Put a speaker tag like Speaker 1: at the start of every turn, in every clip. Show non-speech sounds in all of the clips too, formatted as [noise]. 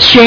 Speaker 1: 悬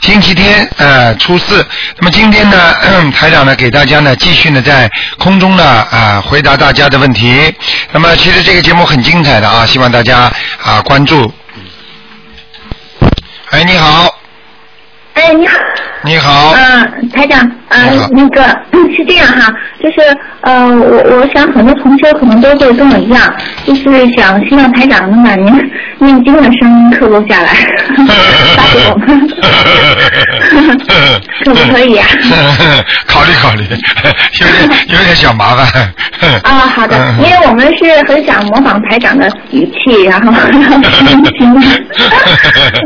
Speaker 2: 星期天，呃，初四。那么今天呢， [clears throat] 咳台长呢给大家呢继续呢在空中呢啊、回答大家的问题。那么其实这个节目很精彩的啊，希望大家啊、关注。哎，你好，
Speaker 3: 哎，你好，
Speaker 2: 你好，
Speaker 3: 嗯，台长，
Speaker 2: 你好
Speaker 3: 嗯，那个 [coughs] 嗯是这样哈，就是呃，我我想很多同学可能都会跟我一样，就是想希望台长能把您 [laughs] 念经的声音刻录
Speaker 2: [laughs]
Speaker 3: 下来，发给我们，可不可以啊？
Speaker 2: [laughs] 考虑考虑， [laughs] 有点有点小麻烦。 [laughs]
Speaker 3: 啊，好的，
Speaker 2: 嗯
Speaker 3: 因为我们是很想模仿台长的语气，然
Speaker 2: [laughs]
Speaker 3: 后 [laughs] 心情。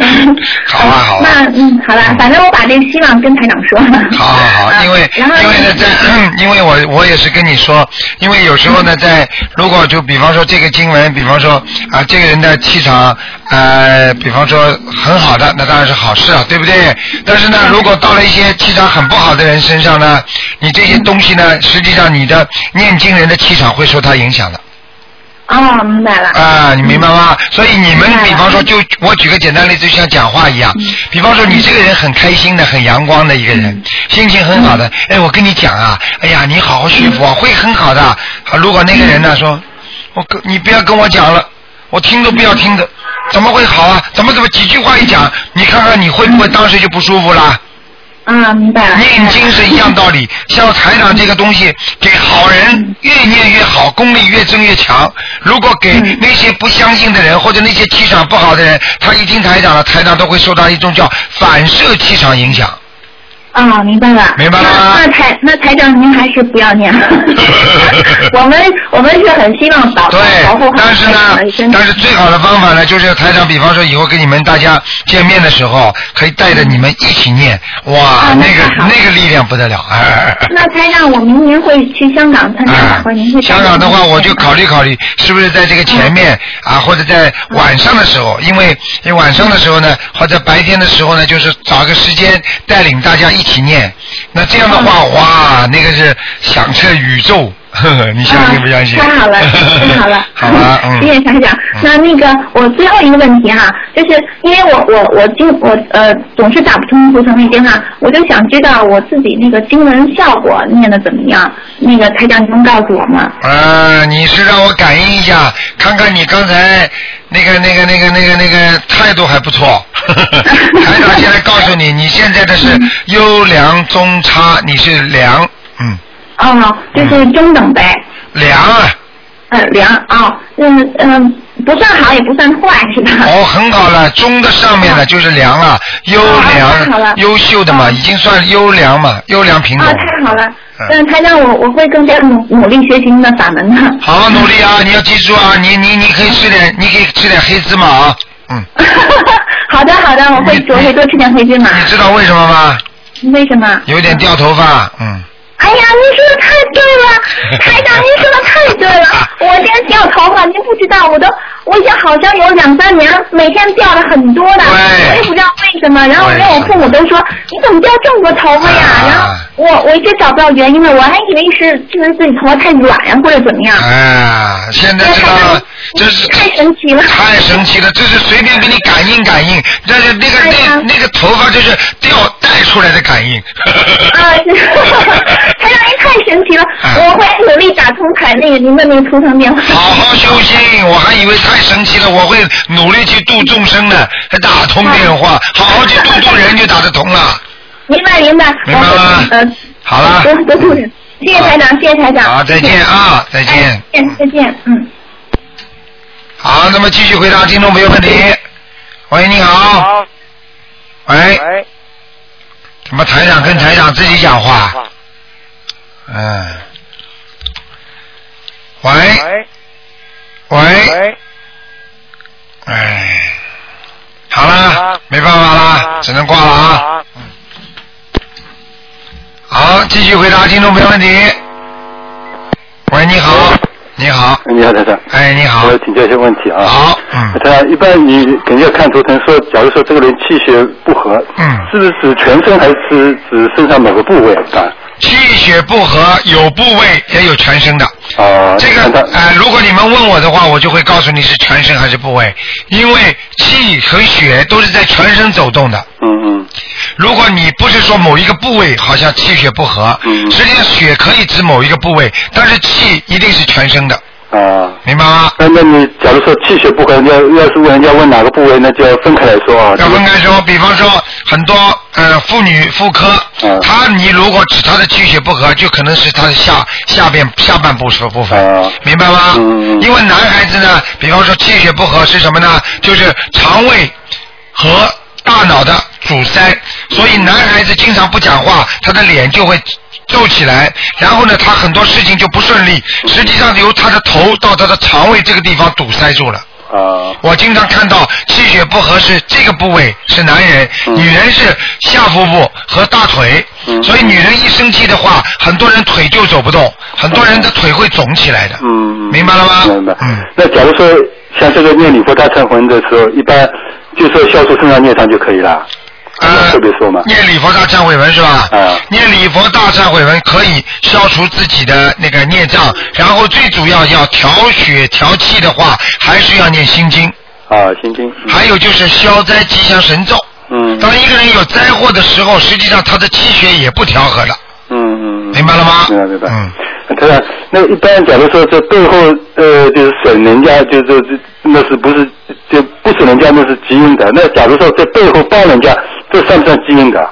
Speaker 3: 嗯
Speaker 2: 好啊好啊
Speaker 3: 那嗯，好了，反正我把这个希望跟台长说了。
Speaker 2: 好好好，
Speaker 3: 啊
Speaker 2: 因为
Speaker 3: 然后
Speaker 2: 因为呢，在嗯因为我我也是跟你说，因为有时候呢，在如果就比方说这个经文，比方说啊，这个人的气场，呃，比方说很好的，那当然是好事啊，对不对？但是呢，如果到了一些气场很不好的人身上呢，你这些东西呢，实际上你的念经人的气场会受他影响的。
Speaker 3: 哦，明白了。嗯
Speaker 2: 啊，你明白吗？所以你们
Speaker 3: 明白了嗯
Speaker 2: 比方说就，我举个简单例子，就像讲话一样。比方说，你这个人很开心的、很阳光的一个人，心情很好的。
Speaker 3: 嗯
Speaker 2: 哎，我跟你讲啊，哎呀，你好好学佛、啊，会很好的。啊如果那个人
Speaker 3: 嗯
Speaker 2: 呢说，我跟你不要跟我讲了，我听都不要
Speaker 3: 嗯
Speaker 2: 听的，怎么会好啊？怎么怎么几句话一讲，你看看你会不会当时就不舒服啦？
Speaker 3: 啊，明白了。
Speaker 2: 念经是一样道
Speaker 3: 嗯
Speaker 2: 理，像台长这个东西，给好人越念越好，功力越增越强。如果给
Speaker 3: 嗯
Speaker 2: 那些不相信的人或者那些气场不好的人，他一听台长了，台长都会受到一种叫反射气场影响。
Speaker 3: 啊，明白了。
Speaker 2: 明白了吗
Speaker 3: 那那台那台长您还是不要念
Speaker 2: [laughs]
Speaker 3: 了。我们我们是很希望保
Speaker 2: 对
Speaker 3: 保护好，
Speaker 2: 但是
Speaker 3: 台长哎的
Speaker 2: 呢
Speaker 3: 身，体
Speaker 2: 但是最好的方法呢，就是台长，比方说以后跟你们大家见面的时候，可以带着你们一起念，哇，
Speaker 3: 啊
Speaker 2: 那
Speaker 3: 那
Speaker 2: 个
Speaker 3: 太好了
Speaker 2: 那个力量不得了，哎哎哎哎。
Speaker 3: 那台长，我明年会去香港参加法会，您会带
Speaker 2: 啊香港的话，
Speaker 3: 我
Speaker 2: 我
Speaker 3: 们
Speaker 2: 就
Speaker 3: 去吗
Speaker 2: 考虑考虑，
Speaker 3: 嗯
Speaker 2: 是不是在这个前面、啊，或者在晚上的时候，因为因为晚上的时候呢，或者白天的时候呢，就是找个时间带领大家一起念。那这样的话，
Speaker 3: 嗯
Speaker 2: 哇，那个是响彻宇宙，呵呵，你相信不相信？，
Speaker 3: 啊太好了，太好了
Speaker 2: [laughs] 好
Speaker 3: [laughs]
Speaker 2: 吧，
Speaker 3: 谢谢
Speaker 2: 嗯，
Speaker 3: 台长。那那个，我最后一个问题哈、就是因为我我我经我呃总是打不通图腾那边哈、我就想知道我自己那个经文效果念的怎么样？那个台长，你能告诉我吗？
Speaker 2: 呃，你是让我感应一下，看看你刚才那个那个那个那个那个态度还不
Speaker 3: [laughs]
Speaker 2: 错。台长现在告诉你，你现在的是
Speaker 3: 嗯
Speaker 2: 优良中差，你是良，嗯，
Speaker 3: 哦，就是中等呗，
Speaker 2: 良啊，
Speaker 3: 呃，良哦，嗯嗯、不算好也不算坏是吧？
Speaker 2: 哦，很好了，中的上面的就是良了，优
Speaker 3: 哦太好了
Speaker 2: 良、优秀的嘛，
Speaker 3: 哦
Speaker 2: 已经算优良嘛，优良品种
Speaker 3: 啊，。太好了！
Speaker 2: 嗯
Speaker 3: 嗯，台长，我我会更加努努力学习您的法门的。
Speaker 2: 好好努力啊！你要记住
Speaker 3: [laughs]
Speaker 2: 啊，你你你可以吃
Speaker 3: 嗯
Speaker 2: 点，你可以吃点黑芝麻啊，嗯，
Speaker 3: [laughs] 好的，好的，我会
Speaker 2: 你
Speaker 3: 我会多吃点黑芝麻。
Speaker 2: 你知道为什么吗？
Speaker 3: 为什么？
Speaker 2: 有点掉头发，嗯。
Speaker 3: 哎呀，您说的太对
Speaker 2: [laughs]
Speaker 3: 了，台长，您说的太对了。
Speaker 2: 啊
Speaker 3: 我这个掉头发，您不知道，我都，我已经好像有两三年，每天掉了很多的，
Speaker 2: 对
Speaker 3: 我也不知道为什么。然后
Speaker 2: 对
Speaker 3: 连我父母都说，你怎么掉这么多头发呀？
Speaker 2: 啊
Speaker 3: 然后我我一直找不到原因了，我还以为是就是自己头发太软呀，或者怎
Speaker 2: [laughs]
Speaker 3: 么样。
Speaker 2: 哎，现在知道了，这是
Speaker 3: 啊太神奇了。
Speaker 2: 太神奇了，这是随便给你感应感应，但是那个
Speaker 3: 哎呀
Speaker 2: 那那个头发就是掉带出来的感应。
Speaker 3: 啊，是， [laughs] 台长您太神奇了，
Speaker 2: 啊
Speaker 3: 我会努力打通台那个您的那个图腾电话。
Speaker 2: 好好修心，我还以为太神奇了，我会努力去度众生呢，还打通电
Speaker 3: [laughs]
Speaker 2: 话，好好去度度人就打得通了。
Speaker 3: 明白明白，
Speaker 2: 明白吗
Speaker 3: 呃，
Speaker 2: 好了，
Speaker 3: 多多助人，谢谢台长，谢谢台长。
Speaker 2: 好，再见啊，再见。
Speaker 3: 哎。再见，再见，嗯。
Speaker 2: 好，那么继续回答听众朋友问题。喂，你好，
Speaker 4: 好，
Speaker 2: 喂，
Speaker 4: 喂，
Speaker 2: 怎么台长跟台长自己讲话？嗯，喂
Speaker 4: 喂，
Speaker 2: 喂，
Speaker 4: 喂，
Speaker 2: 哎，好啦
Speaker 4: 好，
Speaker 2: 没办法啦，只能挂了啊。
Speaker 4: 啊，
Speaker 2: 好，继续回答听众朋友问题。喂，你好，你好，
Speaker 5: 你好，台长。
Speaker 2: 哎，你好
Speaker 5: 我，请教一些问题啊。
Speaker 2: 好，嗯
Speaker 5: 台长，一般你给人家看图腾说，假如说这个人气血不和，
Speaker 2: 嗯，
Speaker 5: 是不是指全身还是指指身上某个部位啊？
Speaker 2: 气血不和，有部位也有全身的。
Speaker 5: 啊，
Speaker 2: 这
Speaker 5: 看
Speaker 2: 个
Speaker 5: 他
Speaker 2: 呃，如果你们问我的话，我就会告诉你是全身还是部位，因为气和血都是在全身走动的。
Speaker 5: 嗯嗯
Speaker 2: 如果你不是说某一个部位好像气血不和，
Speaker 5: 嗯
Speaker 2: 实际上血可以指某一个部位，但是气一定是全身的，
Speaker 5: 啊。
Speaker 2: 明白吗？
Speaker 5: 那那你假如说气血不和，要要是问人家问哪个部位，那就要分开来说啊。
Speaker 2: 要分开说，比方说很多呃妇女妇科
Speaker 5: 嗯，
Speaker 2: 她你如果指她的气血不和，就可能是她的下下边下半部分部分
Speaker 5: 嗯，
Speaker 2: 明白吗？
Speaker 5: 嗯嗯
Speaker 2: 因为男孩子呢，比方说气血不和是什么呢？就是肠胃和大脑的阻塞，所以男孩子经常不讲话，他的脸就会。皱起来，然后呢，他很多事情就不顺利。实际上，由他的头到他的肠胃这个地方堵塞住了。
Speaker 5: 啊
Speaker 2: 我经常看到气血不和是这个部位是男人，
Speaker 5: 嗯
Speaker 2: 女人是下腹部和大腿，
Speaker 5: 嗯
Speaker 2: 所以女人一生气的话，很多人腿就走不动，很多人的腿会肿起来的，
Speaker 5: 嗯，
Speaker 2: 明白了吗？
Speaker 5: 明白。
Speaker 2: 嗯，
Speaker 5: 那假如说像这个念礼佛大忏魂的时候，一般就说消除身上孽障就可以了，
Speaker 2: 呃，
Speaker 5: 特别说嘛。
Speaker 2: 念礼佛大忏悔文是吧？
Speaker 5: 嗯
Speaker 2: 念礼佛大忏悔文可以消除自己的那个孽障，然后最主要要调血调气的话，还是要念心经，
Speaker 5: 啊，心经。嗯
Speaker 2: 还有就是消灾吉祥神咒。
Speaker 5: 嗯
Speaker 2: 当一个人有灾祸的时候，实际上他的气血也不调和了，
Speaker 5: 嗯嗯，
Speaker 2: 明白了吗？
Speaker 5: 明白明白。
Speaker 2: 嗯，
Speaker 5: 他说，那一般假如说这背后呃就是损人家，就就就那是不是就不损人家那是基因的？那假如说在背后帮人家，这算不算基因的？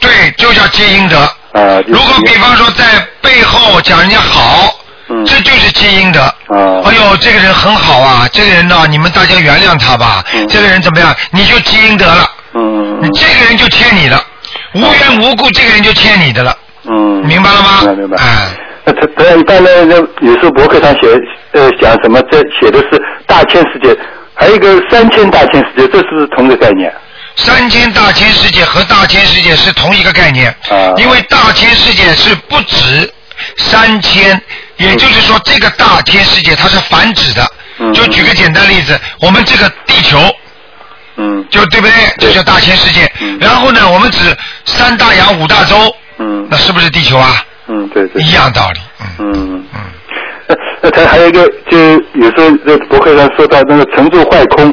Speaker 2: 对，就叫接阴德。
Speaker 5: 啊，就是
Speaker 2: 如果比方说在背后讲人家好，
Speaker 5: 嗯
Speaker 2: 这就是接阴德。
Speaker 5: 啊
Speaker 2: 哎呦，这个人很好啊，这个人呢、你们大家原谅他吧。
Speaker 5: 嗯
Speaker 2: 这个人怎么样？你就积阴德了，
Speaker 5: 嗯
Speaker 2: 你这个人就欠你的，无缘无故这个人就欠你的了，
Speaker 5: 嗯，
Speaker 2: 明白了吗？
Speaker 5: 明白明白。
Speaker 2: 哎，
Speaker 5: 那他他一般呢，那有时候博客上写呃讲什么，这写的是大千世界，还有一个三千大千世界，这是不是同一个概念？
Speaker 2: 三千大千世界和大千世界是同一个概念，
Speaker 5: 啊
Speaker 2: 因为大千世界是不止三千，也就是说这个大千世界它是繁指的。
Speaker 5: 嗯
Speaker 2: 就举个简单例子，我们这个地球
Speaker 5: 嗯
Speaker 2: 就对不对？这叫大千世界
Speaker 5: 嗯。
Speaker 2: 然后呢，我们指三大洋五大洲，
Speaker 5: 嗯
Speaker 2: 那是不是地球啊？
Speaker 5: 嗯，对对。
Speaker 2: 一样道理。嗯
Speaker 5: 嗯。
Speaker 2: 嗯，
Speaker 5: 那那他还有一个，就是有时候这博客上说到那个“成住坏空”，“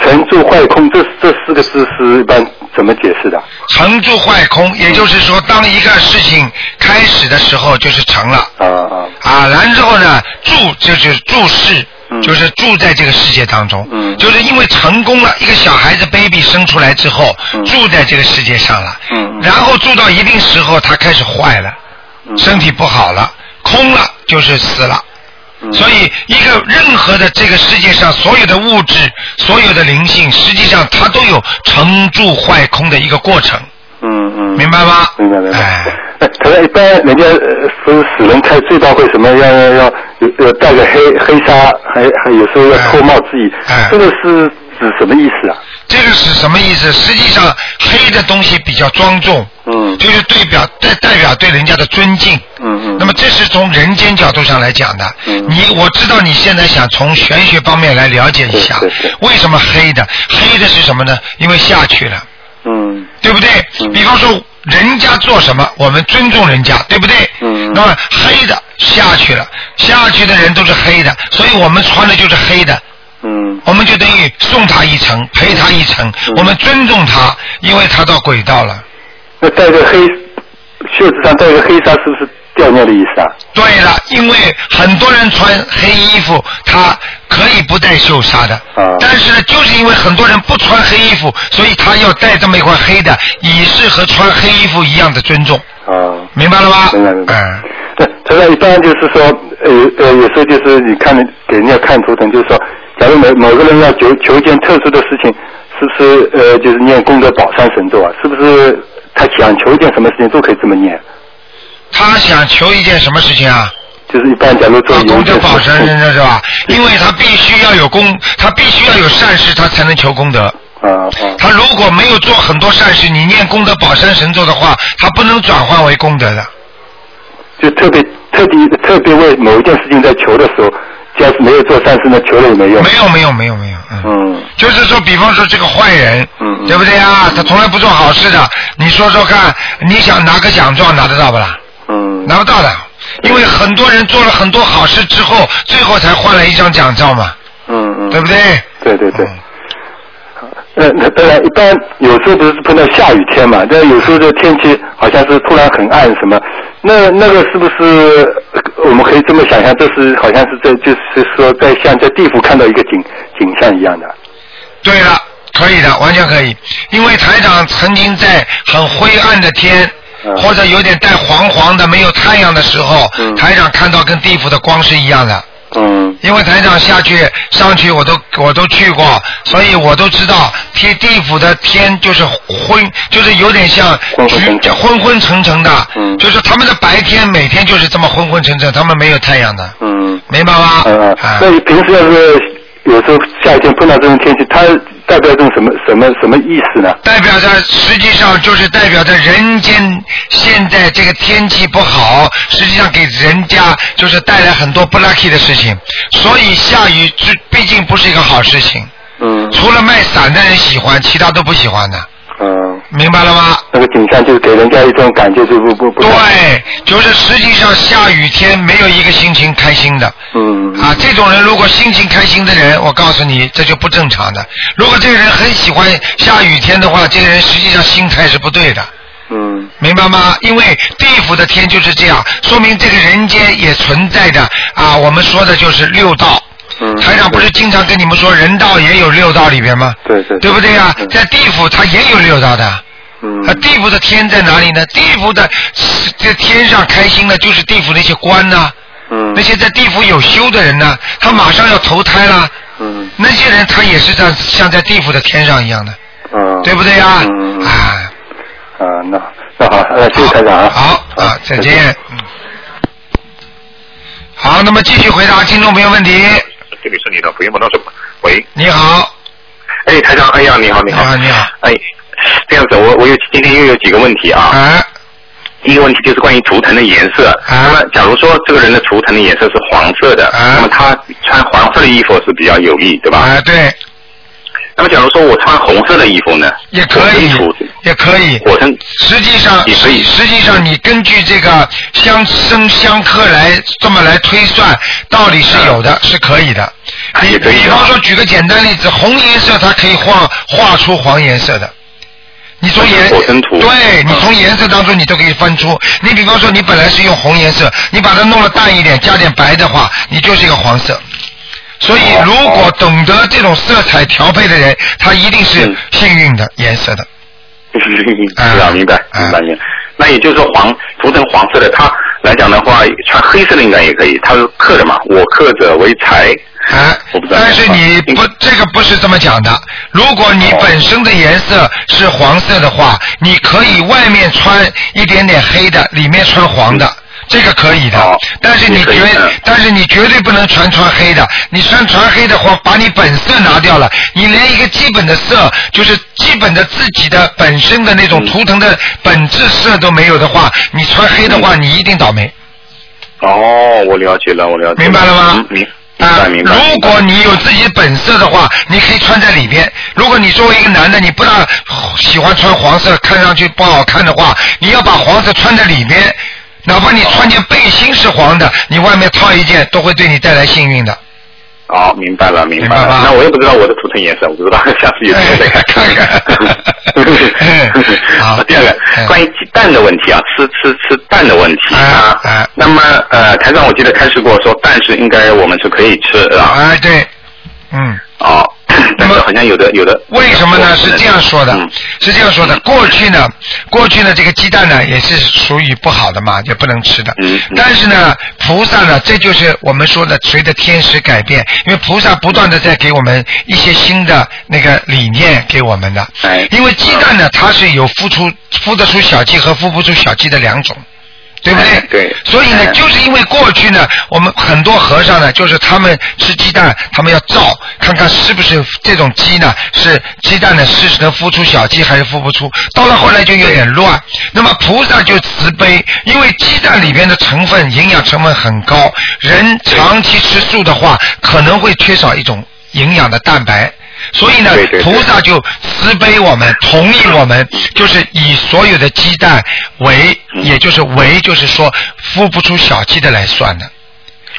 Speaker 5: 成住坏空”这这四个字是一般怎么解释的？
Speaker 2: 成住坏
Speaker 5: 嗯
Speaker 2: 空，也就是说，当一个事情开始的时候，就是成了。
Speaker 5: 啊啊，
Speaker 2: 啊，然之后呢，住就是住世，
Speaker 5: 嗯
Speaker 2: 就是住在这个世界当中，
Speaker 5: 嗯
Speaker 2: 就是因为成功了，一个小孩子 baby 生出来之后，
Speaker 5: 嗯
Speaker 2: 住在这个世界上了，
Speaker 5: 嗯嗯
Speaker 2: 然后住到一定时候，他开始坏了，
Speaker 5: 嗯
Speaker 2: 身体不好了，空了就是死了。
Speaker 5: 嗯
Speaker 2: 所以，一个任何的这个世界上所有的物质、所有的灵性，实际上它都有成住坏空的一个过程，
Speaker 5: 嗯嗯，
Speaker 2: 明白吗？
Speaker 5: 明白明白
Speaker 2: 哎。
Speaker 5: 那他说一般人家呃说死人开追悼会什么要要要有要戴个黑黑纱，还还有时候要扣帽致意
Speaker 2: 哎，
Speaker 5: 这个是指什么意思啊？
Speaker 2: 这个是什么意思？实际上，黑的东西比较庄重，
Speaker 5: 嗯
Speaker 2: 就是代表代代表对人家的尊敬。
Speaker 5: 嗯嗯。
Speaker 2: 那么这是从人间角度上来讲的。
Speaker 5: 嗯
Speaker 2: 你我知道你现在想从玄学方面来了解一下
Speaker 5: 对对对，
Speaker 2: 为什么黑的？黑的是什么呢？因为下去了，
Speaker 5: 嗯
Speaker 2: 对不对？
Speaker 5: 嗯
Speaker 2: 比方说人家做什么，我们尊重人家，对不对？
Speaker 5: 嗯
Speaker 2: 那么黑的下去了，下去的人都是黑的，所以我们穿的就是黑的。
Speaker 5: 嗯
Speaker 2: 我们就等于送他一程，陪他一程，
Speaker 5: 嗯
Speaker 2: 我们尊重他，因为他到轨道了。
Speaker 5: 那戴个黑袖子上戴个黑纱是不是掉尿的意思啊？
Speaker 2: 对了，因为很多人穿黑衣服，他可以不戴袖纱的，
Speaker 5: 啊
Speaker 2: 但是呢，就是因为很多人不穿黑衣服，所以他要戴这么一块黑的，以示和穿黑衣服一样的尊重，
Speaker 5: 啊，
Speaker 2: 明白了吗？
Speaker 5: 明白明白
Speaker 2: 嗯，
Speaker 5: 对，他说一般就是说，呃呃，有时候就是你看给人家看图腾，就是说，假如某某个人要求求一件特殊的事情，是不是呃就是念功德宝山神咒啊？是不是他想求一件什么事情都可以这么念？
Speaker 2: 他想求一件什么事情啊？
Speaker 5: 就是一般假如说
Speaker 2: 啊，
Speaker 5: 有
Speaker 2: 功
Speaker 5: 一件
Speaker 2: 德宝山
Speaker 5: 事
Speaker 2: 人是吧？因为他必须要有功，他必须要有善事，他才能求功德。
Speaker 5: 啊啊
Speaker 2: 他如果没有做很多善事，你念功德宝山神咒的话，他不能转换为功德的。
Speaker 5: 就特别特特地特别为某一件事情在求的时候，只要是没有做善事呢，求了也没用。
Speaker 2: 没有没有没有没有，嗯，
Speaker 5: 嗯
Speaker 2: 就是说，比方说这个坏人，
Speaker 5: 嗯嗯
Speaker 2: 对不对啊？他从来不做好事的，你说说看，你想拿个奖状拿得到不啦？
Speaker 5: 嗯
Speaker 2: 拿不到的，因为很多人做了很多好事之后，最后才换了一张奖状嘛，
Speaker 5: 嗯嗯，
Speaker 2: 对不对？哦
Speaker 5: 对对对
Speaker 2: 嗯。
Speaker 5: 那那当然，一般有时候不是碰到下雨天嘛，但有时候这天气好像是突然很暗什么，那那个是不是呃我们可以这么想象，这是好像是在就是说在像在地府看到一个景景象一样的？
Speaker 2: 对了，可以的，完全可以。因为台长曾经在很灰暗的天，
Speaker 5: 嗯
Speaker 2: 或者有点带黄黄的、没有太阳的时候，
Speaker 5: 嗯
Speaker 2: 台长看到跟地府的光是一样的。
Speaker 5: 嗯
Speaker 2: 因为台长下去、上去我都我都去过，所以我都知道贴地府的天就是昏，就是有点像
Speaker 5: 昏昏
Speaker 2: 橘
Speaker 5: 沉沉
Speaker 2: 昏昏沉沉的，
Speaker 5: 嗯
Speaker 2: 就是他们的白天每天就是这么昏昏沉沉，他们没有太阳的，
Speaker 5: 嗯
Speaker 2: 明白吗？
Speaker 5: 嗯嗯。
Speaker 2: 啊
Speaker 5: 那你平时要是有时候下雨天碰到这种天气，它代表一种什么什么什么意思呢？
Speaker 2: 代表着实际上就是代表着人间现在这个天气不好，实际上给人家就是带来很多不 lucky 的事情，所以下雨这毕竟不是一个好事情，
Speaker 5: 嗯
Speaker 2: 除了卖伞的人喜欢，其他都不喜欢的，
Speaker 5: 嗯，
Speaker 2: 明白了吗？
Speaker 5: 那个景象就是给人家一种感觉，就不不不。
Speaker 2: 对，就是实际上下雨天没有一个心情开心的。
Speaker 5: 嗯。
Speaker 2: 啊，这种人如果心情开心的人，我告诉你，这就不正常的。如果这个人很喜欢下雨天的话，这个人实际上心态是不对的。
Speaker 5: 嗯
Speaker 2: 明白吗？因为地府的天就是这样，说明这个人间也存在着啊。我们说的就是六道。
Speaker 5: 嗯。
Speaker 2: 台长不是经常跟你们说，人道也有六道里边吗？
Speaker 5: 对对
Speaker 2: 对不对啊
Speaker 5: 嗯？
Speaker 2: 在地府它也有六道的。
Speaker 5: 嗯
Speaker 2: 啊，地府的天在哪里呢？地府的这天上开心的，就是地府那些官呐、
Speaker 5: 嗯
Speaker 2: 那些在地府有修的人呢，他马上要投胎了。
Speaker 5: 嗯
Speaker 2: 那些人他也是在像在地府的天上一样的，
Speaker 5: 啊
Speaker 2: 对不对呀？
Speaker 5: 嗯嗯
Speaker 2: 啊，
Speaker 5: 啊，那那好，那谢谢台长啊。
Speaker 2: 好啊，再见。嗯。好，那么继续回答听众朋友问题。
Speaker 6: 这里是你的福音广告是喂，
Speaker 2: 你好，
Speaker 6: 哎，台长，哎呀，你好，你
Speaker 2: 你
Speaker 6: 好，
Speaker 2: 好，你好，
Speaker 6: 哎，这样子，我我有今天又有几个问题啊。
Speaker 2: 啊，
Speaker 6: 第一个问题就是关于图腾的颜色。
Speaker 2: 啊
Speaker 6: 那么，假如说这个人的图腾的颜色是黄色的，
Speaker 2: 啊
Speaker 6: 那么他穿黄色的衣服是比较有哎利，对吧？
Speaker 2: 啊，对，
Speaker 6: 那么，假如说我穿红色的衣服呢？ [laughs]
Speaker 2: 也可以
Speaker 6: 我身处，
Speaker 2: 也可以。
Speaker 6: 我身
Speaker 2: 实际上，
Speaker 6: 也可以
Speaker 2: 实际上你根据这个相生相克来这么来推算，道理是有的，是可以的。
Speaker 6: 啊
Speaker 2: 比
Speaker 6: 也可以
Speaker 2: 比
Speaker 6: 的
Speaker 2: 方说，举个简单例子，红颜色它可以画画出黄颜色的。你从颜
Speaker 6: 火生土
Speaker 2: 对你
Speaker 6: 嗯
Speaker 2: 从颜色当中你都可以分出。你比方说，你本来是用红颜色，你把它弄了淡一点，加点白的话，你就是一个黄色。所以，如果懂得这种色彩调配的人，他一定是
Speaker 6: 嗯
Speaker 2: 幸运的颜色的。
Speaker 6: 知道，明白，
Speaker 2: 啊
Speaker 6: 明白，明白。那也就是说黄涂成黄色的，它来讲的话，穿黑色的应该也可以，它是克的嘛，我克者为财。
Speaker 2: 啊
Speaker 6: 我不，知道
Speaker 2: 但是你
Speaker 6: 嗯
Speaker 2: 不，这个不是这么讲的。如果你
Speaker 6: 哦
Speaker 2: 本身的颜色是黄色的话，你可以外面穿一点点黑的，里面穿黄的，这个可以的
Speaker 6: 哦。
Speaker 2: 但是你
Speaker 6: 嗯也可以
Speaker 2: 绝
Speaker 6: 的，
Speaker 2: 但是你绝对不能全穿黑的。你穿全黑的话，把你本色拿掉了，你连一个基本的色，就是基本的自己的本身的那种
Speaker 6: 嗯
Speaker 2: 图腾的本质色都没有的话，你穿黑的
Speaker 6: 嗯
Speaker 2: 话，你一定倒霉。
Speaker 6: 哦，我了解了，我了解。
Speaker 2: 明白了吗
Speaker 6: 嗯明明
Speaker 2: 啊
Speaker 6: 白，明白。
Speaker 2: 如果你有自己本色的话，你可以穿在里边。如果你作为一个男的，你不大喜欢穿黄色，看上去不好看的话，你要把黄色穿在里边，哪怕你穿件背心是黄的，你外面套一件，都会对你带来幸运的。
Speaker 6: 哦，明白了，明
Speaker 2: 明
Speaker 6: 白
Speaker 2: 白吧哎
Speaker 6: 了。那我也不知道我的图腾颜色，我不知道， [laughs] 下次有机会再看
Speaker 2: 看看哎好
Speaker 6: 第
Speaker 2: 嗯
Speaker 6: 二个， [laughs] 关于鸡蛋的问题啊，吃吃吃蛋的问题
Speaker 2: 啊啊
Speaker 6: 那么呃，台长，我记得开始跟我说，蛋是应该我们是可以吃的啊。
Speaker 2: 哎，对，嗯。
Speaker 6: 哦，但是好像有的有的。
Speaker 2: 为什么呢？
Speaker 6: 有的
Speaker 2: 是这样说的
Speaker 6: 嗯，
Speaker 2: 是这样说的。过去呢，过去呢，这个鸡蛋呢也是属于不好的嘛，也不能吃的
Speaker 6: 嗯嗯。
Speaker 2: 但是呢，菩萨呢，这就是我们说的，随着天时改变，因为菩萨不断的在给我们一些新的那个理念给我们的
Speaker 6: 哎。
Speaker 2: 因为鸡蛋呢，它是有孵出孵得出小鸡和孵不出小鸡的两种。对不对？
Speaker 6: 哎对
Speaker 2: 所以呢，
Speaker 6: 哎
Speaker 2: 就是因为过去呢，我们很多和尚呢，就是他们吃鸡蛋，他们要照看看是不是这种鸡呢，是鸡蛋呢是能孵出小鸡还是孵不出。到了后来就有点乱。那么菩萨就慈悲，因为鸡蛋里边的成分营养成分很高，人长期吃素的话，可能会缺少一种营养的蛋白。所以呢
Speaker 6: 对对，对
Speaker 2: 菩萨就慈悲我们，同意我们，就是以所有的鸡蛋为，
Speaker 6: 嗯
Speaker 2: 也就是为，就是说孵不出小鸡的来算的。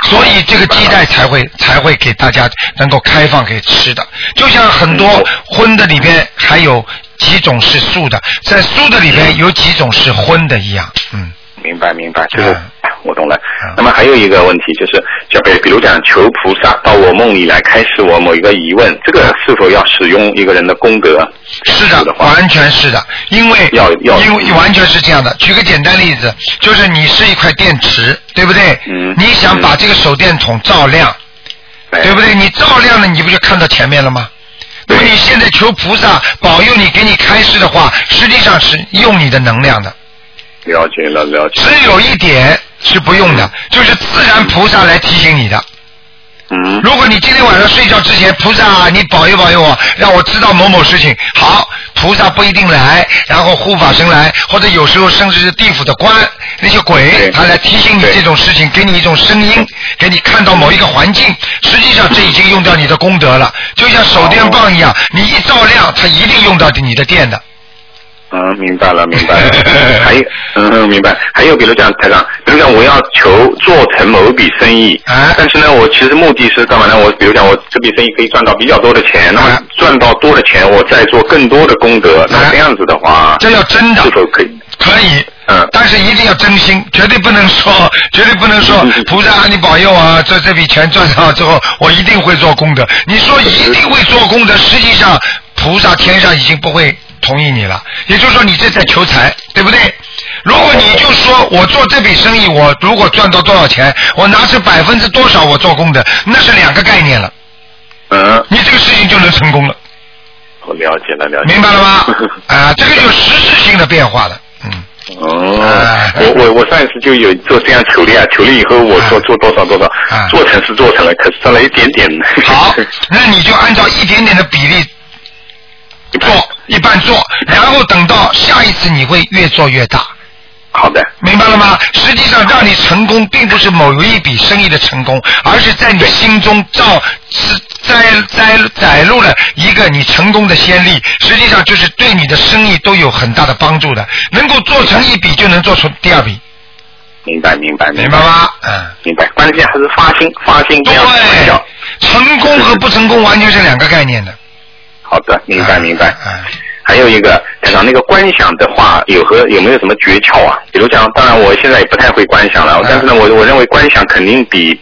Speaker 2: 所以这个鸡蛋才会才会给大家能够开放给吃的，就像很多荤的里边还有几种是素的，在素的里边有几种是荤的一样，嗯，
Speaker 6: 明白明白，就是、
Speaker 2: 嗯
Speaker 6: 啊我懂了
Speaker 2: 嗯。
Speaker 6: 那么还有一个问题就是，就比比如讲求菩萨到我梦里来开示我某一个疑问，这个是否要使用一个人的功德？啊
Speaker 2: 是
Speaker 6: 这
Speaker 2: 的
Speaker 6: 样，话
Speaker 2: 完全是的，因为
Speaker 6: 要要
Speaker 2: 因为完全是这样的。举个简单例子，就是你是一块电池，对不对？
Speaker 6: 嗯
Speaker 2: 你想把这个手电筒照亮，
Speaker 6: 哎
Speaker 2: 对不对？你照亮了，你不就看到前面了吗？那
Speaker 6: 对
Speaker 2: 么你现在求菩萨保佑你，给你开示的话，实际上是用你的能量的。
Speaker 6: 了解了了解。
Speaker 2: 只有一点是不用的，就是自然菩萨来提醒你的。
Speaker 6: 嗯，
Speaker 2: 如果你今天晚上睡觉之前，菩萨，你保佑保佑我，让我知道某某事情。好，菩萨不一定来，然后护法神来，或者有时候甚至是地府的官那些鬼，
Speaker 6: 对
Speaker 2: 他来提醒你
Speaker 6: 对
Speaker 2: 这种事情，给你一种声音，给你看到某一个环境。实际上，这已经用掉你的功德了，就像手电棒一样，你一照亮，它一定用到你的电的。
Speaker 6: 嗯，明白了，明
Speaker 2: [laughs]
Speaker 6: 白了。还有，嗯，明白。还有，比如讲，台长，比如讲，我要求做成某笔生意，
Speaker 2: 啊
Speaker 6: 但是呢，我其实目的是干嘛呢？我比如讲，我这笔生意可以赚到比较多的钱，那
Speaker 2: 啊
Speaker 6: 么赚到多的钱，我再做更多的功德。那
Speaker 2: 啊
Speaker 6: 这样子的话，
Speaker 2: 这要真的
Speaker 6: 是否可以？
Speaker 2: 可以，
Speaker 6: 嗯
Speaker 2: 但是一定要真心，绝对不能
Speaker 6: [laughs]
Speaker 2: 说，绝对不能说
Speaker 6: 嗯嗯嗯
Speaker 2: 菩萨你保佑啊，这这笔钱赚到之
Speaker 6: [laughs]
Speaker 2: 后，我一定会做功德。你说一定会做功德，实际上菩萨天上已经不会同意你了，也就是说你这在求财，对不对？如果你就说我做这笔生意，我如果赚到多少钱，我拿出百分之多少我做功德，那是两个概念了，
Speaker 6: 嗯，
Speaker 2: 你这个事情就能成功了，
Speaker 6: 我了解了，了解。
Speaker 2: 明白了吗？啊、这个就是实质性的变化了，嗯。
Speaker 6: [laughs] 哦
Speaker 2: 哎，
Speaker 6: 我我我上一次就有做这样求的呀，求了以后我说
Speaker 2: 哎
Speaker 6: 做多少多少
Speaker 2: 哎，
Speaker 6: 做成是做成了，可是赚了一点点。 [laughs]
Speaker 2: 好，那你就按照一点点的比例
Speaker 6: 一般
Speaker 2: 做，一半做，然后等到下一次你会越做越大，
Speaker 6: 好的，
Speaker 2: 明白了吗？实际上让你成功，并不是某一笔生意的成功，而是在你心中造是栽栽载入了一个你成功的先例，实际上就是对你的生意都有很大的帮助的，能够做成一笔就能做出第二笔，
Speaker 6: 明白明白
Speaker 2: 明白吗？嗯。
Speaker 6: 明白，关键还是发心，发心不
Speaker 2: 对
Speaker 6: 要低调。，
Speaker 2: 成功和不成功完全是两个概念的。
Speaker 6: 好的，明白
Speaker 2: 嗯
Speaker 6: 明白。
Speaker 2: 嗯。
Speaker 6: 还有一个，台长，那个观想的话，有和有没有什么诀窍啊？比如讲，当然我现在也不太会观想了
Speaker 2: 嗯，
Speaker 6: 但是呢，我我认为观想肯定比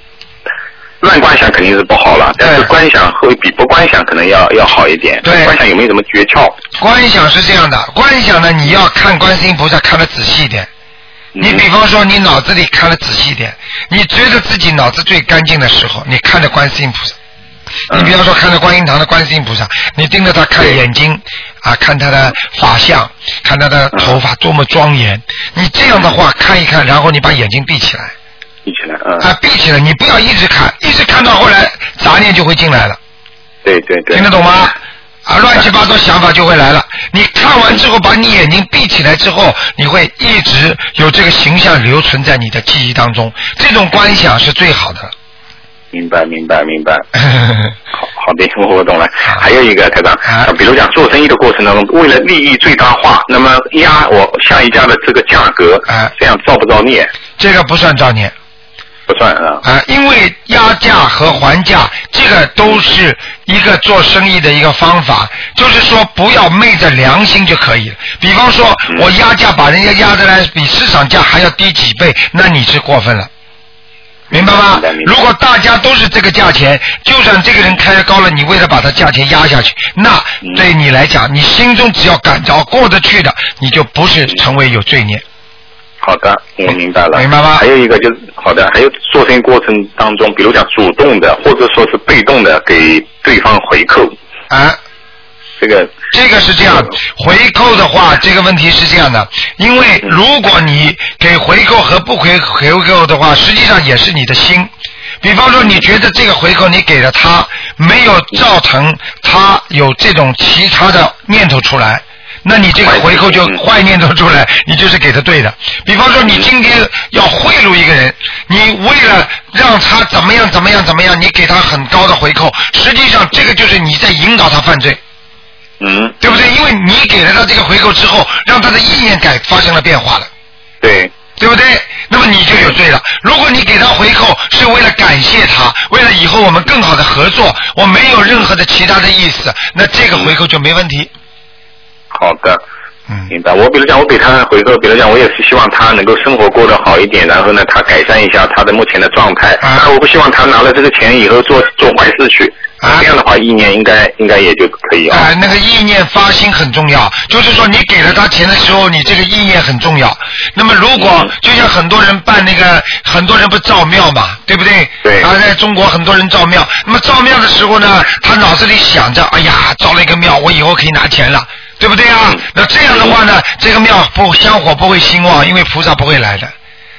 Speaker 6: 乱观想肯定是不好了，但是
Speaker 2: 对
Speaker 6: 观想会比不观想可能要要好一点。
Speaker 2: 对
Speaker 6: 观想有没有什么诀窍？
Speaker 2: 观想是这样的，观想呢，你要看观世音菩萨看得仔细一点。
Speaker 6: 嗯
Speaker 2: 你比方说，你脑子里看得仔细一点，你觉得自己脑子最干净的时候，你看着观世音菩萨。
Speaker 6: 嗯
Speaker 2: 你比方说，看着观音堂的观世音菩萨，你盯着他看
Speaker 6: 对
Speaker 2: 眼睛，啊，看他的法相，看他的头
Speaker 6: 嗯
Speaker 2: 发多么庄严。你这样的话看一看，然后你把眼睛闭起来，
Speaker 6: 一嗯起来，嗯，
Speaker 2: 啊，闭起来，你不要一直看，一直看到后来杂念就会进来了。
Speaker 6: 对对对，
Speaker 2: 听得懂吗？啊，乱七八糟想法就会来了。你看完之后，把你眼睛闭起来之后，你会一直有这个形象留存在你的记忆当中。这种观想是最好的。
Speaker 6: 明白明白
Speaker 2: [laughs]
Speaker 6: 明白。好好的，我我懂了。还有一个台长，
Speaker 2: 啊
Speaker 6: 呃比如讲做生意的过程当中，为了利益最大化，那么压我下一家的这个价格，
Speaker 2: 啊
Speaker 6: 这样造不造孽？
Speaker 2: 这个不算造孽
Speaker 6: 不算啊。
Speaker 2: 啊，因为压价和还价这个都是一个做生意的一个方法，就是说不要昧着良心就可以了。比方说，
Speaker 6: 嗯
Speaker 2: 我压价把人家压的来比市场价还要低几倍，那你是过分了。明白吗
Speaker 6: 明白？明白
Speaker 2: 如果大家都是这个价钱，就算这个人开高了，你为了把他价钱压下去，那
Speaker 6: 嗯
Speaker 2: 对你来讲，你心中只要感到过得去的，你就不是成为有罪孽。
Speaker 6: 好的，我明白了。
Speaker 2: 明白吗
Speaker 6: 还有一个就是，好的，还有做生意过程当中，比如讲主动的或者说是被动的给对方回扣，
Speaker 2: 啊，
Speaker 6: 这个
Speaker 2: 这个是这样，回扣的话，这个问题是这样的，因为如果你给回扣和不回回扣的话，实际上也是你的心。比方说，你觉得这个回扣你给了他，没有造成他有这种其他的念头出来，那你这个回扣就
Speaker 6: 嗯
Speaker 2: 坏念头出来，你就是给他对的。比方说，你今天要贿赂一个人，你为了让他怎么样怎么样怎么样，你给他很高的回扣，实际上这个就是你在引导他犯罪。
Speaker 6: 嗯，
Speaker 2: 对不对？因为你给了他这个回扣之后，让他的意念改发生了变化了，
Speaker 6: 对，
Speaker 2: 对不对？那么你就有罪了。如果你给他回扣是为了感谢他，为了以后我们更好的合作，我没有任何的其他的意思，那这个回扣就没问题。
Speaker 6: 好的。
Speaker 2: 嗯，
Speaker 6: 明白。我比如讲，我给他回扣，比如讲，我也是希望他能够生活过得好一点，然后呢，他改善一下他的目前的状态。
Speaker 2: 啊
Speaker 6: 但我不希望他拿了这个钱以后做做坏事去。
Speaker 2: 啊
Speaker 6: 这样的话，意念应该应该也就可以啊、
Speaker 2: 哎、那个意念发心很重要，就是说你给了他钱的时候，你这个意念很重要。那么如果
Speaker 6: 嗯
Speaker 2: 就像很多人办那个，很多人不造庙嘛，对不对？
Speaker 6: 对
Speaker 2: 啊，在中国很多人造庙，那么造庙的时候呢，他脑子里想着，哎呀，造了一个庙，我以后可以拿钱了，对不对啊
Speaker 6: 嗯？
Speaker 2: 那这样的话呢，这个庙不香火不会兴旺，因为菩萨不会来的。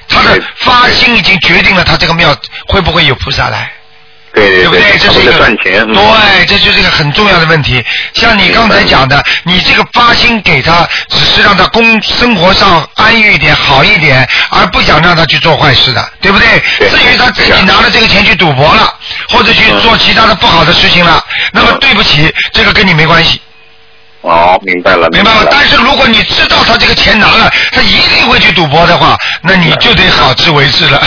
Speaker 2: 他的
Speaker 6: 对
Speaker 2: 发心已经决定了他这个庙会不会有菩萨来。
Speaker 6: 对
Speaker 2: 对不
Speaker 6: 对，
Speaker 2: 对？哎这
Speaker 6: 他
Speaker 2: 是
Speaker 6: 为
Speaker 2: 一个
Speaker 6: 了赚钱。嗯
Speaker 2: 对，这就是一个很重要的问题。像你刚才讲的，你这个发心给他，只是让他工生活上安逸一点、好一点，而不想让他去做坏事的，对不对？
Speaker 6: 对
Speaker 2: 至于他自己
Speaker 6: 对啊
Speaker 2: 拿了这个钱去赌博了，或者
Speaker 6: 嗯
Speaker 2: 去做其他的不好的事情了，那么对不起，这个跟你没关系，
Speaker 6: 哦，明白了，
Speaker 2: 明白
Speaker 6: 白
Speaker 2: 吗？但是如果你知道他这个钱拿了，他一定会去赌博的话，那你就得好自为之了。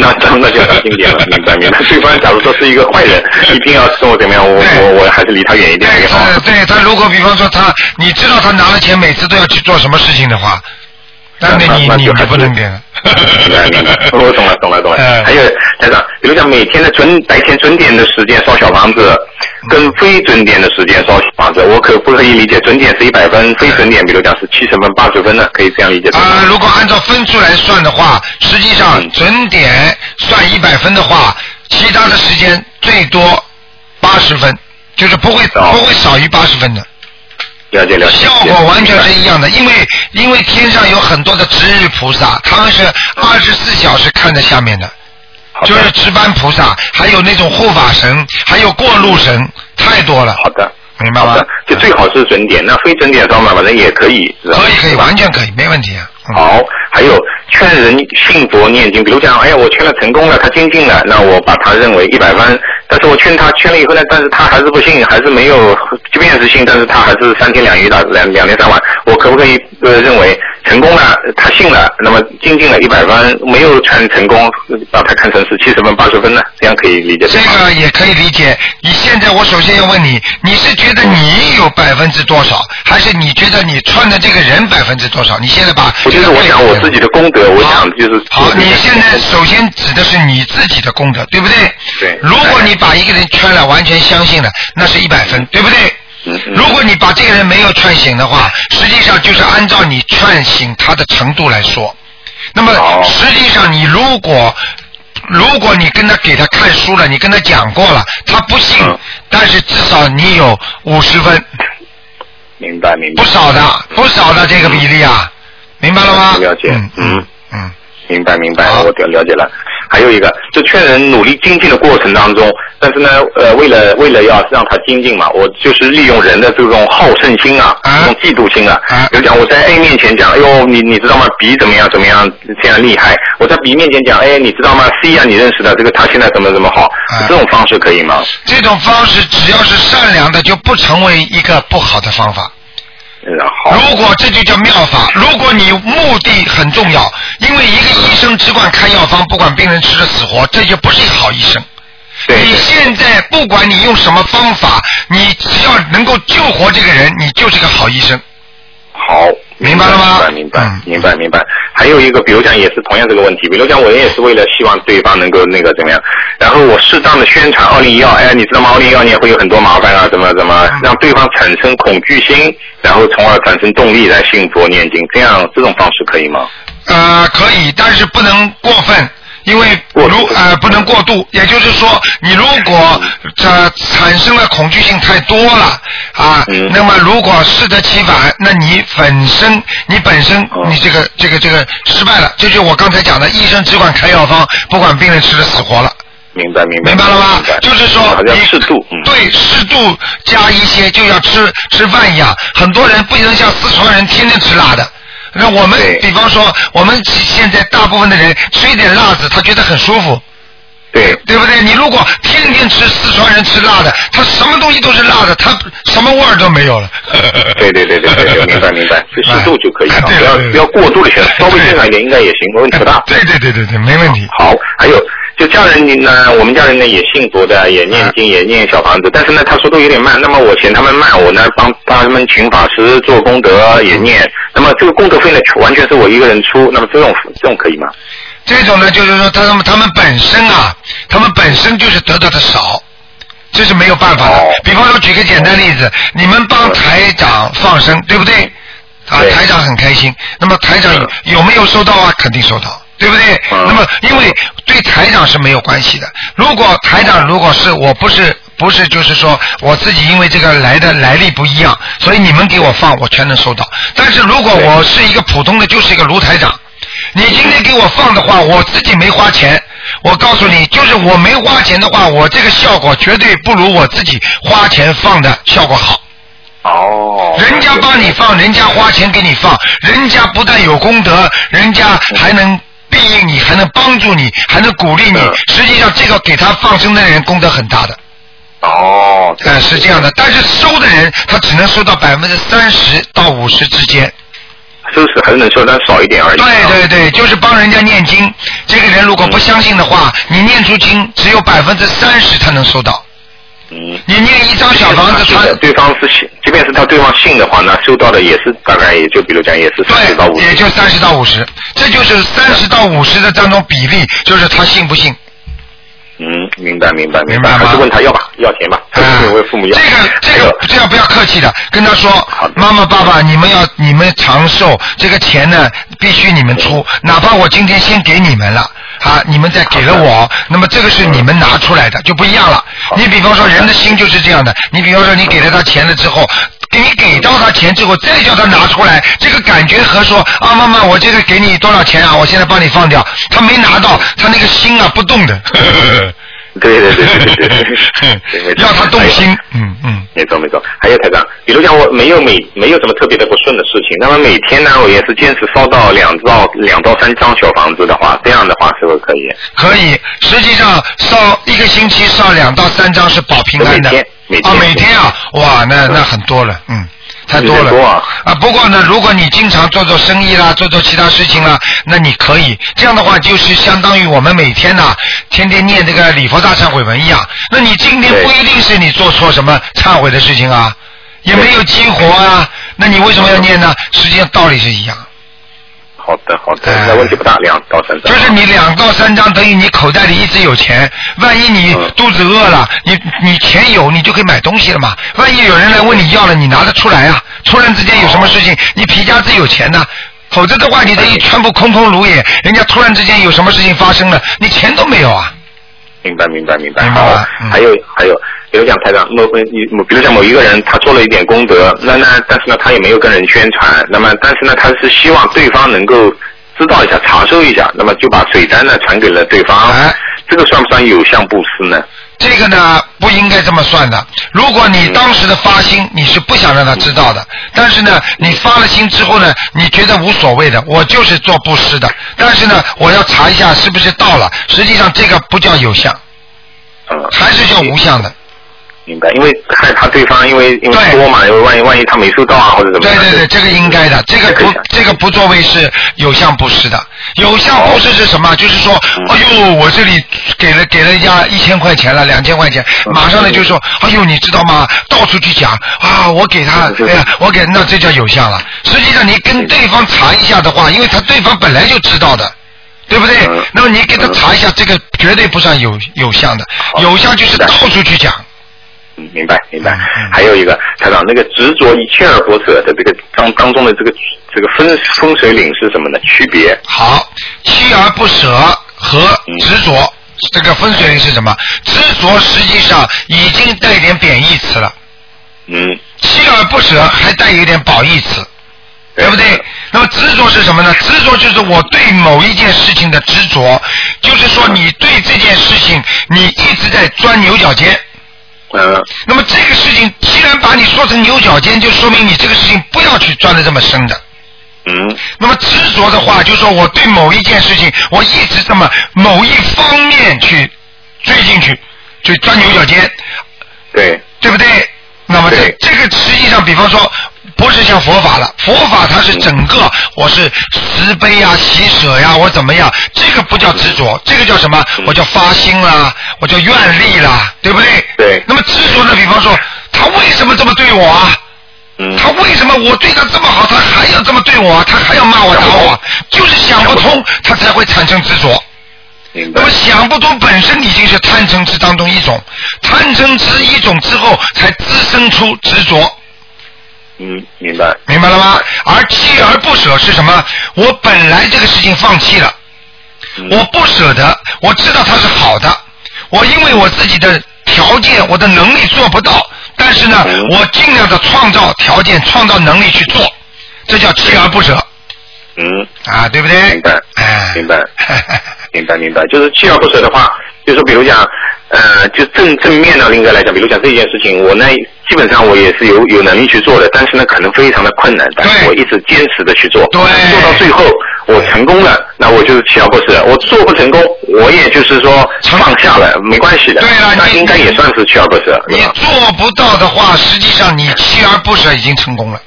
Speaker 6: 那那那就很经典了，明白明白。对方假如说是一个坏
Speaker 2: [laughs]
Speaker 6: 人，一定要跟我怎么样，我
Speaker 2: 对
Speaker 6: 我我还是离他远一点哦
Speaker 2: 对
Speaker 6: 也好。
Speaker 2: 他，对他，如果比方说他，你知道他拿了钱，每次都要去做什么事情的话，那
Speaker 6: 那
Speaker 2: 你
Speaker 6: 那
Speaker 2: 你
Speaker 6: 就
Speaker 2: 就
Speaker 6: 还
Speaker 2: 不
Speaker 6: 是
Speaker 2: 能给了。
Speaker 6: 明白明白， [laughs] 我懂了懂了懂
Speaker 2: 嗯
Speaker 6: 了。还有台长，比如讲每天的准白天准点的时间烧小房子，跟非准点的时间烧小房子，我可不可以理解准点是一百分，非准点比如讲是七十分、八十分呢？可以这样理解吗？
Speaker 2: 啊、如果按照分数来算的话，实际上
Speaker 6: 嗯
Speaker 2: 准点算一百分的话，其他的时间最多八十分，就是不会
Speaker 6: 哦
Speaker 2: 不会少于八十分的。
Speaker 6: 了解了解。
Speaker 2: 效果完全是一样的，因为因为天上有很多的值日菩萨，他们是二十四小时看着下面的。
Speaker 6: 好的
Speaker 2: 就是值班菩萨，还有那种护法神，还有过路神，太多了，
Speaker 6: 好的。
Speaker 2: 明白
Speaker 6: 好
Speaker 2: 吗
Speaker 6: 的，？就啊最好是准点，那非准点烧嘛，反正也可以，是吧
Speaker 2: 可以可以，完全可以，没问题啊。嗯
Speaker 6: 好，还有劝人信佛念经，比如讲，哎呀，我劝了成功了，他精进了，那我把他认为一百分，但是我劝他劝了以后呢，但是他还是不信，还是没有，即便是信，但是他还是三天两夜的两两天三晚，我可不可以呃认为成功了，他信了，那么精进了一百分，没有劝成功，呃把他看成是七十分八十分呢？这样可以理解
Speaker 2: 这
Speaker 6: 对吗？
Speaker 2: 呃个也可以理解。你现在，我首先要问你，你是觉得你有百分之多少，还是你觉得你穿的这个人百分之多少？你现在把
Speaker 6: 我就是我想我自己的功德，我
Speaker 2: 好
Speaker 6: 想就是
Speaker 2: 好，你现在首先指的是你自己的功德，对不对？
Speaker 6: 对
Speaker 2: 如果你把一个人劝了，完全相信了，那是一百分，对不对？
Speaker 6: 嗯嗯
Speaker 2: 如果你把这个人没有劝醒的话，实际上就是按照你劝醒他的程度来说。那么
Speaker 6: 好
Speaker 2: 实际上你如果如果你跟他给他看书了，你跟他讲过了，他不信，
Speaker 6: 嗯
Speaker 2: 但是至少你有五十分，
Speaker 6: 明白明白
Speaker 2: 不少的不少的这个比例啊，明白了吗？
Speaker 6: 了解
Speaker 2: 嗯嗯
Speaker 6: 嗯
Speaker 2: 嗯，
Speaker 6: 明白明白
Speaker 2: 好，
Speaker 6: 我了了解了。还有一个，就劝人努力精进的过程当中，但是呢，呃，为了为了要让他精进嘛，我就是利用人的这种好胜心啊，
Speaker 2: 啊
Speaker 6: 这种嫉妒心啊，
Speaker 2: 啊
Speaker 6: 比如讲我在 A 面前讲，哎呦，你你知道吗？B 怎么样怎么样，这样厉害。我在 B 面前讲，哎，你知道吗？C 啊，你认识的这个他现在怎么怎么好，
Speaker 2: 啊
Speaker 6: 这种方式可以吗？
Speaker 2: 这种方式只要是善良的，就不成为一个不好的方法。
Speaker 6: 嗯，好，
Speaker 2: 如果这就叫妙法，如果你目的很重要，因为一个医生只管开药方，不管病人吃的死活，这就不是一个好医生。
Speaker 6: 对，
Speaker 2: 你现在不管你用什么方法，你只要能够救活这个人，你就是个好医生。
Speaker 6: 好，
Speaker 2: 明白了吗
Speaker 6: 明白，
Speaker 2: 嗯
Speaker 6: 明白，明白，明白。还有一个，比如讲也是同样这个问题，比如讲我也是为了希望对方能够那个怎么样，然后我适当的宣传二零一二，哎，你知道吗？二零一二年会有很多麻烦啊，怎么怎么，
Speaker 2: 嗯
Speaker 6: 让对方产生恐惧心，然后从而产生动
Speaker 2: [laughs]
Speaker 6: 力来信佛念经，这样这种方式可以吗？
Speaker 2: 呃，可以，但是不能过分，因为
Speaker 6: 过
Speaker 2: 如呃不能过度，也就是说，你如果呃产生了恐惧性太多了啊，
Speaker 6: 嗯
Speaker 2: 那么如果适得其反，那你本身你本身
Speaker 6: 哦
Speaker 2: 你这个这个这个失败了，这就是我刚才讲的，医生只管开药方，不管病人吃的死活了。
Speaker 6: 明白明白。
Speaker 2: 明白了吗
Speaker 6: 明白？
Speaker 2: 就是说，
Speaker 6: 好像
Speaker 2: 你
Speaker 6: 适度，嗯，
Speaker 2: 对，适度加一些，就像吃吃饭一样。很多人不能像四川人天天吃辣的。那我们
Speaker 6: 对
Speaker 2: 比方说，我们现在大部分的人吃一点辣子，他觉得很舒服，
Speaker 6: 对
Speaker 2: 对不对？你如果天天吃四川人吃辣的，他什么东西都是辣的，他什么味儿都没有了。
Speaker 6: 对对对对对对，明白明白，就适度就可以了，
Speaker 2: 哎
Speaker 6: 不
Speaker 2: [laughs]
Speaker 6: 要
Speaker 2: 对了
Speaker 6: 不要过度的选，稍微正常一点应该也行，问题不大。
Speaker 2: 对对对对对，没问题。
Speaker 6: 好，还有就家人呢，我们家人呢也信佛的，也
Speaker 2: 嗯
Speaker 6: 念经，也念小房子，但是呢，他说都有点慢。那么我嫌他们慢，我呢帮他们请法师做功德，也
Speaker 2: 嗯
Speaker 6: 念。那么这个功德费呢，完全是我一个人出。那么这种这种可以吗？
Speaker 2: 这种呢，就是说他们他们本身啊，他们本身就是得到的少，这是没有办法的
Speaker 6: 哦。
Speaker 2: 比方说，举个简单例子，你们帮台长放生，对不对？啊，
Speaker 6: 对
Speaker 2: 台长很开心。那么台长有有没有收到啊？肯定收到，对不对？
Speaker 6: 嗯
Speaker 2: 那么因为对台长是没有关系的。如果台长如果是我不是不是就是说我自己因为这个来的来历不一样，所以你们给我放我全能收到。但是如果
Speaker 6: 对
Speaker 2: 我是一个普通的，就是一个卢台长，你今天给我放的话，我自己没花钱。我告诉你，就是我没花钱的话，我这个效果绝对不如我自己花钱放的效果好。
Speaker 6: 哦
Speaker 2: 人家帮你放，人家花钱给你放，人家不但有功德，人家还能庇应你，还能帮助你，还能鼓励你
Speaker 6: 嗯。
Speaker 2: 实际上，这个给他放生的人功德很大的，
Speaker 6: 哦，
Speaker 2: 呃，是这样的。但是收的人，他只能收到百分之三十到五十之间。
Speaker 6: 是不是还是能收，但少一点而已。
Speaker 2: 对对对，就是帮人家念经。这个人如果不相信的话，你念出经只有百分之三十他能收到。
Speaker 6: 嗯。
Speaker 2: 你念一张小房子，他
Speaker 6: 对方是信，即便是他对方信的话呢，收到的也是大概也就比如讲也是三十到五
Speaker 2: 对，
Speaker 6: 十
Speaker 2: 也。就三十到五十，这就是三十到五十的当中比例，就是他信不信。
Speaker 6: 嗯，明白明白
Speaker 2: 明白吗
Speaker 6: 还是问他要吧，要钱吧，
Speaker 2: 啊，
Speaker 6: 问父母要。
Speaker 2: 这个这
Speaker 6: 还有
Speaker 2: 个这个不要客气的，跟他说
Speaker 6: 好的，
Speaker 2: 妈妈爸爸，你们要你们长寿，这个钱呢必须你们出，哪怕我今天先给你们了。啊，你们再给了我，那么这个是你们拿出来的，就不一样了。你比方说，人的心就是这样的。你比方说，你给了他钱了之后，给你给到他钱之后，再叫他拿出来，这个感觉和说啊，妈妈，我这个给你多少钱啊？我现在帮你放掉，他没拿到，他那个心啊不动的。 [coughs]
Speaker 6: 对对对对对对对，
Speaker 2: [laughs]
Speaker 6: 没错
Speaker 2: 要他动心。，
Speaker 6: 还有
Speaker 2: 嗯嗯，
Speaker 6: 嗯哎没错没错，还有台长，比如讲我没有每没有什么特别的不顺的事情，那么每天呢，我也是坚持烧到两到两到三张小房子的话，这样的话是不是可以？
Speaker 2: 可以。实际上烧一个星期烧两到三张是保平安的。
Speaker 6: 每天每天
Speaker 2: 啊，每天啊，哇，那那很多了，嗯。太多了
Speaker 6: 有点多啊
Speaker 2: 不过呢，如果你经常做做生意啦，做做其他事情啦，那你可以这样的话，就是相当于我们每天呐、天天念这个礼佛大忏悔文一样。那你今天
Speaker 6: 对
Speaker 2: 不一定是你做错什么忏悔的事情啊，也没有激活啊，那你为什么要念呢？实际上道理是一样。
Speaker 6: 好的好的
Speaker 2: 哎，
Speaker 6: 那问题不大，两到三张。
Speaker 2: 就是你两到三张，等于你口袋里一直有钱。万一你
Speaker 6: 嗯
Speaker 2: 肚子饿了，你你钱有，你就可以买东西了嘛。万一有人来问你要了，你拿得出来啊。突然之间有什么事情，你皮夹子有钱呢、否则的话，你这一全部空空如也，人家突然之间有什么事情发生了，你钱都没有啊。
Speaker 6: 明白明白明白。
Speaker 2: 明白
Speaker 6: 好
Speaker 2: 吧，嗯
Speaker 6: 还有还有，比如讲台长某某，比如讲某一个人他做了一点功德，那那但是呢他也没有跟人宣传，那么但是呢他是希望对方能够知道一下、查收一下，那么就把水单呢传给了对方。
Speaker 2: 哎
Speaker 6: 这个算不算有相布施呢？
Speaker 2: 这个呢不应该这么算的。如果你当时的发心你是不想让他知道的，但是呢，你发了心之后呢，你觉得无所谓的，我就是做布施的，但是呢，我要查一下是不是到了。实际上这个不叫有相，
Speaker 6: 嗯，
Speaker 2: 还是叫无相的。
Speaker 6: 明白，因为害怕对方，因为因为
Speaker 2: 对
Speaker 6: 多嘛，因为万一万一他没收到啊或者怎么
Speaker 2: 对
Speaker 6: 样。
Speaker 2: 对对，这个应该的，这个
Speaker 6: 这个
Speaker 2: 不
Speaker 6: 想
Speaker 2: 这个不作为是有相布施的。有相布施是什么？就是说，哎呦，我这里给了给了人家一千块钱了，两千块钱，马上呢就说，哎呦，你知道吗？到处去讲啊，我给他，
Speaker 6: 是是
Speaker 2: 哎呀，我给，那这叫有相了。实际上你跟对方查一下的话，因为他对方本来就知道的。对不对
Speaker 6: 嗯？
Speaker 2: 那么你给他查一下，这个绝对不算有有相的，
Speaker 6: 好
Speaker 2: 有相就是
Speaker 6: 明白
Speaker 2: 到处去讲，
Speaker 6: 嗯，明白明白
Speaker 2: 嗯嗯。
Speaker 6: 还有一个台长，那个执着一切而不舍的这个当当中的这个这个风风水岭是什么呢？区别？
Speaker 2: 好，锲而不舍和执着。这个分水岭是什么？执着实际上已经带点贬义词了，
Speaker 6: 嗯，
Speaker 2: 锲而不舍还带有点褒义词，对不对？那么执着是什么呢？执着就是我对某一件事情的执着，就是说你对这件事情你一直在钻牛角尖。
Speaker 6: 嗯，
Speaker 2: 那么这个事情既然把你说成牛角尖，就说明你这个事情不要去钻的这么深的。
Speaker 6: 嗯，
Speaker 2: 那么执着的话，就说我对某一件事情，我一直这么某一方面去追进去，去钻牛角尖，
Speaker 6: 对，
Speaker 2: 对不对？那么这
Speaker 6: 对
Speaker 2: 这个实际上，比方说，不是像佛法了，佛法它是整
Speaker 6: 嗯
Speaker 2: 个我是慈悲呀、喜舍呀、我怎么样，这个不叫执
Speaker 6: 嗯
Speaker 2: 着，这个叫什么？我叫发心啦，我叫愿力啦，对不对？
Speaker 6: 对
Speaker 2: 那么执着呢？比方说，他为什么这么对我啊？
Speaker 6: 嗯，
Speaker 2: 他为什么我对他这么好，他还要这么对我，啊他还要骂我打我，啊
Speaker 6: 哎
Speaker 2: 就是想不通，他才会产生执着。
Speaker 6: 明白
Speaker 2: 那么，想不通本身已经是贪嗔痴当中一种，贪嗔痴一种之后，才滋生出执着，
Speaker 6: 嗯，明白，
Speaker 2: 明白了吗？而锲而不舍是什么？我本来这个事情放弃了，
Speaker 6: 嗯
Speaker 2: 我不舍得，我知道它是好的，我因为我自己的条件、我的能力做不到，但是呢
Speaker 6: 嗯，
Speaker 2: 我尽量的创造条件、创造能力去做，这叫锲而不舍
Speaker 6: 嗯，
Speaker 2: 啊，对不对？
Speaker 6: 明白
Speaker 2: 哎，
Speaker 6: 明
Speaker 2: [laughs]
Speaker 6: 白明白明白，就是锲而不舍的话，就是比如讲，呃，就正正面呢，应该来讲，比如讲这件事情，我呢基本上我也是有有能力去做的，但是呢可能非常的困难，但是
Speaker 2: 对
Speaker 6: 我一直坚持的去做，
Speaker 2: 对
Speaker 6: 做到最后我成功了，那我就是锲而不舍；我做不成功，我也就是说
Speaker 2: 成
Speaker 6: 放下了，没关系的，
Speaker 2: 对了
Speaker 6: 那
Speaker 2: 你
Speaker 6: 应该也算是锲而不舍，
Speaker 2: 你
Speaker 6: 是吧？
Speaker 2: 做不到的话，实际上你锲而不舍已经成功了。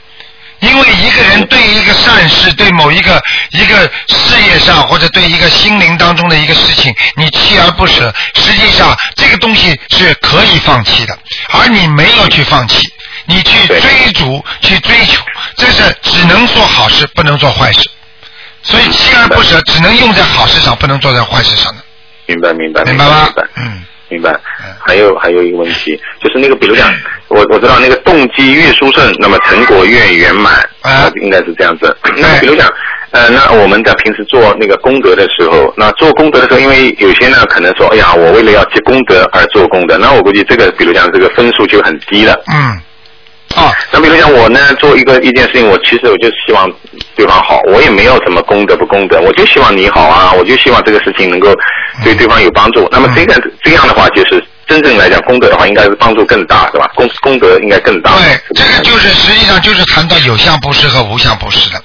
Speaker 2: 因为一个人对一个善事，对某一个一个事业上，或者对一个心灵当中的一个事情，你锲而不舍，实际上这个东西是可以放弃的，而你没有去放弃，你去
Speaker 6: 对
Speaker 2: 追逐、去追求，这是只能做好事，不能做坏事。所以锲而不舍只能用在好事上，不能做在坏事上的，
Speaker 6: 明白明白
Speaker 2: 明
Speaker 6: 白
Speaker 2: 白吗
Speaker 6: 明白？
Speaker 2: 嗯。
Speaker 6: 明白
Speaker 2: 嗯，
Speaker 6: 还有还有一个问题，就是那个，比如讲，我我知道那个动机越殊胜，那么成果越圆满，
Speaker 2: 啊
Speaker 6: 应该是这样子。那么比如讲，呃，那我们在平时做那个功德的时候，那做功德的时候，因为有些呢可能说，哎呀，我为了要积功德而做功德，那我估计这个，比如讲这个分数就很低了。
Speaker 2: 嗯。啊，
Speaker 6: 那比如讲我呢，做一个一件事情，我其实我就希望对方好，我也没有什么功德不功德，我就希望你好啊，我就希望这个事情能够对
Speaker 2: 嗯
Speaker 6: 对方有帮助。那么这个这样的话，就是真正来讲，功德的话，应该是帮助更大，是吧？功功德应该更大。
Speaker 2: 对，这个 [laughs]
Speaker 6: 是
Speaker 2: 就是实际上就是谈到有相布施和无相布施的。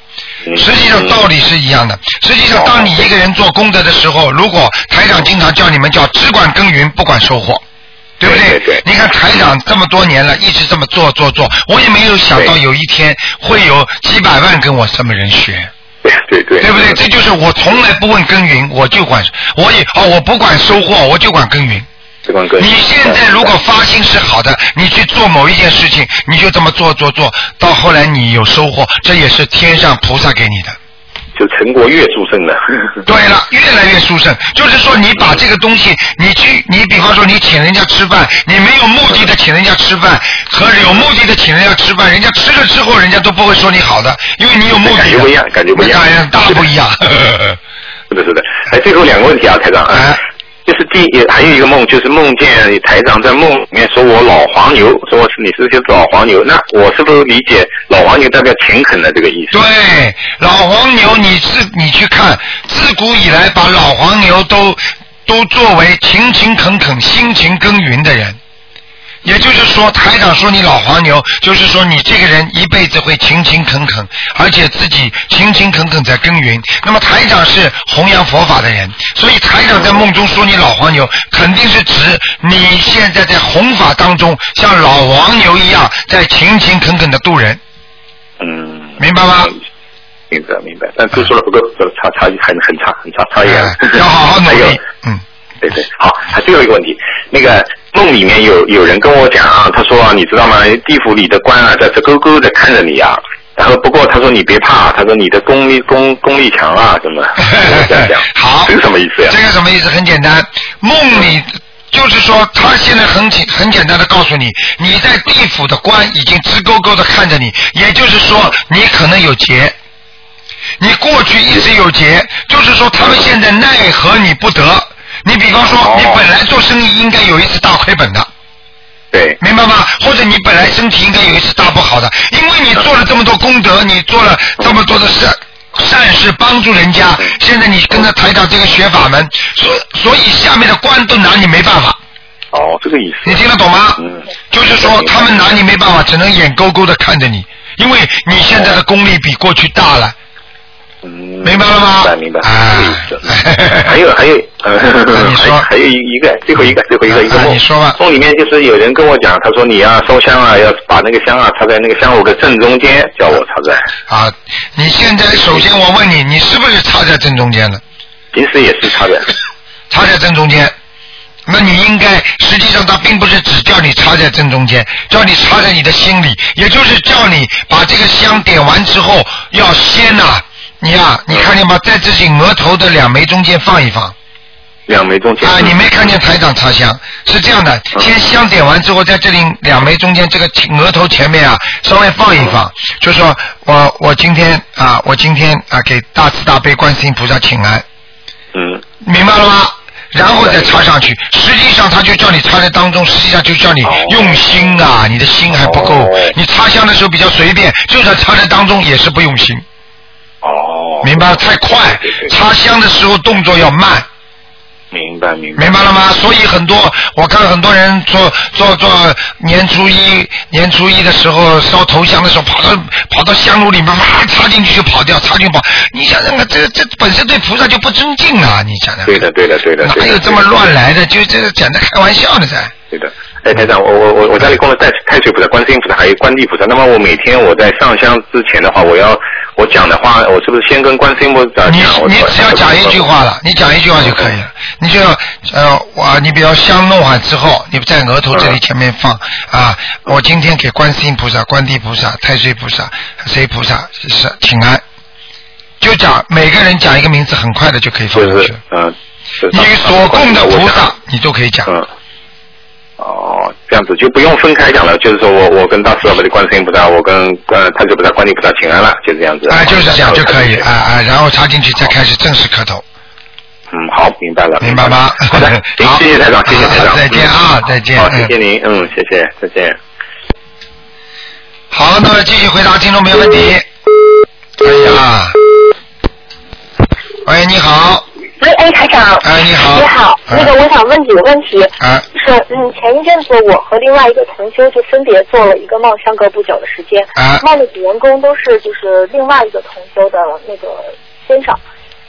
Speaker 6: 不是
Speaker 2: 实际上道理是一样的。实际上，当你一个人做功德的时候，如果台长经常叫你们叫只管耕耘，不管收获。对不
Speaker 6: 对对对
Speaker 2: 你看台长这么多年了，一直这么做做做，我也没有想到
Speaker 6: 对
Speaker 2: 有一天会有几百万跟我这么人学。
Speaker 6: [laughs] 对对对，
Speaker 2: 对不对？这就是我从来不问耕耘，我就管，我也哦，我不管收获，我就管耕耘。
Speaker 6: 这关更
Speaker 2: 你现在如果发心是好的，你去做某一件事情，你就这么做做做，到后来你有收获，这也是天上菩萨给你的。
Speaker 6: 就成果越殊 [laughs] 胜了，
Speaker 2: 对了，越来越殊胜，就是说你把这个东西，你去，你比方说你请人家吃饭，你没有目的的请人家吃饭，和有目的的请人家吃饭，人家吃了之后，人家都不会说你好的，因为你有目的的。
Speaker 6: 感觉不一样感觉不一样
Speaker 2: 感觉大不一样。
Speaker 6: [laughs] 是的，是的。哎，最后两个问题啊，台长。
Speaker 2: 哎
Speaker 6: 啊，就是第一，还有一个梦，就是梦见台长在梦里面说我老黄牛，说我是你是就是老黄牛，那我是不是理解老黄牛代表勤恳的这个意思？
Speaker 2: 对，老黄牛，你自你去看，自古以来把老黄牛都都作为勤勤恳恳、辛勤耕耘的人。也就是说，台长说你老黄牛，就是说你这个人一辈子会勤勤恳恳，而且自己勤勤恳恳在耕耘。那么台长是弘扬佛法的人，所以台长在梦中说你老黄牛，肯定是指你现在在弘法当中，像老黄牛一样在勤勤恳恳的度人，
Speaker 6: 嗯，
Speaker 2: 明白吗？
Speaker 6: 明白明白。但读书了不够，差差异很很差，很差差异啊。
Speaker 2: 哎要好好努
Speaker 6: 还有
Speaker 2: 力。嗯，
Speaker 6: 对对，好，还最后一个问题，那个梦里面有有人跟我讲啊，他说啊，你知道吗？地府里的官啊，在直勾勾的看着你啊。然后不过他说你别怕，他说你的功力功功力强啊，怎
Speaker 2: [laughs]
Speaker 6: 么这样讲？
Speaker 2: 好
Speaker 6: 这是什么意思呀、
Speaker 2: 这个什么意思？很简单，梦里就是说，他现在很简很简单的告诉你，你在地府的官已经直勾勾的看着你，也就是说，你可能有劫。你过去一直有劫，就是说他们现在奈何你不得。你比方说，你本来做生意应该有一次大亏本的，
Speaker 6: 对，
Speaker 2: 明白吗？或者你本来身体应该有一次大不好的，因为你做了这么多功德，你做了这么多的善善事帮助人家，现在你跟着台长这个学法门，所所以下面的官都拿你没办法，
Speaker 6: 哦，这个意思。
Speaker 2: 你听得懂吗？
Speaker 6: 嗯，
Speaker 2: 就是说他们拿你没办法，只能眼勾勾的看着你，因为你现在的功力比过去大了。
Speaker 6: 嗯
Speaker 2: 明白了吗
Speaker 6: 明白明白，
Speaker 2: 哎
Speaker 6: 这个
Speaker 2: [laughs]
Speaker 6: 意思。还有还有， [laughs]
Speaker 2: 你说
Speaker 6: 还还有一个最后一个最后一个一个
Speaker 2: 啊
Speaker 6: 梦，
Speaker 2: 你说吧
Speaker 6: 梦里面就是有人跟我讲，他说你要烧香啊，要把那个香啊插在那个香炉的正中间，叫我插在。
Speaker 2: 啊，你现在首先我问你，你是不是插在正中间了？
Speaker 6: 平时也是插
Speaker 2: [laughs]
Speaker 6: 的，
Speaker 2: 插在正中间，那你应该实际上他并不是只叫你插在正中间，叫你插在你的心里，也就是叫你把这个香点完之后要先呐、你呀、你看见吗？在自己额头的两眉中间放一放
Speaker 6: 两眉中间。
Speaker 2: 啊！你没看见台长插香是这样的，
Speaker 6: 嗯
Speaker 2: 先香点完之后，在这里两眉中间这个额头前面啊，稍微放一放，就说我我今天啊，我今天啊给大慈大悲观世音菩萨请安，
Speaker 6: 嗯，
Speaker 2: 明白了吗？然后再插上去，实际上他就叫你插在当中，实际上就叫你用心啊，你的心还不够
Speaker 6: 哦。
Speaker 2: 你插香的时候比较随便，就算插在当中也是不用心，
Speaker 6: 哦，
Speaker 2: 明白了？太快
Speaker 6: 对对，对
Speaker 2: 插香的时候动作要慢，
Speaker 6: 明白明白
Speaker 2: 明白了吗？所以很多我看很多人做做做年初一年初一的时候烧头香的时候，跑到跑到香炉里面，哇插进去就跑掉，插进去跑。你想想看，这这本身对菩萨就不尊敬啊！你想想看。
Speaker 6: 对的对的对的。
Speaker 2: 哪
Speaker 6: 对的
Speaker 2: 有哎这么？乱来的？就这简单开玩笑的噻。
Speaker 6: 对的，哎，台长，我我我我家里供了太太岁菩萨、观世音菩萨还有观地菩萨。那么我每天我在上香之前的话，我要我讲的话，我是不是先跟观世音菩萨
Speaker 2: 你
Speaker 6: 讲？我
Speaker 2: 你只要讲一句话了，你讲一句话就可以了。你就要呃，我你比如香弄完之后，你在额头这里
Speaker 6: 嗯
Speaker 2: 前面放啊，我今天给观世音菩萨、观地菩萨、太岁菩萨、谁菩萨是请安，就讲每个人讲一个名字，很快的就可以放
Speaker 6: 就
Speaker 2: 上
Speaker 6: 是
Speaker 2: 去。
Speaker 6: 嗯，是
Speaker 2: 你
Speaker 6: 上
Speaker 2: 所供的菩萨
Speaker 6: 上，
Speaker 2: 你都可以讲
Speaker 6: 上。嗯。哦，这样子就不用分开讲了，就是说我我跟大慈大悲的观世音菩萨，我跟呃太岁菩萨、观地菩萨请安了，就这样子。
Speaker 2: 哎，就是这样就可以，
Speaker 6: 好
Speaker 2: 哎哎，然后插进去再开始正式磕头。
Speaker 6: 嗯，好，明白了，
Speaker 2: 明白吗，
Speaker 6: 好的
Speaker 2: [laughs]
Speaker 6: 行
Speaker 2: 好，
Speaker 6: 谢谢台长，谢谢台长，
Speaker 2: 再见啊
Speaker 6: 嗯
Speaker 2: 再见
Speaker 6: 好，
Speaker 2: 嗯
Speaker 6: 谢谢您，嗯，谢谢，再见。
Speaker 2: 好，那么继续回答听众朋友问题。哎呀，哎喂，你好，
Speaker 1: 喂，哎，台长。
Speaker 2: 哎，你好，
Speaker 1: 你好，那个我想问几个问题，
Speaker 2: 哎，
Speaker 1: 是嗯，前一阵子我和另外一个同修就分别做了一个梦，相隔不久的时间，
Speaker 2: 哎，
Speaker 1: 梦里主人公都是就是另外一个同修的那个先生，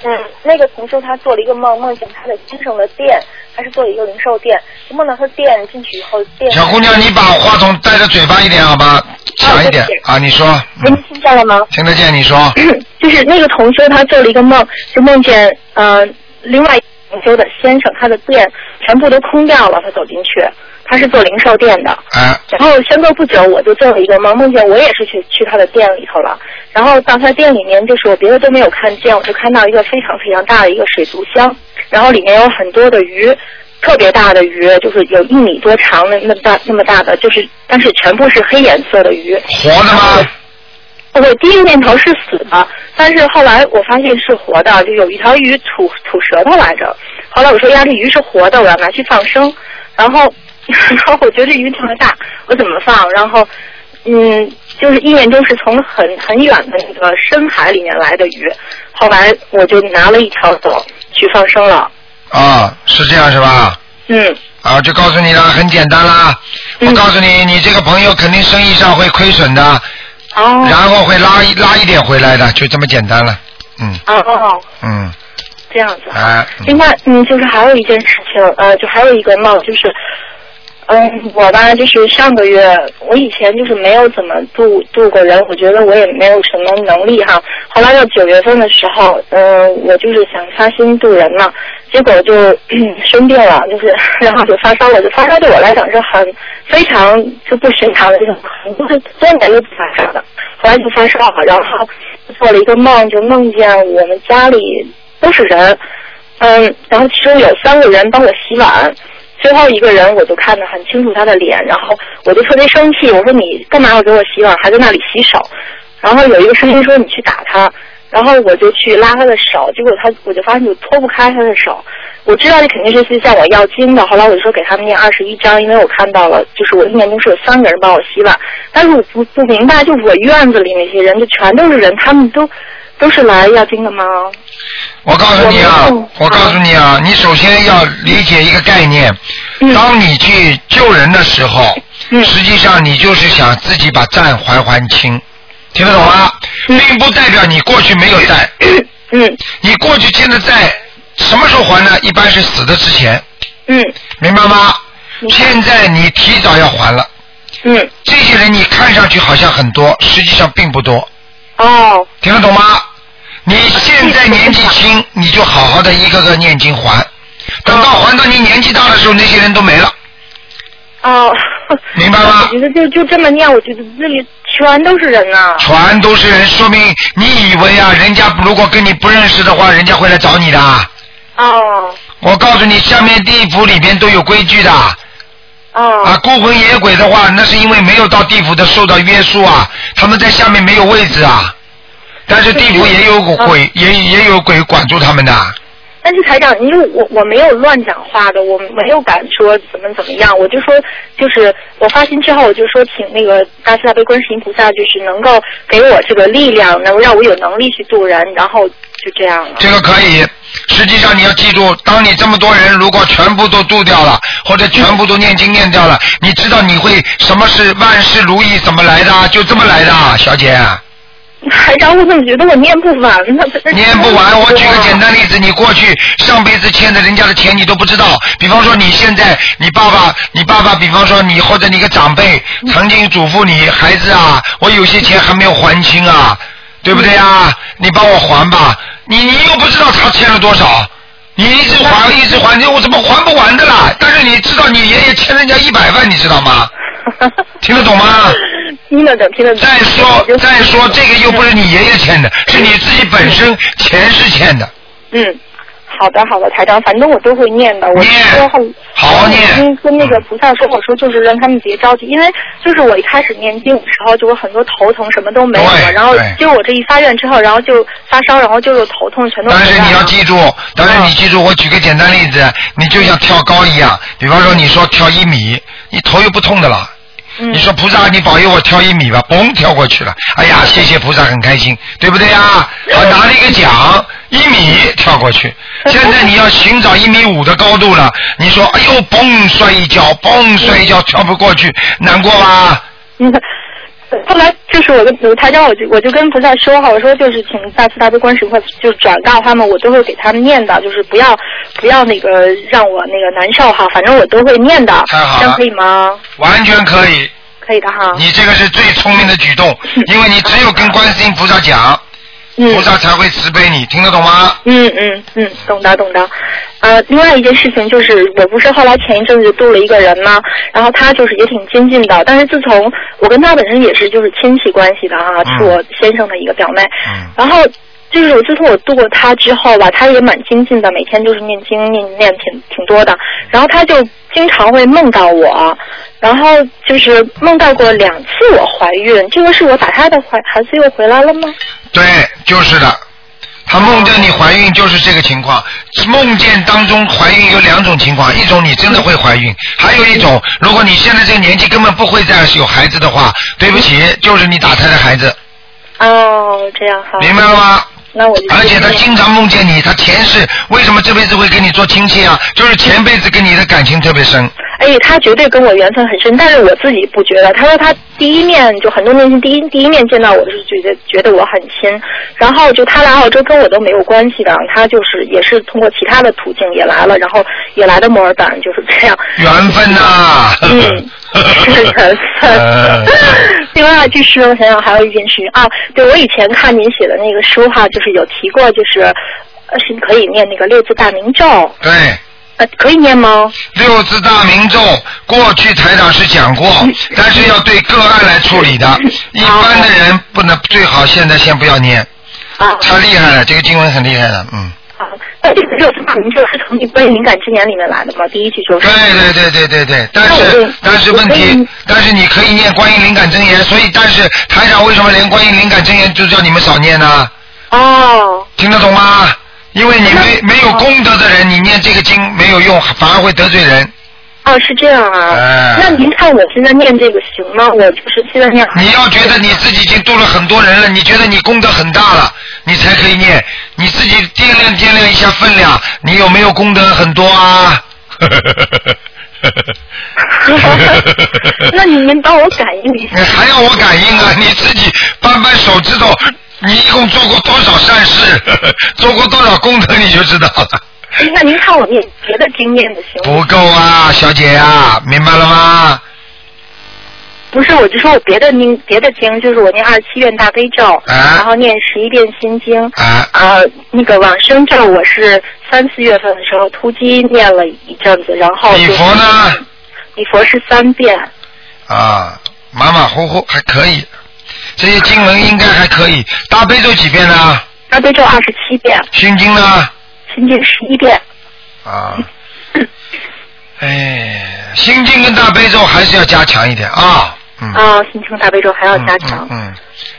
Speaker 1: 嗯，那个同修他做了一个梦，梦见他的先生的店，他是做了一个零售店，就梦到他店进去以后，店
Speaker 2: 小姑娘，你把话筒带着嘴巴一点好吧，响一点
Speaker 1: 对不起
Speaker 2: 啊，你说，
Speaker 1: 您
Speaker 2: 嗯
Speaker 1: 哦听见了吗？
Speaker 2: 听得见你说，
Speaker 1: [coughs] 就是那个同修他做了一个梦，就梦见呃另外一个同修的先生他的店全部都空掉了，他走进去，他是做零售店的。
Speaker 2: 哎，
Speaker 1: 然后相隔不久，我就做了一个梦，梦见我也是去去他的店里头了。然后到他店里面，就是我别的都没有看见，我就看到一个非常非常大的一个水族箱，然后里面有很多的鱼，特别大的鱼，就是有一米多长的那么大那么大的，就是但是全部是黑颜色的鱼。
Speaker 2: 活的吗？
Speaker 1: 我第一个念头是死的，但是后来我发现是活的，就有一条鱼吐吐舌头来着。后来我说呀，这鱼是活的，我要拿去放生。然后， [laughs] 然后我觉得这鱼这么大，我怎么放？然后，嗯，就是意念中是从很很远的那个深海里面来的鱼。后来我就拿了一条走去放生了。
Speaker 2: 啊，是这样是吧？
Speaker 1: 嗯，
Speaker 2: 啊，就告诉你了，很简单啦。我
Speaker 1: 嗯
Speaker 2: 告诉你，你这个朋友肯定生意上会亏损的，
Speaker 1: 哦，
Speaker 2: 然后会拉一拉一点回来的，就这么简单了。嗯
Speaker 1: 哦哦，
Speaker 2: 嗯，
Speaker 1: 这样子。
Speaker 2: 哎，
Speaker 1: 另外，嗯，就是还有一件事情，呃，就还有一个梦，就是，嗯，我吧，就是上个月，我以前就是没有怎么度度过人，我觉得我也没有什么能力哈。后来到九月份的时候，嗯、我就是想发心度人嘛，结果就、嗯生病了，就是然后就发烧了，就发烧对我来讲是很非常就不寻常的这种，就是多年都不发烧的，后来就发烧了，然后做了一个梦，就梦见我们家里都是人，嗯，然后其中有三个人帮我洗碗，最后一个人我就看得很清楚他的脸，然后我就特别生气，我说你干嘛要给我洗碗，还在那里洗手？然后有一个声音说你去打他，然后我就去拉他的手，结果他我就发现就脱不开他的手。我知道这肯定是去向我要经的，后来我就说给他们念二十一章，因为我看到了，就是我一年中是有三个人帮我洗碗，但是我不不明白，就是我院子里那些人，就全都是人，他们都都是来要经的吗？
Speaker 2: 我告诉你啊
Speaker 1: 我没有，
Speaker 2: 我告诉你啊，你首先要理解一个概念，
Speaker 1: 嗯
Speaker 2: 当你去救人的时候，
Speaker 1: 嗯
Speaker 2: 实际上你就是想自己把债还还清，听得懂吗？并不代表你过去没有债，
Speaker 1: 嗯
Speaker 2: 你过去欠的债什么时候还呢？一般是死的之前，
Speaker 1: 嗯
Speaker 2: 明白吗？
Speaker 1: 明白
Speaker 2: 现在你提早要还了，
Speaker 1: 嗯，
Speaker 2: 这些人你看上去好像很多，实际上并不多，
Speaker 1: 哦，嗯
Speaker 2: 听得懂吗？你现在年纪轻，你就好好的一个个念经还，等到还到你年纪大的时候，那些人都没了，
Speaker 1: 哦，
Speaker 2: [laughs] 明白吗
Speaker 1: 我觉得就就这么念，我觉得这里全都是人啊呐、
Speaker 2: 全都是人，说明你以为啊，人家如果跟你不认识的话，人家会来找你的。啊
Speaker 1: 哦
Speaker 2: 我告诉你，下面地府里边都有规矩的啊，
Speaker 1: 哦、
Speaker 2: 孤魂野鬼的话，那是因为没有到地府的受到约束啊，他们在下面没有位置啊。但是地府也有鬼，也也有鬼管住他们的。
Speaker 1: 但是台长，因为我我没有乱讲话的，我没有敢说怎么怎么样，我就说就是我发心之后，我就说请那个大慈大悲观世音菩萨，就是能够给我这个力量，能让我有能力去度人，然后就这样了。
Speaker 2: 这个可以。实际上你要记住，当你这么多人如果全部都渡掉了，或者全部都念经念掉了，你知道你会什么是万事如意怎么来的啊？就这么来的啊，小姐。
Speaker 1: 台长，我怎么觉得我念不完呢？
Speaker 2: 念不完，我举个简单例子，你过去上辈子欠的人家的钱你都不知道。比方说你现在，你爸爸，你爸爸，比方说你或者你一个长辈曾经嘱咐你孩子啊，我有些钱还没有还清啊，对不对啊？你帮我还吧，你你又不知道他欠了多少。你一直还一直还，你我怎么还不完的啦？但是你知道你爷爷欠人家一百万，你知道
Speaker 1: [laughs]
Speaker 2: 吗？听得懂吗？
Speaker 1: 听得懂，听得懂。
Speaker 2: 再说
Speaker 1: 就是
Speaker 2: 再说，这个又不是你爷爷欠的，是你自己本身前世欠的。
Speaker 1: 嗯，好的好的，台长，反正我都会念的。我
Speaker 2: 念
Speaker 1: 说后，
Speaker 2: 好好念
Speaker 1: 跟跟那个菩萨说，我说就是让他们别着急，因为就是我一开始念经的时候，就我很多头疼，什么都没有
Speaker 2: 对，
Speaker 1: 然后
Speaker 2: 对
Speaker 1: 就我这一发愿之后，然后就发烧，然后就是头痛，全都
Speaker 2: 但是
Speaker 1: 回来
Speaker 2: 你要
Speaker 1: 了
Speaker 2: 记住，但是你记住，我举个简单例子，你就像跳高一样，比方说你说跳一米，你头又不痛的了。
Speaker 1: 嗯
Speaker 2: 你说菩萨，你保佑我跳一米吧，嘣跳过去了，哎呀，谢谢菩萨，很开心，对不对呀？我拿了一个奖，一米跳过去。现在你要寻找一米五的高度了，你说哎呦，嘣摔一跤，嘣摔一跤，跳不过去，难过吧？
Speaker 1: 嗯，后来就是我跟我台长，我就我就跟菩萨说哈，我说就是请大慈大悲观世音菩萨就转告他们，我都会给他们念叨，就是不要不要那个让我那个难受哈，反正我都会念叨，
Speaker 2: 太好了
Speaker 1: 这样可以吗？
Speaker 2: 完全可以，
Speaker 1: 可以的哈。
Speaker 2: 你这个是最聪明的举动，因为你只有跟观世音菩萨讲，
Speaker 1: 嗯
Speaker 2: 菩萨才会慈悲你，听得懂吗？
Speaker 1: 嗯嗯嗯，懂的懂的。呃，另外一件事情就是，我不是后来前一阵子就度了一个人吗？然后他就是也挺亲近的，但是自从我跟他本身也是就是亲戚关系的哈、
Speaker 2: 嗯
Speaker 1: 是我先生的一个表妹。
Speaker 2: 嗯
Speaker 1: 然后就是我自从我度过他之后吧，他也蛮精进的，每天就是念经念念挺挺多的。然后他就经常会梦到我，然后就是梦到过两次我怀孕，这个是我打胎的怀孩子又回来了吗？
Speaker 2: 对，就是的。他梦见你怀孕就是这个情况，梦见当中怀孕有两种情况，一种你真的会怀孕，还有一种如果你现在这个年纪根本不会再有孩子的话，对不起，就是你打胎的孩子，
Speaker 1: 哦，这样哈。
Speaker 2: 明白了吗？
Speaker 1: 那我就
Speaker 2: 而且他经常梦见你，他前世为什么这辈子会跟你做亲戚啊？就是前辈子跟你的感情特别深，
Speaker 1: 哎，他绝对跟我缘分很深，但是我自己不觉得。他说他第一面就很多年前第一第一面见到我的时候，觉得觉得我很亲，然后就他来澳洲跟我都没有关系的，他就是也是通过其他的途径也来了，然后也来的墨尔本，就是这样。
Speaker 2: 缘分呐、
Speaker 1: 嗯是缘
Speaker 2: 呃
Speaker 1: 分。另外就是我想想还有一件事情啊，对我以前看您写的那个书哈，就是有提过，就是呃是可以念那个六字大明咒，
Speaker 2: 对。
Speaker 1: 呃，可以念吗？
Speaker 2: 六字大明咒，过去台长是讲过，
Speaker 1: 嗯
Speaker 2: 但是要对个案来处理的。一般的人不能，最好现在先不要念，
Speaker 1: 啊，
Speaker 2: 太厉害了，这个经文很厉害的，嗯。
Speaker 1: 啊，
Speaker 2: [laughs]
Speaker 1: 那这个六十大明咒是从一本敏感之年里面来的吗？第一句就是
Speaker 2: 对对对对对对，但
Speaker 1: 那我
Speaker 2: 是
Speaker 1: 就
Speaker 2: 但是问
Speaker 1: 我可
Speaker 2: 题
Speaker 1: 以，
Speaker 2: 但是你可以念观音灵感真言，所以但是台长为什么连观音灵感真言就叫你们少念呢？
Speaker 1: 哦，
Speaker 2: 听得懂吗？因为你没没有功德的人，你念这个经没有用，反而会得罪人。
Speaker 1: 哦，是这样啊。
Speaker 2: 哎
Speaker 1: 那您看我现在念这个行吗？我就是现在念。
Speaker 2: 你要觉得你自己已经度了很多人了，你觉得你功德很大了，你才可以念。你自己掂量掂量一下分量，你有没有功德很多啊？ [laughs] [laughs]
Speaker 1: 那你们帮我感应一下。
Speaker 2: 你哎还要我感应啊？你自己扳扳手指头，你一共做过多少善事， [laughs] 做过多少功德，你就知道了。
Speaker 1: 哎那您看我念别的经验的行吗？
Speaker 2: 不够啊，小姐啊，明白了吗？
Speaker 1: 不是，我就说我别的念别的经，就是我念二十七遍大悲咒，
Speaker 2: 啊
Speaker 1: 然后念十一遍心经，
Speaker 2: 啊，
Speaker 1: 呃，那个往生咒我是三四月份的时候突击念了一阵子，然后
Speaker 2: 礼
Speaker 1: 就
Speaker 2: 佛呢？
Speaker 1: 礼佛是三遍，
Speaker 2: 啊，马马虎虎还可以，这些经文应该还可以。大悲咒几遍呢？
Speaker 1: 大悲咒二十七遍，
Speaker 2: 心经呢？
Speaker 1: 心经十一遍。
Speaker 2: 啊，哎，心经跟大悲咒还是要加强一点啊。嗯。
Speaker 1: 啊，心情大悲咒还要加
Speaker 2: 嗯
Speaker 1: 强。
Speaker 2: 嗯嗯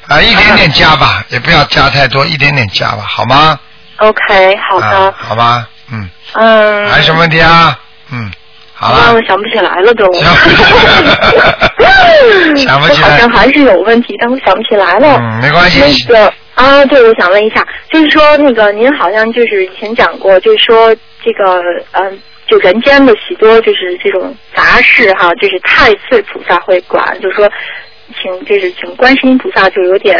Speaker 2: 啊，一点点加吧，也不要加太多，一点点加吧，好吗？
Speaker 1: OK，好的，
Speaker 2: 啊、好吧，嗯，
Speaker 1: 嗯。
Speaker 2: 还有什么？问题啊？嗯，好
Speaker 1: 忘
Speaker 2: 了
Speaker 1: 哎了，，想不起来了都。
Speaker 2: 想不起
Speaker 1: [laughs]
Speaker 2: 来想不起来
Speaker 1: 我好像还是有问题，但我想不起来了。
Speaker 2: 嗯，没关系
Speaker 1: 那，个啊，对，我想问一下，就是说那个您好像就是以前讲过，就是说这个嗯、就人间的许多就是这种杂事哈，就是太岁菩萨会管，就是说请就是请观世音菩萨就有点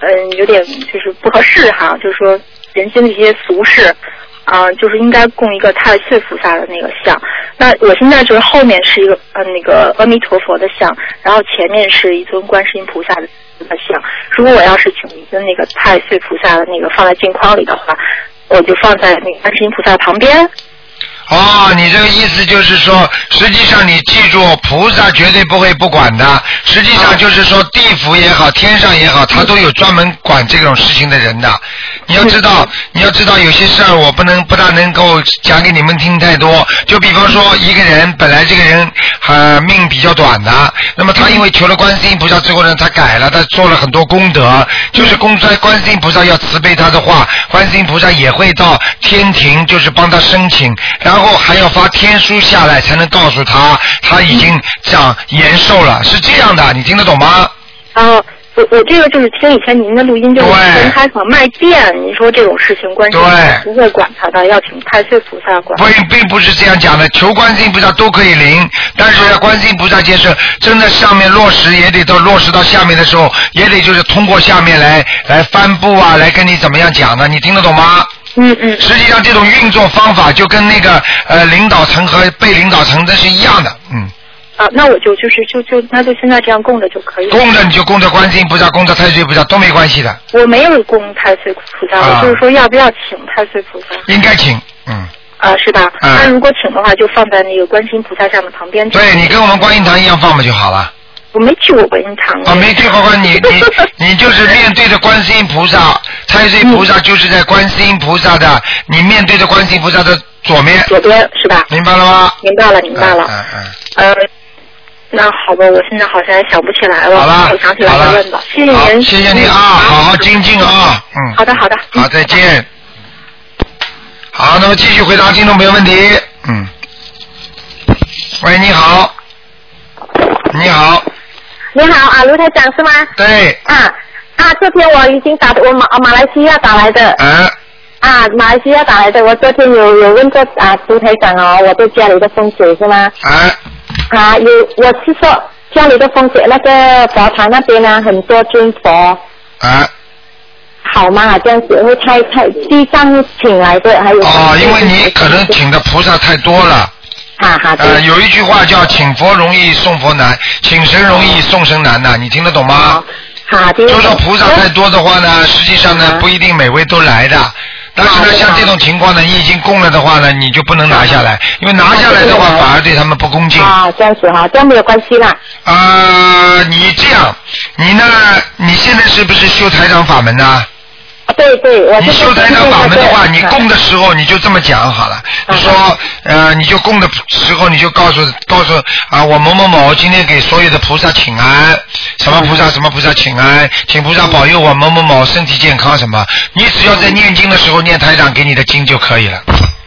Speaker 1: 嗯有点就是不合适哈，就是说人间的一些俗事。啊、就是应该供一个太岁菩萨的那个像。那我现在就是后面是一个呃那个阿弥陀佛的像，然后前面是一尊观世音菩萨的像。如果我要是请一尊那个太岁菩萨的那个放在镜框里的话，我就放在那个观世音菩萨旁边。
Speaker 2: 哦，你这个意思就是说，实际上你记住，菩萨绝对不会不管的。实际上就是说，地府也好，天上也好，他都有专门管这种事情的人的。你要知道，你要知道，有些事儿我不能不大能够讲给你们听太多。就比方说，一个人本来这个人呃命比较短的，那么他因为求了观世音菩萨之后呢，他改了，他做了很多功德，就是功在观世音菩萨要慈悲他的话，观世音菩萨也会到天庭，就是帮他申请，然后还要发天书下来，才能告诉他他已经长延寿了，是这样的，你听得懂吗？
Speaker 1: 然后我我这个就是听以前您的录音，就是
Speaker 2: 对
Speaker 1: 跟开场卖店，你说这种事情观世音菩萨
Speaker 2: 对
Speaker 1: 不会管他的，要请太岁菩萨管
Speaker 2: 不。，并不是这样讲的。求观世音菩萨都可以灵，但是观世音菩萨接受，真的上面落实也得到落实到下面的时候，也得就是通过下面来来颁布啊，来跟你怎么样讲的，你听得懂吗？
Speaker 1: 嗯嗯
Speaker 2: 实际上这种运作方法就跟那个呃领导层和被领导层的是一样的，嗯，
Speaker 1: 啊，那我就就是就就那就现在这样供着就可以了。
Speaker 2: 供着你就供着观世音菩萨，供着太岁菩萨都没关系的，
Speaker 1: 我没有供太岁菩萨，
Speaker 2: 啊
Speaker 1: 我就是说要不要请太岁菩萨
Speaker 2: 应该请，嗯，
Speaker 1: 啊，是吧？
Speaker 2: 嗯
Speaker 1: 那如果请的话，就放在那个观世音菩萨像的旁边。
Speaker 2: 对你跟我们观音堂一样放嘛就好了。
Speaker 1: 我没去过观音堂。
Speaker 2: 啊，没对，花花，你你
Speaker 1: [laughs]
Speaker 2: 你就是面对着观世音菩萨，太岁菩萨就是在观世音菩萨的，你面对着观世音菩萨的左面，
Speaker 1: 左边是吧？
Speaker 2: 明白了吗？
Speaker 1: 明白了，明白了。
Speaker 2: 嗯
Speaker 6: 哎
Speaker 2: 嗯
Speaker 1: 呃，那好吧，我现在好像也想不起来
Speaker 2: 嗯，
Speaker 1: 了。
Speaker 2: 好了，
Speaker 1: 我想起来
Speaker 2: 好
Speaker 1: 再
Speaker 2: 了
Speaker 1: 问吧。谢谢
Speaker 2: 好
Speaker 1: 您，嗯
Speaker 2: 谢谢你啊，好好精进啊，嗯，
Speaker 1: 好的，好的。嗯
Speaker 2: 好，再见。好，那么继续回答听众朋友问题。嗯。喂，你好。你好，
Speaker 7: 你好啊，卢台长是吗？
Speaker 2: 对，
Speaker 7: 啊啊，这边我已经打我马马来西亚打来的
Speaker 2: 啊，
Speaker 7: 啊，马来西亚打来的。我昨天有有问过啊卢台长哦，我对家里的风水是吗？
Speaker 2: 啊，
Speaker 7: 啊，有我是说家里的风水，那个佛堂那边呢很多尊佛，
Speaker 2: 啊。
Speaker 7: 好吗？这样子会太太地藏请来的，还有
Speaker 2: 哦，因为你可能请的菩萨太多了。
Speaker 7: 哈哈对
Speaker 2: 呃，有一句话叫“请佛容易送佛难，请神容易送神难”呐，你听得懂
Speaker 7: 哦
Speaker 2: 吗？
Speaker 7: 哈，就
Speaker 2: 就说菩萨太多的话呢，实际上呢
Speaker 7: 嗯
Speaker 2: 不一定每位都来的。但是呢，
Speaker 7: 哦
Speaker 2: 像这种情况呢，你已经供了的话呢，你就不能拿下来，因为拿下来的话
Speaker 7: 哦
Speaker 2: 反而对他们不恭敬。
Speaker 7: 啊，这样子哈，这样没有关系啦。
Speaker 2: 呃啊，你这样，你呢？你现在是不是修台长法门呢？
Speaker 7: 哦
Speaker 3: 对对，我
Speaker 2: 你
Speaker 3: 是
Speaker 2: 修台长法门的话，你供
Speaker 3: 的
Speaker 2: 的时候你就这么讲好了。你说，呃，你就供的时候，你就告诉告诉啊，我某某某今天给所有的菩萨请安，什么菩萨什么菩萨请安，请菩萨保佑我某某某身体健康什么。你只要在念经的时候念台长给你的经就可以了，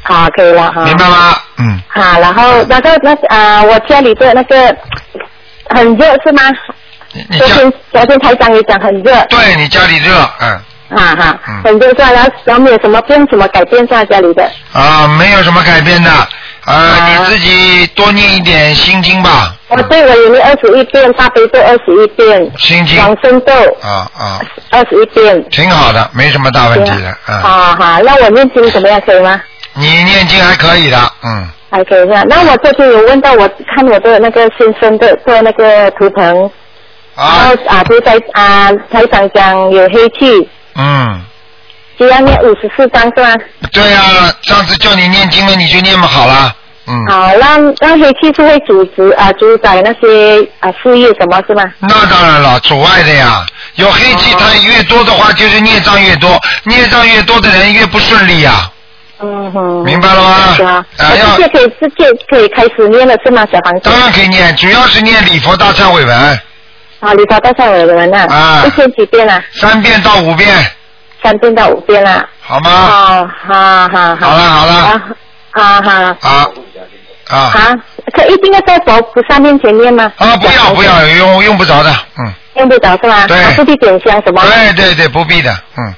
Speaker 3: 啊，可以了哈。
Speaker 2: 明白吗？嗯，
Speaker 3: 好，然后那个那啊、我家里的那个很热是吗？
Speaker 2: 你你
Speaker 3: 昨
Speaker 2: 家
Speaker 3: 天昨天台长也讲很热，
Speaker 2: 对你家里热，嗯
Speaker 3: 啊哈
Speaker 2: 嗯，
Speaker 3: 很热是吧？然后然后没有什么不用什么改变是吧？家里的
Speaker 2: 啊，没有什么改变的。呃，你自己多念一点心经吧，
Speaker 3: 我对我有念二十一遍大悲咒二十一遍，
Speaker 2: 心经
Speaker 3: 往生咒
Speaker 2: 啊啊，
Speaker 3: 二十一遍。
Speaker 2: 挺好的，没什么大问题的，嗯。
Speaker 3: 好好，那我念经怎么样？可以吗？
Speaker 2: 你念经还可以的，嗯，
Speaker 3: 还可以是吧？那我最近有问到我看我的那个先生的做那个图腾，然
Speaker 2: 啊
Speaker 3: 后，啊，就在啊台长讲有黑气，
Speaker 2: 嗯，
Speaker 3: 需要念五十四张是吧？
Speaker 2: 对啊，上次叫你念经了，你就念不好了，嗯，
Speaker 3: 好，那那黑气是会阻止啊主宰那些啊事业什么是吗？
Speaker 2: 那当然了，阻碍的呀。有黑气，它越多的话，就是孽障越多，孽障越多的人越不顺利呀、
Speaker 3: 嗯哼
Speaker 2: 明白了吗
Speaker 3: 是啊，
Speaker 2: 啊
Speaker 3: 我
Speaker 2: 要
Speaker 3: 直接可以直接可以开始念了是吗？小房子
Speaker 2: 当然可以念，主要是念礼佛大忏悔文
Speaker 3: 啊，你找到上我的人呐、
Speaker 2: 啊
Speaker 3: 一天几遍啊？
Speaker 2: 三遍到五遍，
Speaker 3: 三遍到五遍啦、
Speaker 2: 好
Speaker 3: 啊。
Speaker 2: 吗？
Speaker 3: 哦，好好
Speaker 2: 好了
Speaker 3: 好。
Speaker 2: 好了，
Speaker 3: 啊啊好
Speaker 2: 啊啊
Speaker 3: 啊，可一定要在佛菩萨面前念吗？
Speaker 2: 啊！不要不要，用用不着的，嗯，
Speaker 3: 念不着是吧？
Speaker 2: 对
Speaker 3: 啊不去点香什么？
Speaker 2: 对对对，不必的，嗯，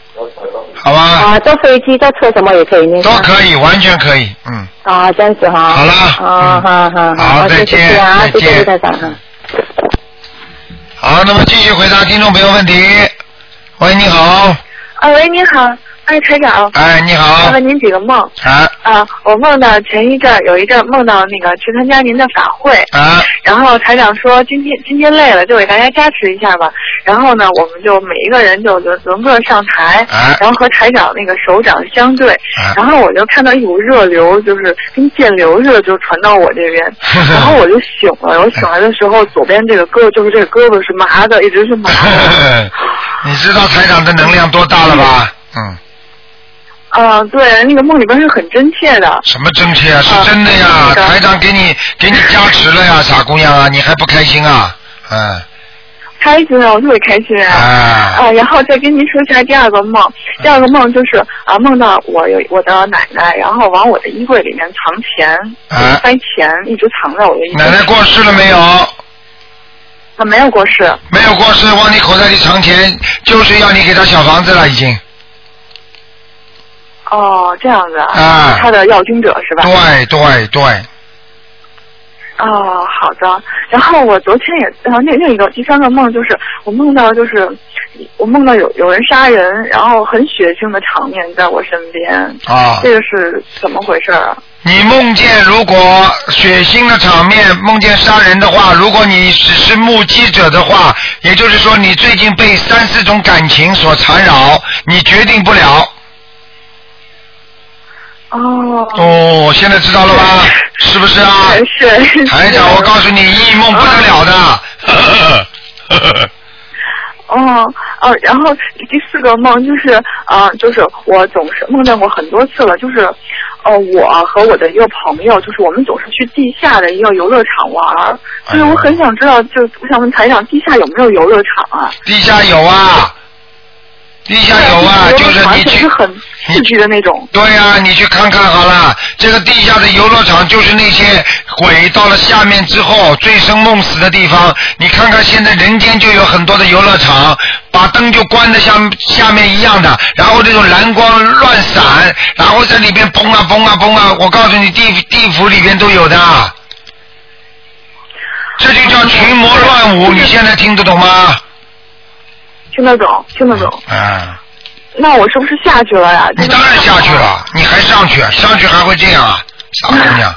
Speaker 2: 好吧，
Speaker 3: 啊，坐飞机、坐车什么也可以念。
Speaker 2: 都可以，完全可以，嗯。
Speaker 3: 啊，这样子哈。
Speaker 2: 好了
Speaker 3: 哦，好好
Speaker 2: 嗯好再见
Speaker 3: 谢谢啊，谢
Speaker 2: 再
Speaker 3: 谢
Speaker 2: 见
Speaker 3: 卢台长哈。
Speaker 2: 好，那么继续回答听众朋友问题。喂，你好，
Speaker 8: 啊，喂，你好，哎，台长，
Speaker 2: 哎，你好
Speaker 8: 麻，烦您几个梦
Speaker 2: 啊
Speaker 8: 啊，我梦到前一阵儿有一阵儿梦到那个去参加您的法会，
Speaker 2: 啊，
Speaker 8: 然后台长说今天今天累了就给大家加持一下吧，然后呢，我们就每一个人就轮轮个上台
Speaker 2: 哎，
Speaker 8: 然后和台长那个手掌相对
Speaker 2: 哎，
Speaker 8: 然后我就看到一股热流，就是跟电流似的，就传到我
Speaker 2: [laughs]
Speaker 8: 这边，然后我就醒了，我醒来的时候左边这个胳就是这个胳膊是麻的，一直是
Speaker 2: [laughs]
Speaker 8: 麻的。
Speaker 2: [clears throat] 你知道台长的能量多大了吧？嗯，
Speaker 8: 啊，对，那个梦里边是很真切的。
Speaker 2: 什么真切啊？是真的呀，
Speaker 8: 啊
Speaker 2: 台长给你给你加持了呀，傻姑娘啊，你还不开心啊？嗯
Speaker 8: 开心啊，我特别开心啊！
Speaker 2: 啊
Speaker 8: 啊，然后再跟您说一下第二个梦，第二个梦就是啊，梦到我有我的奶奶，然后往我的衣柜里面藏钱，
Speaker 2: 啊
Speaker 8: 塞钱，一直藏在我的衣柜
Speaker 2: 奶
Speaker 8: 里。
Speaker 2: 奶过世了没有？
Speaker 8: 啊，没有过世。
Speaker 2: 没有过世，往你口袋里藏钱，就是要你给他小房子了，已经。
Speaker 8: 哦，这样子
Speaker 2: 啊
Speaker 8: 他的要经者是吧？
Speaker 2: 对对对，
Speaker 8: 哦，好的。然后我昨天也，然后那另一个第三个梦就是我梦到就是我梦到有有人杀人，然后很血腥的场面在我身边，
Speaker 2: 啊。
Speaker 8: 这个是怎么回事啊？
Speaker 2: 你梦见如果血腥的场面，梦见杀人的话，如果你只是目击者的话，也就是说你最近被三四种感情所缠绕，你决定不了。
Speaker 8: 哦，
Speaker 2: 哦，现在知道了吧？是不是啊？
Speaker 8: 是是。
Speaker 2: 台长，我告诉你，一梦不得了的。
Speaker 8: 哦哦，然后第四个梦就是啊、呃就是我总是梦见过很多次了，就是呃，我和我的一个朋友，就是我们总是去地下的一个游乐场玩儿，所以
Speaker 2: 哎
Speaker 8: 我很想知道，就是我想问台长，地下有没有游乐场啊？
Speaker 2: 地下有啊，地下有啊，
Speaker 8: 对
Speaker 2: 就是你
Speaker 8: 游乐场
Speaker 2: 去
Speaker 8: 是很刺激的那种。
Speaker 2: 对呀、你去看看好了，这个地下的游乐场就是那些鬼到了下面之后醉生梦死的地方。你看看现在人间就有很多的游乐场，把灯就关的像下面一样的，然后这种蓝光乱闪，然后在里边砰啊砰啊砰啊，我告诉你，地地府里边都有的。这就叫群魔乱舞，你现在听得懂吗？
Speaker 8: 听得懂，听得懂。
Speaker 2: 啊，
Speaker 8: 那我是不是下去了呀？
Speaker 2: 你当然下去。了，你还上去，上去还会这样啊，傻姑娘。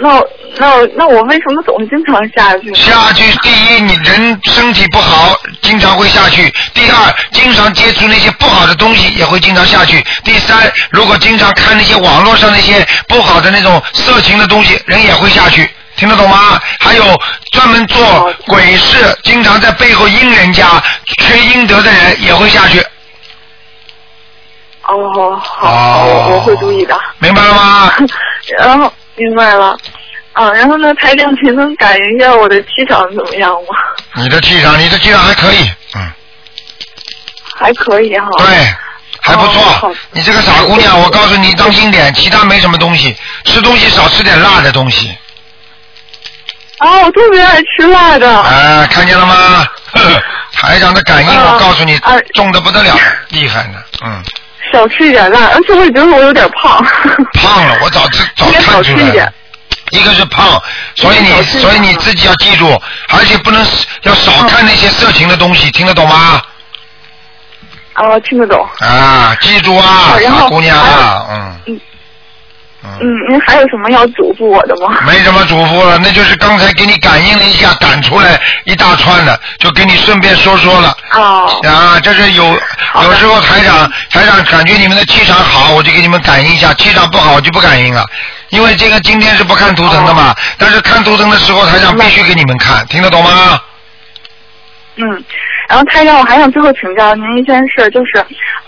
Speaker 8: 那我那我那我为什么总是经常下去呢？
Speaker 2: 下去，第一，你人身体不好，经常会下去；第二，经常接触那些不好的东西，也会经常下去；第三，如果经常看那些网络上那些不好的那种色情的东西，人也会下去。听得懂吗？还有专门做鬼事，经常在背后阴人家、缺阴德的人也会下去。
Speaker 8: 哦，好，我我会注意的。
Speaker 2: 明白了
Speaker 8: [laughs]
Speaker 2: 吗？
Speaker 8: 然后明白了，啊，然后呢，台长，您能感应一下我的气场怎么样吗？
Speaker 2: 你的气场，你的气场还可以，嗯，
Speaker 8: 还可以哈。
Speaker 2: 对，还不
Speaker 8: 哦好
Speaker 2: 错。你这个傻姑娘，我告诉你，当心点，其他没什么东西，吃东西少吃点辣的东西。
Speaker 8: 啊，我特别爱吃辣的。
Speaker 2: 啊，看见了
Speaker 8: [laughs]
Speaker 2: 吗？台长的感应，我告诉你
Speaker 8: 啊，
Speaker 2: 重的不得了，厉害呢，嗯，
Speaker 8: 少吃一点辣，而且我也觉得我有点胖。
Speaker 2: 胖了，我早
Speaker 8: [laughs]
Speaker 2: 知早
Speaker 8: 应该少
Speaker 2: 看
Speaker 8: 吃
Speaker 2: 出
Speaker 8: 一
Speaker 2: 来
Speaker 8: 点
Speaker 2: 了。一个是胖，所以
Speaker 8: 应该
Speaker 2: 你
Speaker 8: 少吃一点嗯
Speaker 2: 所以你自己要记住，而且不能要少看那些色情的东西，听得懂吗？
Speaker 8: 啊，听得懂。
Speaker 2: 啊，记住啊
Speaker 8: 好，然
Speaker 2: 傻
Speaker 8: 后
Speaker 2: 姑娘啊，嗯。
Speaker 8: 嗯，您还有什么要嘱咐我的吗？
Speaker 2: [laughs] 没什么嘱咐了，那就是刚才给你感应了一下，赶出来一大串的，就给你顺便说说了。
Speaker 8: 哦，
Speaker 2: 啊，这是有有时候台长台长感觉你们的气场好，我就给你们感应一下；气场不好，我就不感应了。因为这个今天是不看图腾的嘛，但是看图腾的时候，台长必须给你们看，听得懂吗？
Speaker 8: 嗯，然后太让我还想最后请教您一件事，就是，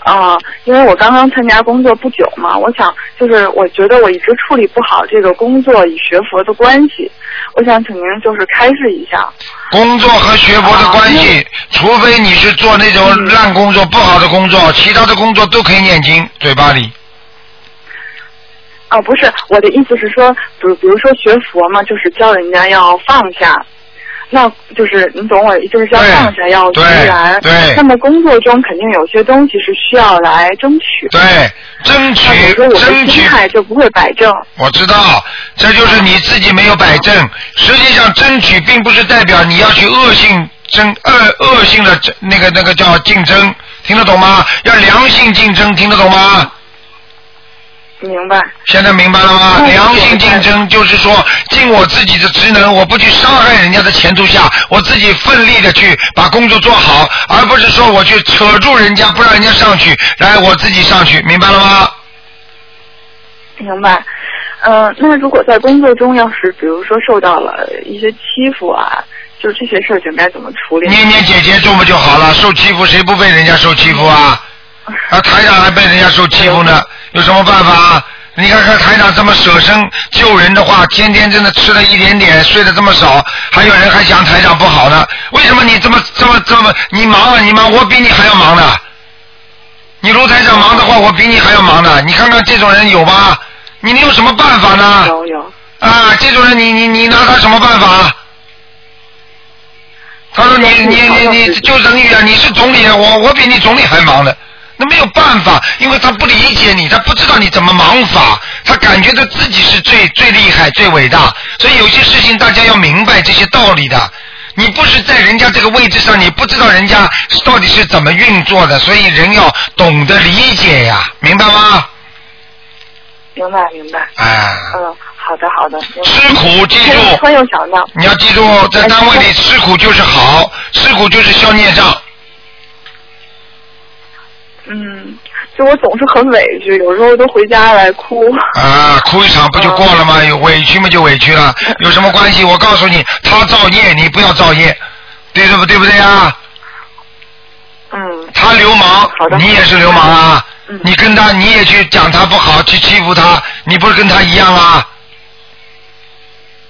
Speaker 8: 呃，因为我刚刚参加工作不久嘛，我想就是我觉得我一直处理不好这个工作与学佛的关系，我想请您就是开示一下。
Speaker 2: 工作和学佛的关系，除非你是做那种烂工作、不好的工作，其他的工作都可以念经，嘴巴里。
Speaker 8: 啊，不是，我的意思是说，比如比如说学佛嘛，就是教人家要放下，那就是你懂我，就是要
Speaker 2: 对
Speaker 8: 放下，要自
Speaker 2: 对
Speaker 8: 然。
Speaker 2: 对
Speaker 8: 那么工作中肯定有些东西是需要来争取。
Speaker 2: 对，争取
Speaker 8: 那我说我的
Speaker 2: 争取
Speaker 8: 心态就不会摆正。
Speaker 2: 我知道，这就是你自己没有摆正。实际上，争取并不是代表你要去恶性争恶恶性的争那个那个叫竞争，听得懂吗？要良性竞争，听得懂吗？
Speaker 8: 明白。
Speaker 2: 现在明白了吗？
Speaker 8: 嗯
Speaker 2: 良性竞争就是说，尽我自己的职能，我不去伤害人家的前途下，我自己奋力的去把工作做好，而不是说我去扯住人家不让人家上去，来我自己上去，明白了吗？
Speaker 8: 明白。嗯、那如果在工作中要是比如说受到了一些欺负啊，就是这些事情该怎么处理？
Speaker 2: 念念姐姐做不就好了？受欺负谁不被人家受欺负
Speaker 8: [laughs]
Speaker 2: 啊？啊，台长还被人家受欺负呢，
Speaker 8: 哎
Speaker 2: 有什么办法啊？你看看台长这么舍身救人的话，天天真的吃了一点点，睡得这么少，还有人还想台长不好呢？为什么你这么这么这么你忙啊？你忙，我比你还要忙呢。你卢台长忙的话，我比你还要忙呢。你看看这种人有吗？你你有什么办法呢？
Speaker 8: 有有。
Speaker 2: 啊，这种人你你你拿他什么办法？啊他说你你你你就等于啊，你是总理，我我比你总理还忙呢。那没有办法，因为他不理解你，他不知道你怎么忙法，他感觉到自己是最最厉害、最伟大，所以有些事情大家要明白这些道理的。你不是在人家这个位置上，你不知道人家到底是怎么运作的，所以人要懂得理解呀，明白吗？
Speaker 8: 明白明白。
Speaker 2: 哎，
Speaker 8: 嗯、好的好的。明白
Speaker 2: 吃苦记住。
Speaker 8: 突然又想到，哎
Speaker 2: 你要记住，在单位里吃苦就是好，吃苦就是消孽障。
Speaker 8: 嗯，就我总是很委屈，有时候都回家来哭。
Speaker 2: 啊，哭一场不就过了吗？
Speaker 8: 嗯
Speaker 2: 有委屈嘛就委屈
Speaker 8: [laughs]
Speaker 2: 了，有什么关系？我告诉你，他造业，你不要造业，对不对不对啊？
Speaker 8: 嗯，
Speaker 2: 他流氓
Speaker 8: 好的，
Speaker 2: 你也是流氓啊
Speaker 8: 嗯！
Speaker 2: 你跟他，你也去讲他不好，去欺负他，你不是跟他一样啊？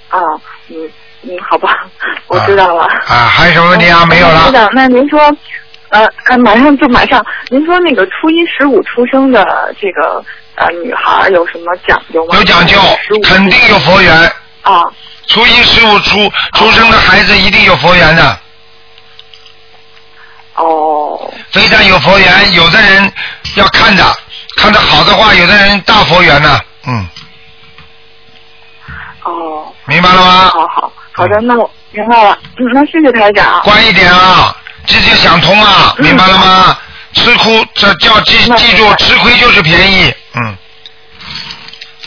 Speaker 8: 啊，嗯嗯，好吧，我知道了。嗯
Speaker 2: 啊，还有什么问题啊？没有
Speaker 8: 知
Speaker 2: 了。
Speaker 8: 道，那您说，呃，呃马上就马上，您说那个初一十五出生的这个呃女孩有什么讲究吗？
Speaker 2: 有讲究
Speaker 8: 十五，
Speaker 2: 肯定有佛缘。
Speaker 8: 啊，
Speaker 2: 初一十五出出生的孩子一定有佛缘的。
Speaker 8: 哦，嗯
Speaker 2: 非但有佛缘，有的人要看的，看的好的话，有的人大佛缘呢、嗯，
Speaker 8: 哦，
Speaker 2: 明白了
Speaker 8: 好
Speaker 2: 吗？
Speaker 8: 好好的，那我明白了，嗯，那谢谢台长啊。
Speaker 2: 嗯乖一点啊，这就想通了，
Speaker 8: 嗯
Speaker 2: 明白了吗？吃亏，这叫记
Speaker 8: 那
Speaker 2: 记住
Speaker 8: 明，白
Speaker 2: 吃亏就是便宜。嗯，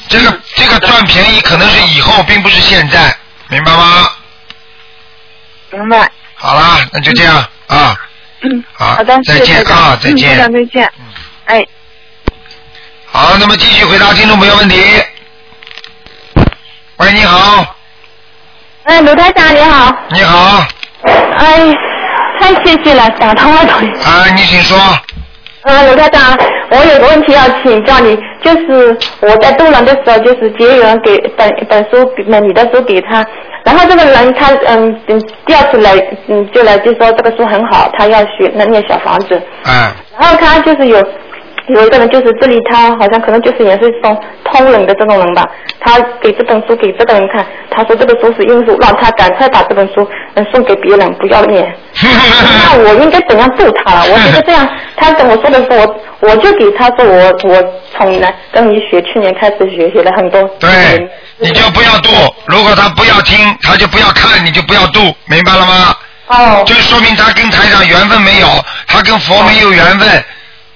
Speaker 2: 这
Speaker 8: 嗯
Speaker 2: 个这个赚便宜可能是以后，并不是现在，明白吗？
Speaker 8: 明白，
Speaker 2: 好啦，那就这样啊。
Speaker 8: 嗯，
Speaker 2: 好
Speaker 8: 好的，谢谢
Speaker 2: 再见
Speaker 8: 台长
Speaker 2: 啊再见
Speaker 8: 嗯台长再见，哎。
Speaker 2: 好，那么继续回答听众朋友问题。喂，你好，
Speaker 9: 哎，卢台长你好，
Speaker 2: 你好，
Speaker 9: 哎，太谢谢了，打通了。
Speaker 2: 啊，你请说。
Speaker 9: 啊，卢台长，
Speaker 7: 我有个问题要请教你，就是我在渡人的时候，就是结缘给本本书给你的书给他，然后这个人他嗯嗯第二次来嗯就来就说这个书很好，他要学那念小房子，
Speaker 2: 嗯，
Speaker 7: 然后他就是有有一个人就是这里他好像可能就是也是一种通人的这种人吧，他给这本书给这个人看，他说这个书是因素，让他赶快把这本书嗯送给别人，不要念。那我应该怎样度他了？我觉得这样，他跟我说的时候，我我就给他说我我从来跟你学，去年开始学，学了很多。
Speaker 2: 对，你就不要度。如果他不要听，他就不要看，你就不要度，明白了吗？
Speaker 7: 哦。
Speaker 2: 就说明他跟台长缘分没有，他跟佛没有缘分。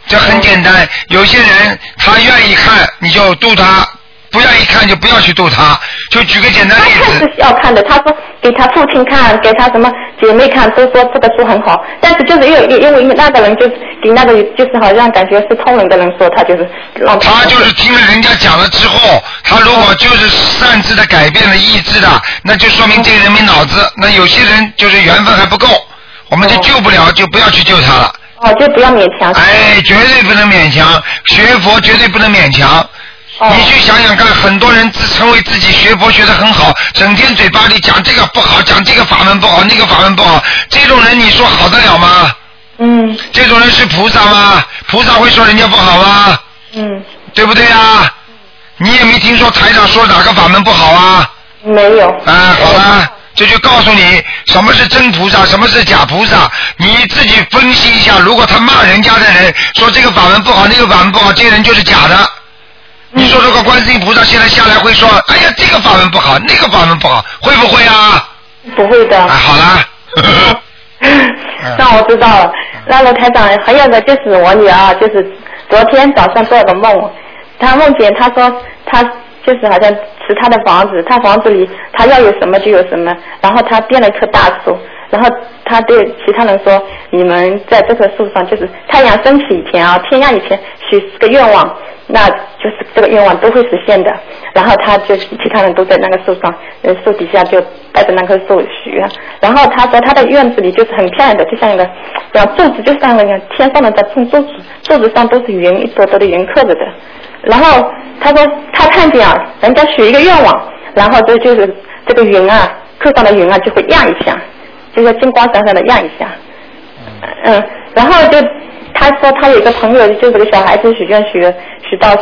Speaker 2: 这很简单，有些人他愿意看，你就度他；不愿意看就不要去度他。就举个简单
Speaker 7: 他
Speaker 2: 例子，
Speaker 7: 看是 [laughs] 要看的，他说给他父亲看，给他什么姐妹看，都说这个书很好。但是就是因为因为那个人就是给那个就是好像感觉是通人的人说哦他嗯就是让
Speaker 2: 他就是听了人家讲了之后，他如果就是擅自的改变了意志的，那就说
Speaker 7: 嗯
Speaker 2: 明这个人没脑子。那有些人就是缘分还不够，我们就救不了，就不要去救他了。
Speaker 7: 嗯哦，就不要勉强。
Speaker 2: 哎，绝对不能勉强，学佛绝对不能勉强。
Speaker 7: 哦
Speaker 2: 你去想想看，很多人自称为自己学佛学得很好，整天嘴巴里讲这个不好，讲这个法门不好，那个法门不好，这种人你说好得了吗？
Speaker 7: 嗯。
Speaker 2: 这种人是菩萨吗？菩萨会说人家不好吗？
Speaker 7: 嗯。
Speaker 2: 对不对啊？你也没听说台长说哪个法门不好啊？
Speaker 7: 没有。
Speaker 2: 啊，好啦，这就告诉你什么是真菩萨，什么是假菩萨，你自己分析一下。如果他骂人家的人说这个法门不好，那个法门不好，这个人就是假的。你说如果观世音菩萨现在下来会说，哎呀，这个法门不好，那个法门不好，会不会啊？
Speaker 7: 不会的。
Speaker 2: 啊，好啦。
Speaker 7: 那我知道了。那罗台长，还有呢，就是我女儿啊，就是昨天早上做了个梦，她梦见她说她就是好像是她的房子，她房子里她要有什么就有什么，然后她变了一棵大树，然后她对其他人说，你们在这棵树上，就是太阳升起以前啊，天亮以前许四个愿望。那就是这个愿望都会实现的，然后她就其他人都在那个树上，呃，树底下就带着那棵树许愿。然后她说她的院子里就是很漂亮的，就像一个，像柱子，就像那个天上的在种柱子，柱子上都是云，一朵朵的云刻着的。然后她说她看见啊，人家许一个愿望，然后这就是这个云啊，刻上的云啊就会压一下，就是金光闪闪的压一下，嗯，然后就他说他有一个朋友，就是给小孩子许愿许了许到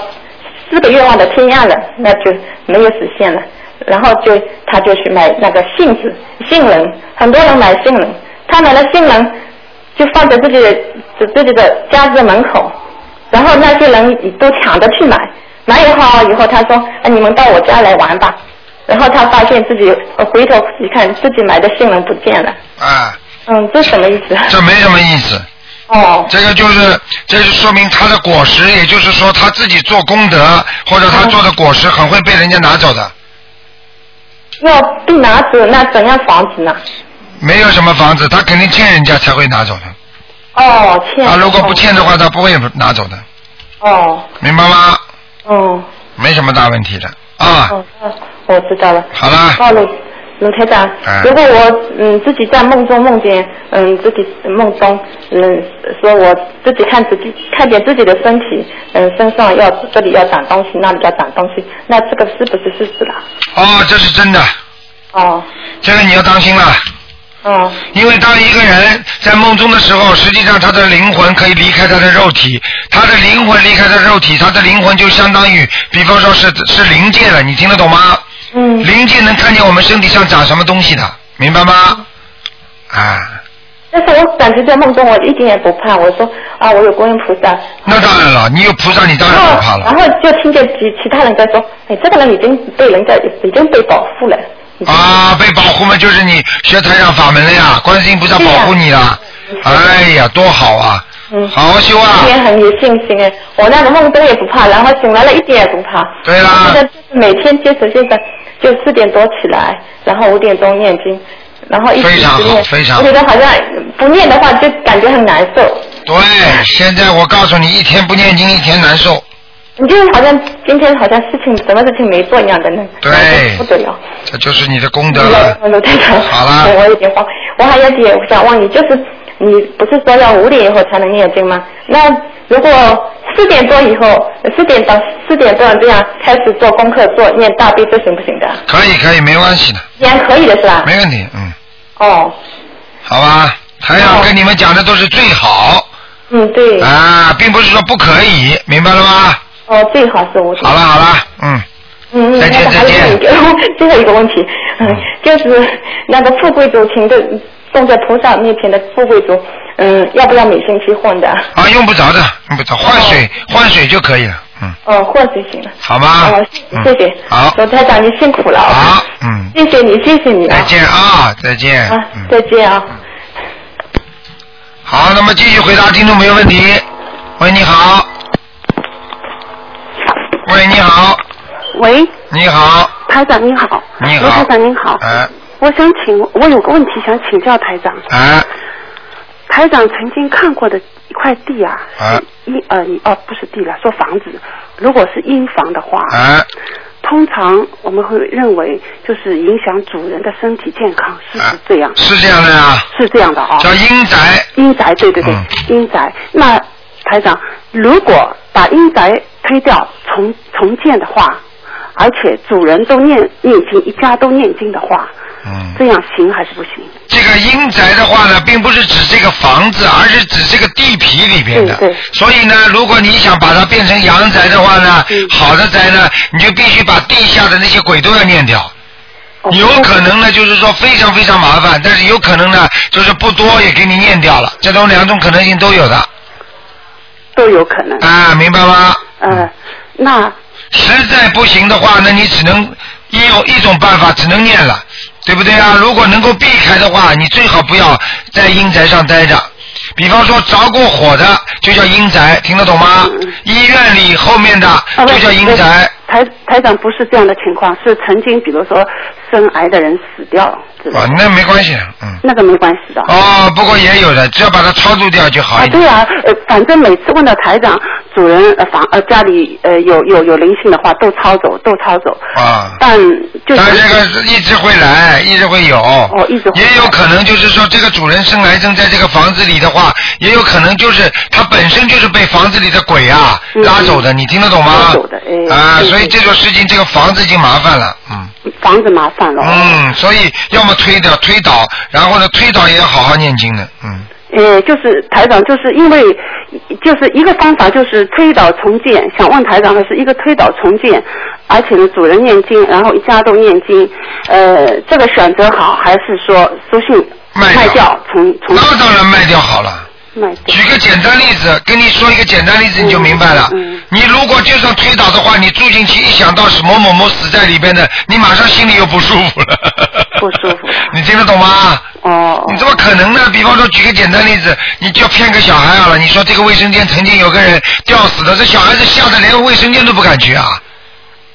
Speaker 7: 四个愿望的天亮了，那就没有实现了。然后就他就去买那个杏子、杏仁，很多人买杏仁，他买了杏仁就放在自己的自自己的家子门口，然后那些人都抢着去买，买以后以后他说，哎，你们到我家来玩吧。然后他发现自己呃回头一看，自己买的杏仁不见了。
Speaker 2: 啊，
Speaker 7: 嗯，这什么意思？
Speaker 2: 这没什么意思。
Speaker 7: 哦。
Speaker 2: 这个就是，这就说明他的果实，也就是说他自己做功德或者他做的果实很会被人家拿走的。
Speaker 7: [laughs] 要被拿走，那怎样防止呢？
Speaker 2: 没有什么房子，他肯定欠人家才会拿走的。
Speaker 7: 哦，欠。
Speaker 2: 他啊如果不欠的话，他不会拿走的，
Speaker 7: 哦，
Speaker 2: 明白吗？
Speaker 7: 嗯，
Speaker 2: 没什么大问题的啊。
Speaker 7: 哦，哦我知道了。
Speaker 2: 好啦。
Speaker 7: 哦，鲁鲁台长，
Speaker 2: 嗯
Speaker 7: 如果我嗯自己在梦中梦见嗯自己梦中嗯说我自己看自己看见自己的身体嗯身上要这里要长东西那里要长东西，那这个是不是事实了？
Speaker 2: 哦，这是真的，
Speaker 7: 哦，
Speaker 2: 这个你要当心了。
Speaker 7: 嗯，
Speaker 2: 因为当一个人在梦中的时候，实际上他的灵魂可以离开他的肉体，他的灵魂离开他的肉体，他的灵魂就相当于，比方说是是灵界了，你听得懂吗？
Speaker 7: 嗯。
Speaker 2: 灵界能看见我们身体上长什么东西的，明白吗？啊，
Speaker 7: 但是我感觉在梦中我一点也不怕，我说啊我有观音菩萨，
Speaker 2: 那当然了，你有菩萨，你当然不怕了。
Speaker 7: 然后就听见其其他人在说，哎，这个人已经被人家已经被保护了。哦
Speaker 2: 啊，被保护嘛，就是你学台上法门了呀，观世音菩
Speaker 7: 啊
Speaker 2: 萨保护你了。哎呀，多好啊！
Speaker 7: 嗯，
Speaker 2: 好好修啊
Speaker 7: 今天很有信心哎，我那个梦中也不怕，然后醒来了一点也不怕。
Speaker 2: 对啦
Speaker 7: 现在就是每天坚持，现在就四点多起来，然后五点钟念经，然后一直
Speaker 2: 非常好
Speaker 7: 念，
Speaker 2: 非常好
Speaker 7: 我觉得好像不念的话就感觉很难受，
Speaker 2: 对，现在我告诉你，一天不念经，一天难受。
Speaker 7: 你就是好像今天好像事情什么事情没做一样的呢，
Speaker 2: 对
Speaker 7: 不，得了。
Speaker 2: 这就是你的功德了。
Speaker 7: 卢卢台长，
Speaker 2: 好啦
Speaker 7: [laughs] 对我有点慌，我还有点想问你，就是你不是说要五点以后才能念经吗？那如果四点多以后，四点到四点多这样开始做功课，做念大悲咒行不行的？
Speaker 2: 可以可以，没关系的，
Speaker 7: 也可以的是吧？
Speaker 2: 没问题，嗯，
Speaker 7: 哦，
Speaker 2: 好吧。台长跟你们讲的都是最好
Speaker 7: 嗯，对，
Speaker 2: 啊，并不是说不可以，明白了吗？
Speaker 7: 哦，最好是五点。
Speaker 2: 好了好了，嗯，
Speaker 7: 嗯，嗯，
Speaker 2: 再
Speaker 7: 那
Speaker 2: 见
Speaker 7: 个还有一个 [laughs] 最后一个问题，嗯，就是那个富贵竹停的种在菩萨面前的富贵竹，嗯，要不要每星期换的？
Speaker 2: 啊，用不着的，用
Speaker 7: 嗯
Speaker 2: 不着，换水换水就可以了，嗯，
Speaker 7: 哦，换就行了。
Speaker 2: 好吗
Speaker 7: 哦，？
Speaker 2: 嗯
Speaker 7: 谢谢。
Speaker 2: 好，
Speaker 7: 罗台长，你辛苦了啊
Speaker 2: 好。，嗯，
Speaker 7: 谢谢你，谢谢你啊。
Speaker 2: 再见啊，再见，
Speaker 7: 啊，
Speaker 2: 嗯。
Speaker 7: 再见啊。
Speaker 2: 好，那么继续回答听众朋友问题。喂，你好。喂，你好，
Speaker 10: 喂，
Speaker 2: 你好，
Speaker 10: 台长您好，
Speaker 2: 你
Speaker 10: 罗
Speaker 2: 好
Speaker 10: 台。长您好，
Speaker 2: 哎
Speaker 10: 我想请我有个问题想请教台长，
Speaker 2: 哎
Speaker 10: 台长曾经看过的一块地啊，
Speaker 2: 哎
Speaker 10: 是一呃你哦不是地了，说房子，如果是阴房的话，
Speaker 2: 哎
Speaker 10: 通常我们会认为就是影响主人的身体健康，是不
Speaker 2: 哎
Speaker 4: 嗯
Speaker 10: 是这样？
Speaker 2: 是这样的呀，
Speaker 10: 是这样的啊、
Speaker 2: 叫阴宅。
Speaker 10: 阴宅，对对对
Speaker 2: 嗯，
Speaker 10: 阴宅。那台长，如果把阴宅推掉重重建的话，而且主人都念念经，一家都念经的话，
Speaker 2: 嗯，
Speaker 10: 这样行还是不行？
Speaker 2: 这个阴宅的话呢，并不是指这个房子，而是指这个地皮里边的。
Speaker 10: 嗯对对
Speaker 2: 所以呢，如果你想把它变成阳宅的话呢，
Speaker 10: 嗯
Speaker 2: 好的宅呢，你就必须把地下的那些鬼都要念掉。
Speaker 10: 哦
Speaker 2: 有可能呢，就是说非常非常麻烦，但是有可能呢，就是不多也给你念掉了，这种两种可能性都有的，
Speaker 10: 都有可能。
Speaker 2: 啊，明白吗？
Speaker 10: 呃，那
Speaker 2: 实在不行的话，那你只能一有一种办法，只能念了，对不对啊？如果能够避开的话，你最好不要在阴宅上待着。比方说着过火的就叫阴宅，听得懂吗？
Speaker 10: 嗯
Speaker 2: 医院里后面的
Speaker 10: 呃
Speaker 2: 就叫阴宅。
Speaker 10: 台台长不是这样的情况，是曾经比如说生癌的人死掉之类
Speaker 2: 啊
Speaker 10: 的，，
Speaker 2: 那没关系，嗯。
Speaker 10: 那个没关系的。
Speaker 2: 哦，不过也有的，只要把它超度掉就好
Speaker 10: 啊，
Speaker 2: 一点。
Speaker 10: 对啊，呃，反正每次问到台长，主人呃房呃家里呃有有有灵性的话，都抄走，都抄走。
Speaker 2: 啊
Speaker 10: 但就
Speaker 2: 但
Speaker 10: 是
Speaker 2: 这个是一直会来，一直会有。
Speaker 10: 哦一直会来
Speaker 2: 也有可能就是说，这个主人生癌症，在这个房子里的话，也有可能就是他本身就是被房子里的鬼啊、
Speaker 10: 嗯
Speaker 2: 拉走的，你听得懂吗？
Speaker 10: 拉走的哎
Speaker 2: 啊，
Speaker 10: 对
Speaker 2: 所以
Speaker 10: 对
Speaker 2: 这种事情，这个房子已经麻烦了，嗯。
Speaker 10: 房子麻烦了。哦
Speaker 2: 嗯，所以要么推掉、推倒，然后呢，推倒也要好好念经的，嗯，
Speaker 10: 呃，就是台长，就是因为就是一个方法就是推倒重建，想问台长的是一个推倒重建，而且呢主人念经，然后一家都念经，呃，这个选择好还是说书信
Speaker 2: 卖掉
Speaker 10: 卖掉重重
Speaker 2: 那当然卖掉好了。
Speaker 10: 卖掉？
Speaker 2: 举个简单例子，跟你说一个简单例子你就明白了。
Speaker 10: 嗯嗯
Speaker 2: 你如果就算推倒的话，你住进去一想到是某某某死在里边的，你马上心里又不舒服了。
Speaker 10: 不舒服
Speaker 2: [laughs] 你听得懂吗？
Speaker 10: 哦，
Speaker 2: 你怎么可能呢？比方说，举个简单例子，你就骗个小孩好了。你说这个卫生间曾经有个人吊死的，这小孩子吓得连卫生间都不敢去啊。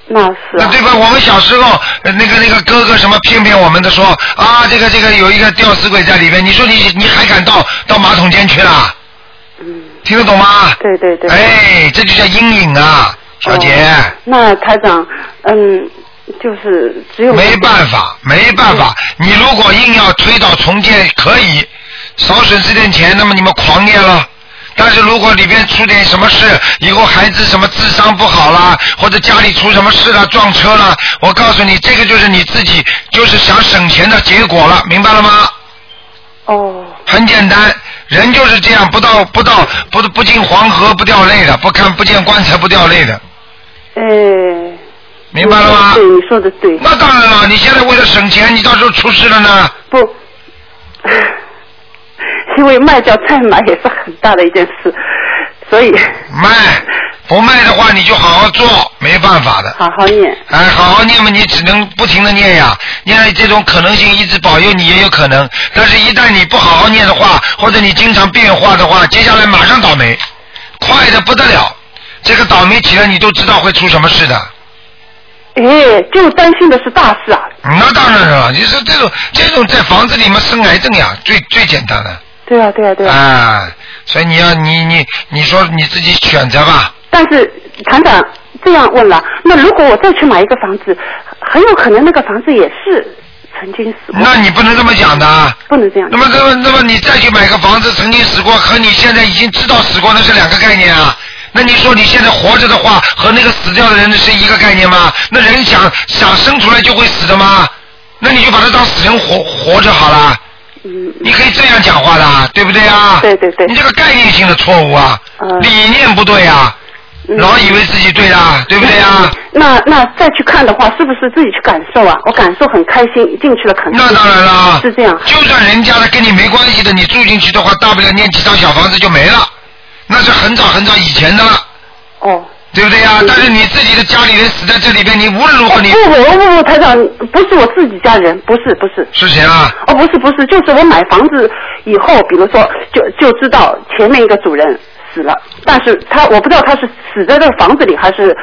Speaker 10: 那是
Speaker 2: 那
Speaker 10: 啊
Speaker 2: 对吧？我们小时候，呃那个那个哥哥什么骗骗我们的说啊，这个这个有一个吊死鬼在里面，你说你你还敢到到马桶间去啦？
Speaker 10: 嗯，
Speaker 2: 听得懂吗？
Speaker 10: 对对对。
Speaker 2: 哎，这就叫阴影啊，小姐，
Speaker 10: 哦那台长，嗯，就是只有
Speaker 2: 没办法，没办法。
Speaker 10: 嗯
Speaker 2: 你如果硬要推倒重建，可以少损失点钱，那么你们狂念了。但是如果里边出点什么事，以后孩子什么智商不好啦，或者家里出什么事了，撞车了，我告诉你，这个就是你自己就是想省钱的结果了，明白了吗？
Speaker 10: 哦，
Speaker 2: 很简单，人就是这样，不到不到不不进黄河不掉泪的，不看不见棺材不掉泪的，
Speaker 10: 哎，
Speaker 7: 呃
Speaker 2: 明白了吗？
Speaker 10: 对，你说的对，
Speaker 2: 那当然了，你现在为
Speaker 10: 嗯
Speaker 2: 了省钱，你到时候出事了呢。
Speaker 10: 不， [laughs] 因为卖掉再买也是很大的一件事，所以
Speaker 2: 卖不卖的话，你就好好做，没办法的。
Speaker 10: 好好念。
Speaker 2: 哎，好好念嘛，你只能不停的念呀。念了这种可能性一直保佑你也有可能，但是一旦你不好好念的话，或者你经常变化的话，接下来马上倒霉，快的不得了。这个倒霉起来，你都知道会出什么事的。
Speaker 10: 哎，就担心的是大事啊，
Speaker 2: 那当然了，你说这种这种在房子里面生癌症呀，最最简单的。
Speaker 10: 对啊，对啊，对啊。
Speaker 2: 啊，所以你要你你你说你自己选择吧。
Speaker 10: 但是团长这样问了，那如果我再去买一个房子，很有可能那个房子也是
Speaker 11: 曾经死过。
Speaker 2: 那你不能这么讲的啊。
Speaker 11: 不能这样
Speaker 2: 那。么，那么，那么你再去买个房子，曾经死过和你现在已经知道死过，那是两个概念啊。那你说你现在活着的话，和那个死掉的人是一个概念吗？那人想想生出来就会死的吗？那你就把他当死人活活着好了。
Speaker 11: 嗯，
Speaker 2: 你可以这样讲话的啊，对不对啊？
Speaker 11: 对对对
Speaker 2: 你这个概念性的错误啊，
Speaker 11: 嗯
Speaker 2: 理念不对啊，
Speaker 11: 嗯
Speaker 2: 老以为自己对啦，对不对啊？
Speaker 11: 那那再去看的话，是不是自己去感受啊？我感受很开心，进去了肯定
Speaker 2: 那当然啦，
Speaker 11: 是这样。
Speaker 2: 就算人家的跟你没关系的，你住进去的话，大不了念几张小房子就没了，那是很早很早以前的了，
Speaker 11: 哦，
Speaker 2: 对不对呀、但是你自己的家里人死在这里边，你无论如
Speaker 11: 哦
Speaker 2: 何
Speaker 11: 不
Speaker 2: 你
Speaker 11: 不不不，台长，不是我自己家人，不是不是。
Speaker 2: 是谁啊？
Speaker 11: 哦，不是不是，就是我买房子以后，比如说就就知道前面一个主人死了，但是他我不知道他是死在这个房子里还是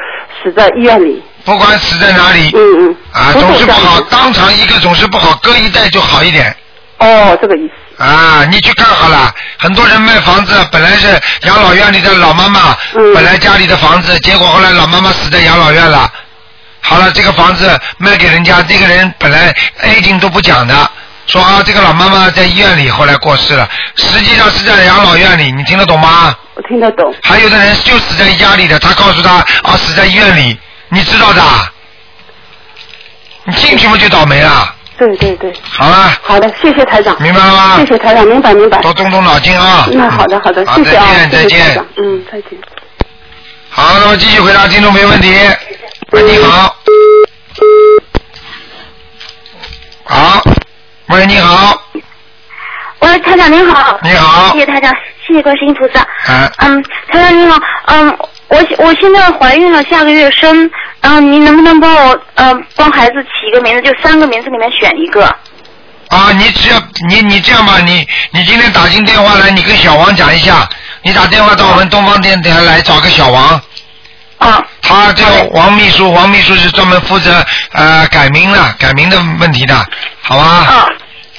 Speaker 11: 死在医院里。
Speaker 2: 不管死在哪里
Speaker 11: 嗯嗯。
Speaker 2: 啊，
Speaker 11: 不
Speaker 2: 总
Speaker 11: 是
Speaker 2: 是
Speaker 11: 我
Speaker 2: 不
Speaker 11: 家
Speaker 2: 好，
Speaker 11: 人
Speaker 2: 当场一个总是不好，隔一代就好一点。
Speaker 11: 哦，这个意思。
Speaker 2: 啊，你去看好了，很多人卖房子，本来是养老院里的老妈妈，
Speaker 11: 嗯
Speaker 2: 本来家里的房子，结果后来老妈妈死在养老院了。好了，这个房子卖给人家，这个人本来 A 经都不讲的，说啊，这个老妈妈在医院里后来过世了，实际上是在养老院里，你听得懂吗？
Speaker 11: 我听得懂。
Speaker 2: 还有的人就死在家里的，他告诉他啊，死在医院里，你知道的，你进去不就倒霉了？
Speaker 11: 对对对，
Speaker 2: 好了，
Speaker 11: 好的，谢谢台长，
Speaker 2: 明白了吗？
Speaker 11: 谢谢台长，明白明白。
Speaker 2: 多动动脑筋啊！
Speaker 11: 那好的好的，
Speaker 2: 好
Speaker 11: 谢谢啊，
Speaker 2: 再见再
Speaker 11: 谢谢台
Speaker 2: 见
Speaker 11: 长。，嗯，再见。
Speaker 2: 好，那么继续回答听众朋友问题。喂，你好。好，喂，你好，
Speaker 3: 哎
Speaker 4: 喂，台长您好。
Speaker 2: 你好
Speaker 4: 谢，谢台长，谢谢观世音菩萨。
Speaker 2: 哎，
Speaker 4: 嗯，台长您好，嗯，我我现在怀孕了，下个月生，嗯，您能不能帮我，嗯，帮孩子起一个名字，就三个名字里面选一个？
Speaker 2: 啊，你只要你你这样吧，你你今天打进电话来，你跟小王讲一下，你打电话到我们东方电台来找个小王，
Speaker 4: 啊，
Speaker 2: 他叫王秘书，王秘书是专门负责呃改名的，改名的问题的，好吧？
Speaker 4: 啊，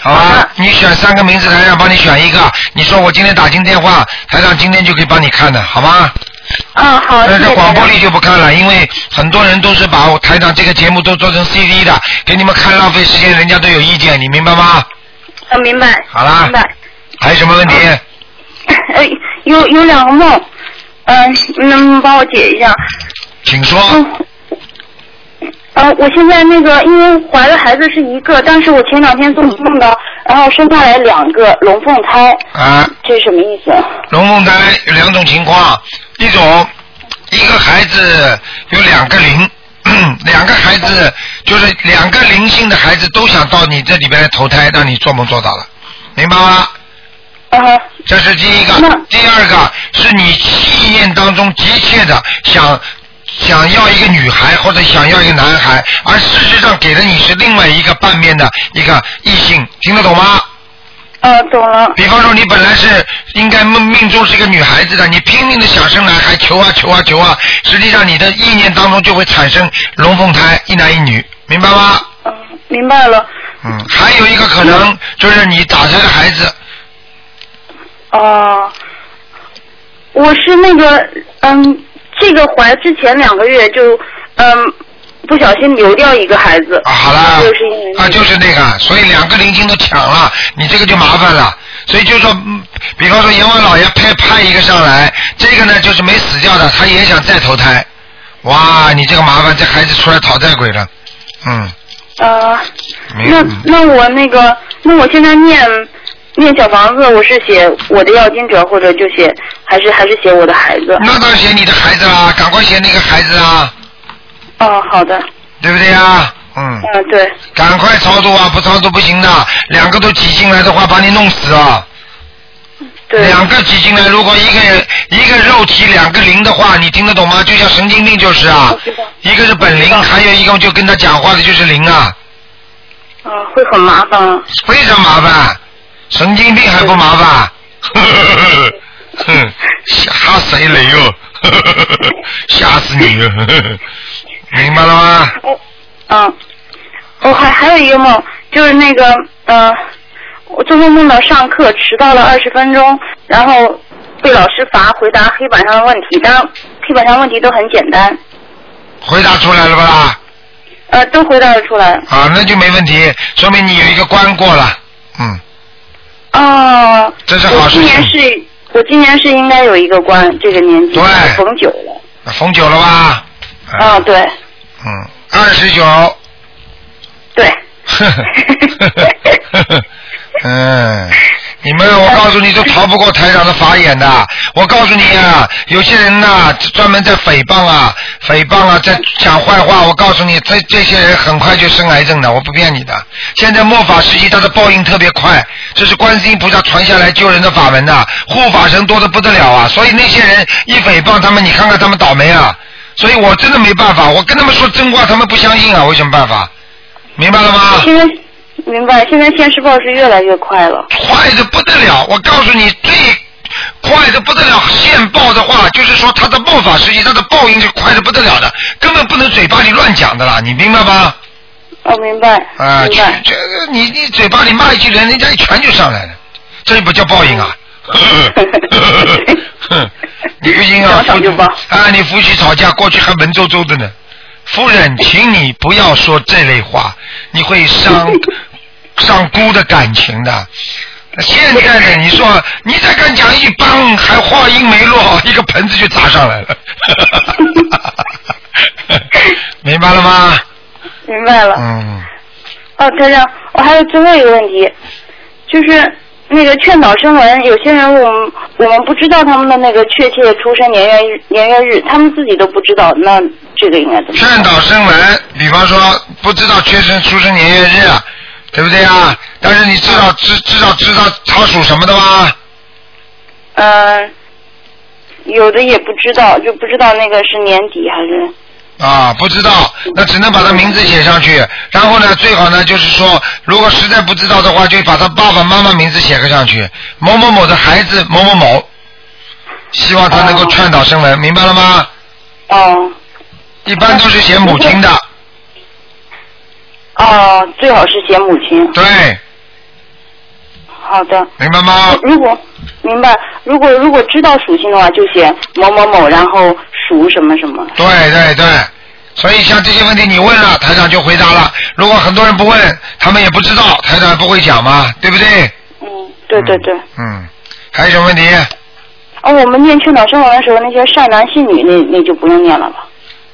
Speaker 2: 好啊，你选三个名字，台长帮你选一个。你说我今天打进电话，台长今天就可以帮你看的，好吗？
Speaker 4: 啊，好，谢
Speaker 2: 但是
Speaker 4: 谢台
Speaker 2: 广播
Speaker 4: 长。
Speaker 2: 里就不看了，因为很多人都是把我台长这个节目都做成 CD 的，给你们看浪费时间，人家都有意见，你明白吗？
Speaker 4: 啊，明白。
Speaker 2: 好啦
Speaker 4: 明白。 [laughs]
Speaker 2: 还有什么问题？
Speaker 4: 呃，有有两个梦，嗯，你能不能帮我解一下？
Speaker 2: 请说。
Speaker 4: 嗯，呃，我现在那个，因为怀的孩子是一个，但是我前两天做梦到，然后生下来两个龙凤胎，
Speaker 2: 啊，
Speaker 4: 这是什么意思？
Speaker 2: 龙凤胎有两种情况，一种一个孩子有两个灵， [clears throat] 两个孩子就是两个灵性的孩子都想到你这里边来投胎，让你做梦做到了，明白吗？
Speaker 4: 啊、
Speaker 2: 这是第一个
Speaker 4: 那，
Speaker 2: 第二个是你意念当中急切的想想要一个女孩或者想要一个男孩，而事实上给的你是另外一个半面的一个异性，听得懂吗？
Speaker 4: 呃，懂了，
Speaker 2: 比方说你本来是应该命命中是一个女孩子的，你拼命的想生男孩，求啊求啊求啊，实际上你的意念当中就会产生龙凤胎，一男一女，明白吗？
Speaker 4: 嗯、明白了，嗯
Speaker 2: 嗯，还有一个可能就是你打胎的孩子，
Speaker 4: 哦、我是那个，嗯，这个怀之前两个月就，嗯，不小心流掉一个孩子，
Speaker 2: 啊，好啦
Speaker 4: 就是因为、，
Speaker 2: 啊，就是那个，所以两个灵性都抢了，你这个就麻烦了。所以就说，嗯比方说阎王老爷派派一个上来，这个呢就是没死掉的，他也想再投胎。哇，你这个麻烦，这孩子出来讨债鬼了。嗯，
Speaker 4: 呃，
Speaker 2: 明
Speaker 4: 那
Speaker 2: 嗯
Speaker 4: 那我那个，那我现在念念小房子，我是写我的要经者，或者就写还是还是写我的孩子？
Speaker 2: 那当然写你的孩子啦，赶快写那个孩子啊，
Speaker 4: 哦，好的，
Speaker 2: 对不对呀？嗯，
Speaker 4: 嗯，对，
Speaker 2: 赶快操作啊，不操作不行的，两个都挤进来的话，把你弄死啊。
Speaker 4: 对，
Speaker 2: 两个挤进来，如果一个人一个肉体两个灵的话，你听得懂吗？就像神经病就是啊
Speaker 4: 我知道，
Speaker 2: 一个是本灵，还有一个就跟他讲话的就是灵啊，
Speaker 4: 啊、会很麻烦啊。
Speaker 2: 非常麻烦，神经病还不麻烦， [laughs] 哼，吓谁了哟？ [laughs] 吓死你了， [laughs] 明白了吗？
Speaker 4: 嗯，我还还有一个梦，就是那个呃，我做梦梦到上课迟到了二十分钟，然后被老师罚回答黑板上的问题，当然黑板上问题都很简单。
Speaker 2: 回答出来了吧啦？
Speaker 4: 呃，都回答得出来。
Speaker 2: 啊，那就没问题，说明你有一个关过了。嗯，
Speaker 4: 哦，
Speaker 2: 这是好
Speaker 4: 我
Speaker 2: 事
Speaker 4: 今年
Speaker 2: 情。
Speaker 4: 是，我今年是应该有一个关，这个年纪
Speaker 2: 对
Speaker 4: 逢九了。
Speaker 2: 逢九了吧？ [laughs]
Speaker 4: 啊、对
Speaker 2: 嗯，二十九。
Speaker 4: 对。
Speaker 2: 呵呵呵呵 [laughs] 嗯，你们，我告诉你，都逃不过台长的法眼的。我告诉你啊，有些人呐、专门在诽谤啊，诽谤啊，在讲坏话。我告诉你，这这些人很快就生癌症的，我不骗你的。现在末法时期，他的报应特别快，这是观世音菩萨传下来救人的法门呐、护法神多的不得了啊。所以那些人一诽谤他们，你看看他们倒霉啊。所以我真的没办法，我跟他们说真话，他们不相信啊，我有什么办法？明白了吗？
Speaker 4: 现在明白，现在现世报是越来越快了。
Speaker 2: 快的不得了，我告诉你，最快的不得了。现报的话，就是说它的报法实际它的报应是快的不得了的，根本不能嘴巴里乱讲的啦，你明白吧？
Speaker 4: 哦，明白。
Speaker 2: 啊、
Speaker 4: 明白
Speaker 2: 这这你你嘴巴里骂一句人，人家一拳就上来了，这不叫报应啊！你不行啊，夫啊，你夫妻吵架，过去还文绉绉的呢。夫人，请你不要说这类话，你会伤伤姑的感情的。现在呢，你说你再敢讲一句帮，还话音没落，一个盆子就砸上来了， [laughs] 明白了吗？
Speaker 4: 明白了。
Speaker 2: 嗯，
Speaker 4: 哦，台长，我还有最后一个问题，就是那个劝导声闻，有些人我们我们不知道他们的那个确切出生年月日年月日，他们自己都不知道，那这个应该怎么？
Speaker 2: 劝导声闻，比方说不知道缺生出生年月日，对不对啊？但是你至少知至少知道他属什么的吧？
Speaker 4: 嗯、有的也不知道，就不知道那个是年底还是
Speaker 2: 啊，不知道，那只能把他名字写上去。然后呢，最好呢就是说，如果实在不知道的话，就把他爸爸妈妈名字写个上去，某某某的孩子某某某，希望他能够劝导声闻，明白了吗？
Speaker 4: 哦
Speaker 2: 一般都是写母亲的，
Speaker 4: 哦，最好是写母亲。
Speaker 2: 对，
Speaker 4: 好的，
Speaker 2: 明白吗？
Speaker 4: 如果明白，如果如果知道属性的话，就写某某某，然后属什么什么。
Speaker 2: 对对对，所以像这些问题你问了，台长就回答了。如果很多人不问，他们也不知道，台长也不会讲嘛，对不对？
Speaker 4: 嗯，对对对。
Speaker 2: 嗯，还有什么问题？
Speaker 4: 哦，我们念劝导生活的时候，那些善男信女那那就不用念了吧？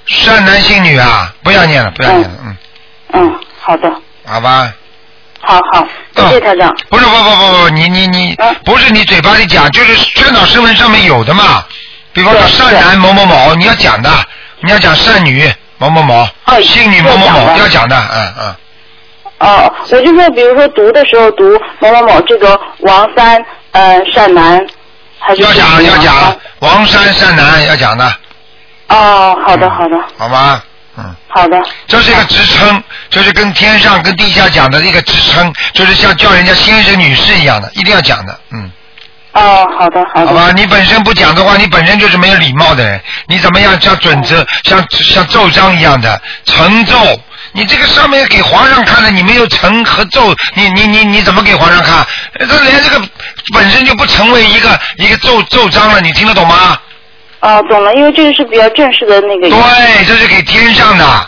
Speaker 2: 善男信女啊，不要念了，不要念了，嗯，
Speaker 4: 嗯，好的，
Speaker 2: 好吧。
Speaker 4: 好好，谢
Speaker 2: 啊
Speaker 4: 谢台长。
Speaker 2: 不是不不不不，你你你，不是你嘴巴里讲，就是宣导声闻上面有的嘛。比方说善男某某某，你要讲的，你要讲善女某某某，信女某某某，要讲的，嗯嗯。
Speaker 4: 哦，我就说，比如说读的时候读某某某这个王三，呃，善男，还是啊
Speaker 2: 要讲要讲，王山善男要讲的，嗯
Speaker 4: 哦，好的好的
Speaker 2: 好吗？
Speaker 4: 好的，
Speaker 2: 这是一个职称，就是跟天上跟地下讲的一个职称，就是像叫人家先生女士一样的，一定要讲的，嗯。
Speaker 4: 哦，好的好的。
Speaker 2: 好吧，你本身不讲的话，你本身就是没有礼貌的人。你怎么样像准
Speaker 4: 哦
Speaker 2: 则、像像奏章一样的呈奏？你这个上面给皇上看的，你没有呈和奏，你你你你怎么给皇上看？呃这连这个本身就不成为一个一个奏奏章了，你听得懂吗？
Speaker 4: 哦，懂了，因为这个是比较正式的那个。
Speaker 2: 对，这是给天上的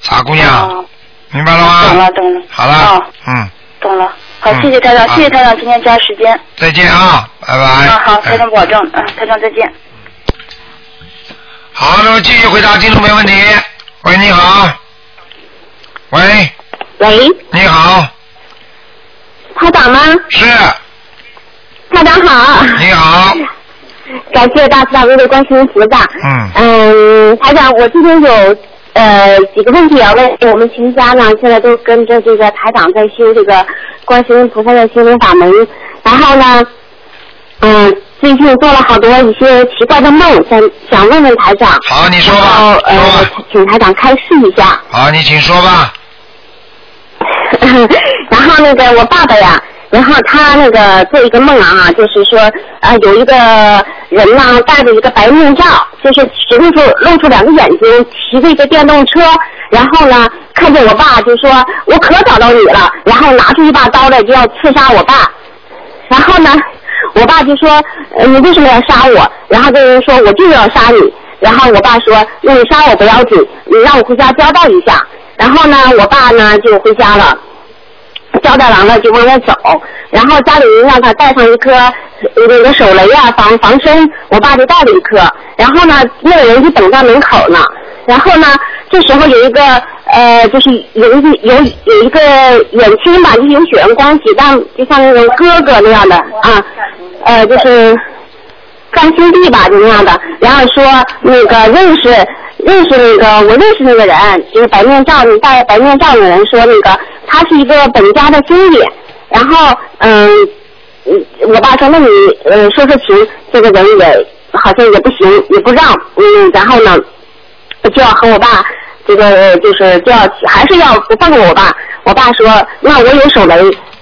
Speaker 2: 傻姑娘，明白了吗？
Speaker 4: 哦懂了哦懂了
Speaker 2: 好了，嗯，
Speaker 4: 懂了。好，
Speaker 2: 嗯
Speaker 4: 谢谢台长，
Speaker 2: 好
Speaker 4: 谢谢台长今天加时间。
Speaker 2: 再见啊，拜拜。哎
Speaker 4: 啊，好，台长保重，啊，台长再见。
Speaker 2: 好，那么继续回答听众朋友问题。喂，你好。喂。
Speaker 3: 喂。
Speaker 2: 你好，
Speaker 3: 台长吗？
Speaker 2: 是。
Speaker 3: 台长好。
Speaker 2: 你好。
Speaker 3: 感谢大慈大悲的观世音菩萨。
Speaker 2: 嗯。
Speaker 3: 嗯，台长，我今天有呃几个问题要问。我们全家呢，现在都跟着这个台长在修这个观世音菩萨的心灵法门。然后呢，嗯，最近做了好多一些奇怪的梦，想想问问台长。
Speaker 2: 好，你说吧
Speaker 3: 然后呃，请台长开示一下。
Speaker 2: 好，你请说吧。
Speaker 3: [laughs] 然后那个我爸爸呀，然后他那个做一个梦啊，就是说呃有一个人呢、戴着一个白面罩，就是只露出露出两个眼睛，骑着一个电动车，然后呢看见我爸就说我可找到你了，然后拿出一把刀来就要刺杀我爸，然后呢我爸就说呃你为什么要杀我？然后这个人说我就要杀你，然后我爸说那你杀我不要紧，你让我回家交代一下。然后呢，我爸呢就回家了，交代完了就往外走，然后家里人让他带上一颗呃那个手雷啊防防身，我爸就带了一颗，然后呢，那个人就等在门口呢，然后呢，这时候有一个呃，就是有一个有有一个远亲吧，就是有血缘关系，但就像那种哥哥那样的啊，呃，就是干兄弟吧，就那样的。然后说那个认识认识那个我认识那个人，就是白面罩戴白面罩的人，说那个他是一个本家的兄弟。然后嗯，嗯我爸说那你呃说说情，这个人也好像也不行，也不让嗯，然后呢就要和我爸。这个呃就是就要还是要不放过我爸。我爸说，那我有手雷，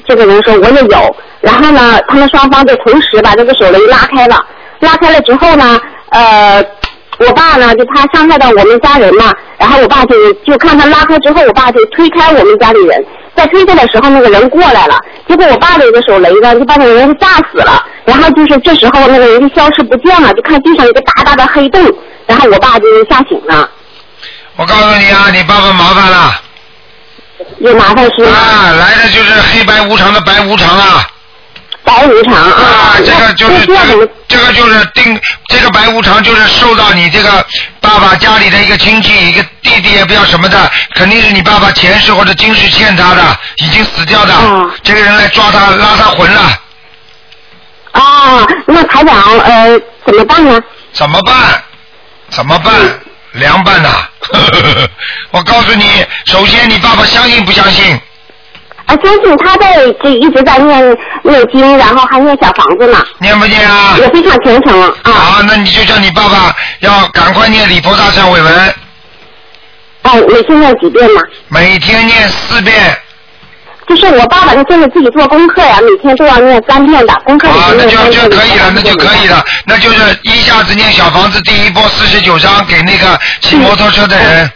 Speaker 3: 这个人说我也有。然后呢，他们双方就同时把这个手雷拉开了。拉开了之后呢，呃，我爸呢就怕伤害到我们家人嘛，然后我爸就就看他拉开之后，我爸就推开我们家里人。在推开的时候，那个人过来了，结果我爸的一个手雷呢，就把那个人给炸死了。然后就是这时候那个人就消失不见了，就看地上一个大大的黑洞，然后我爸就吓醒了。
Speaker 2: 我告诉你啊，你爸爸麻烦了。
Speaker 3: 有麻烦是
Speaker 2: 啊，来的就是黑白无常的白无常啊。
Speaker 3: 白无常
Speaker 2: 啊。这个就是这个这个就是定这个白无常就是受到你这个爸爸家里的一个亲戚一个弟弟也不要什么的，肯定是你爸爸前世或者今世欠他的，已经死掉的。
Speaker 3: 哦
Speaker 2: 这个人来抓他拉他魂了，
Speaker 3: 啊，那台长呃怎么办呢？
Speaker 2: 怎么办？怎么办？凉拌呐、 [laughs] 我告诉你，首先你爸爸相信不相信？
Speaker 3: 啊，相信他在这一直在念念经，然后还念小房子呢。
Speaker 2: 念不念啊？
Speaker 3: 也非常虔诚啊。
Speaker 2: 好，那你就叫你爸爸要赶快念礼佛大忏悔文，
Speaker 3: 哦，每天念几遍呢？
Speaker 2: 每天念四遍。
Speaker 3: 就是我爸爸他现在自己做功课呀，每天都要念三遍的，功课
Speaker 2: 啊，
Speaker 3: 里
Speaker 2: 那
Speaker 3: 面
Speaker 2: 就
Speaker 3: 念
Speaker 2: 就
Speaker 3: 三遍。
Speaker 2: 可以了，那就可以了，那就是一下子念小房子第一波四十九章给那个骑摩托车的人，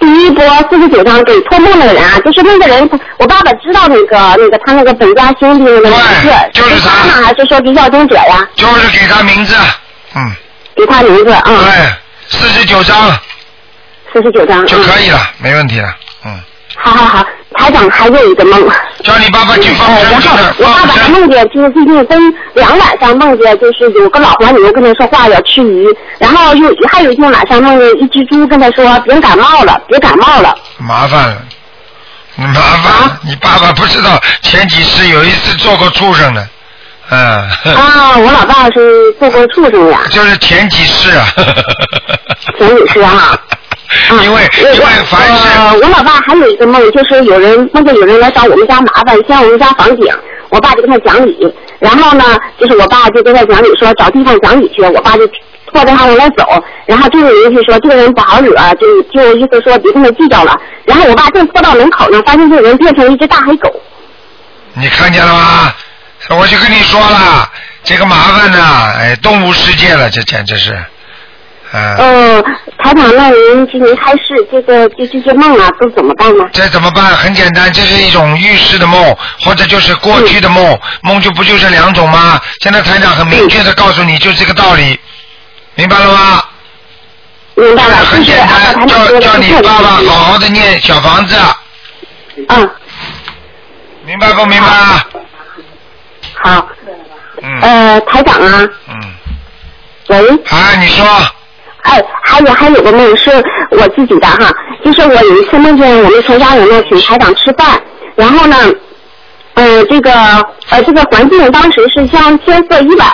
Speaker 3: 第一波四十九章给托梦那个人啊，就是那个人，我爸爸知道那个那个他那个本家兄弟那个名字，就是他呢，还是说是要经者呀？
Speaker 2: 就是给他名字，嗯
Speaker 3: 给他名字啊。
Speaker 2: 对，四十九章
Speaker 3: 四十九章
Speaker 2: 就可以了，没问题了。
Speaker 3: 好好好，台长还有一个梦。
Speaker 2: 叫你爸爸去放
Speaker 3: 然后我爸爸还梦见，就是最近跟两晚上梦见，就是有个老黄牛跟他说话要吃鱼，然后又还有一天晚上梦见一只猪跟他说别感冒了，别感冒了。
Speaker 2: 麻烦了，麻烦
Speaker 3: 啊
Speaker 2: 了，你爸爸不知道前几世有一次做过畜生的，嗯。
Speaker 3: 啊，我老爸是做过畜生呀。
Speaker 2: 就是前几世啊。 [laughs]
Speaker 3: 前几世啊。
Speaker 2: 因为因为凡是
Speaker 3: 呃，我老爸还有一个梦，就是有人梦见有人来找我们家麻烦，掀我们家房顶，我爸就跟他讲理，然后呢，就是我爸就跟他讲理说找地方讲理去，我爸就拖着他往外走，然后这个人就说这个人不好惹，啊就就意思说别跟他计较了，然后我爸正拖到门口呢，发现这个人变成一只大黑狗，
Speaker 2: 你看见了吗？我就跟你说了，这个麻烦呐、哎，动物世界了，这简直是，啊、
Speaker 3: 呃，台长，那您您开示这个这这些梦啊都怎么办呢？
Speaker 2: 这怎么办？很简单，这是一种预示的梦，或者就是过去的
Speaker 3: 嗯
Speaker 2: 梦，梦就不就是两种吗？现在台长很明确的告诉你，就这个道理，明白了吗？
Speaker 3: 明白了，啊
Speaker 2: 很简单，叫叫你爸爸好好的念小房子。
Speaker 3: 嗯。
Speaker 2: 明白不明白啊？
Speaker 3: 好。
Speaker 2: 嗯。
Speaker 3: 呃，台长啊。
Speaker 2: 嗯。
Speaker 3: 喂。
Speaker 2: 啊，你说。
Speaker 3: 哎，还有还有个梦是我自己的哈，就是我有一次梦见我们全家人呢请台长吃饭，然后呢，呃，这个呃这个环境当时是像天色已晚，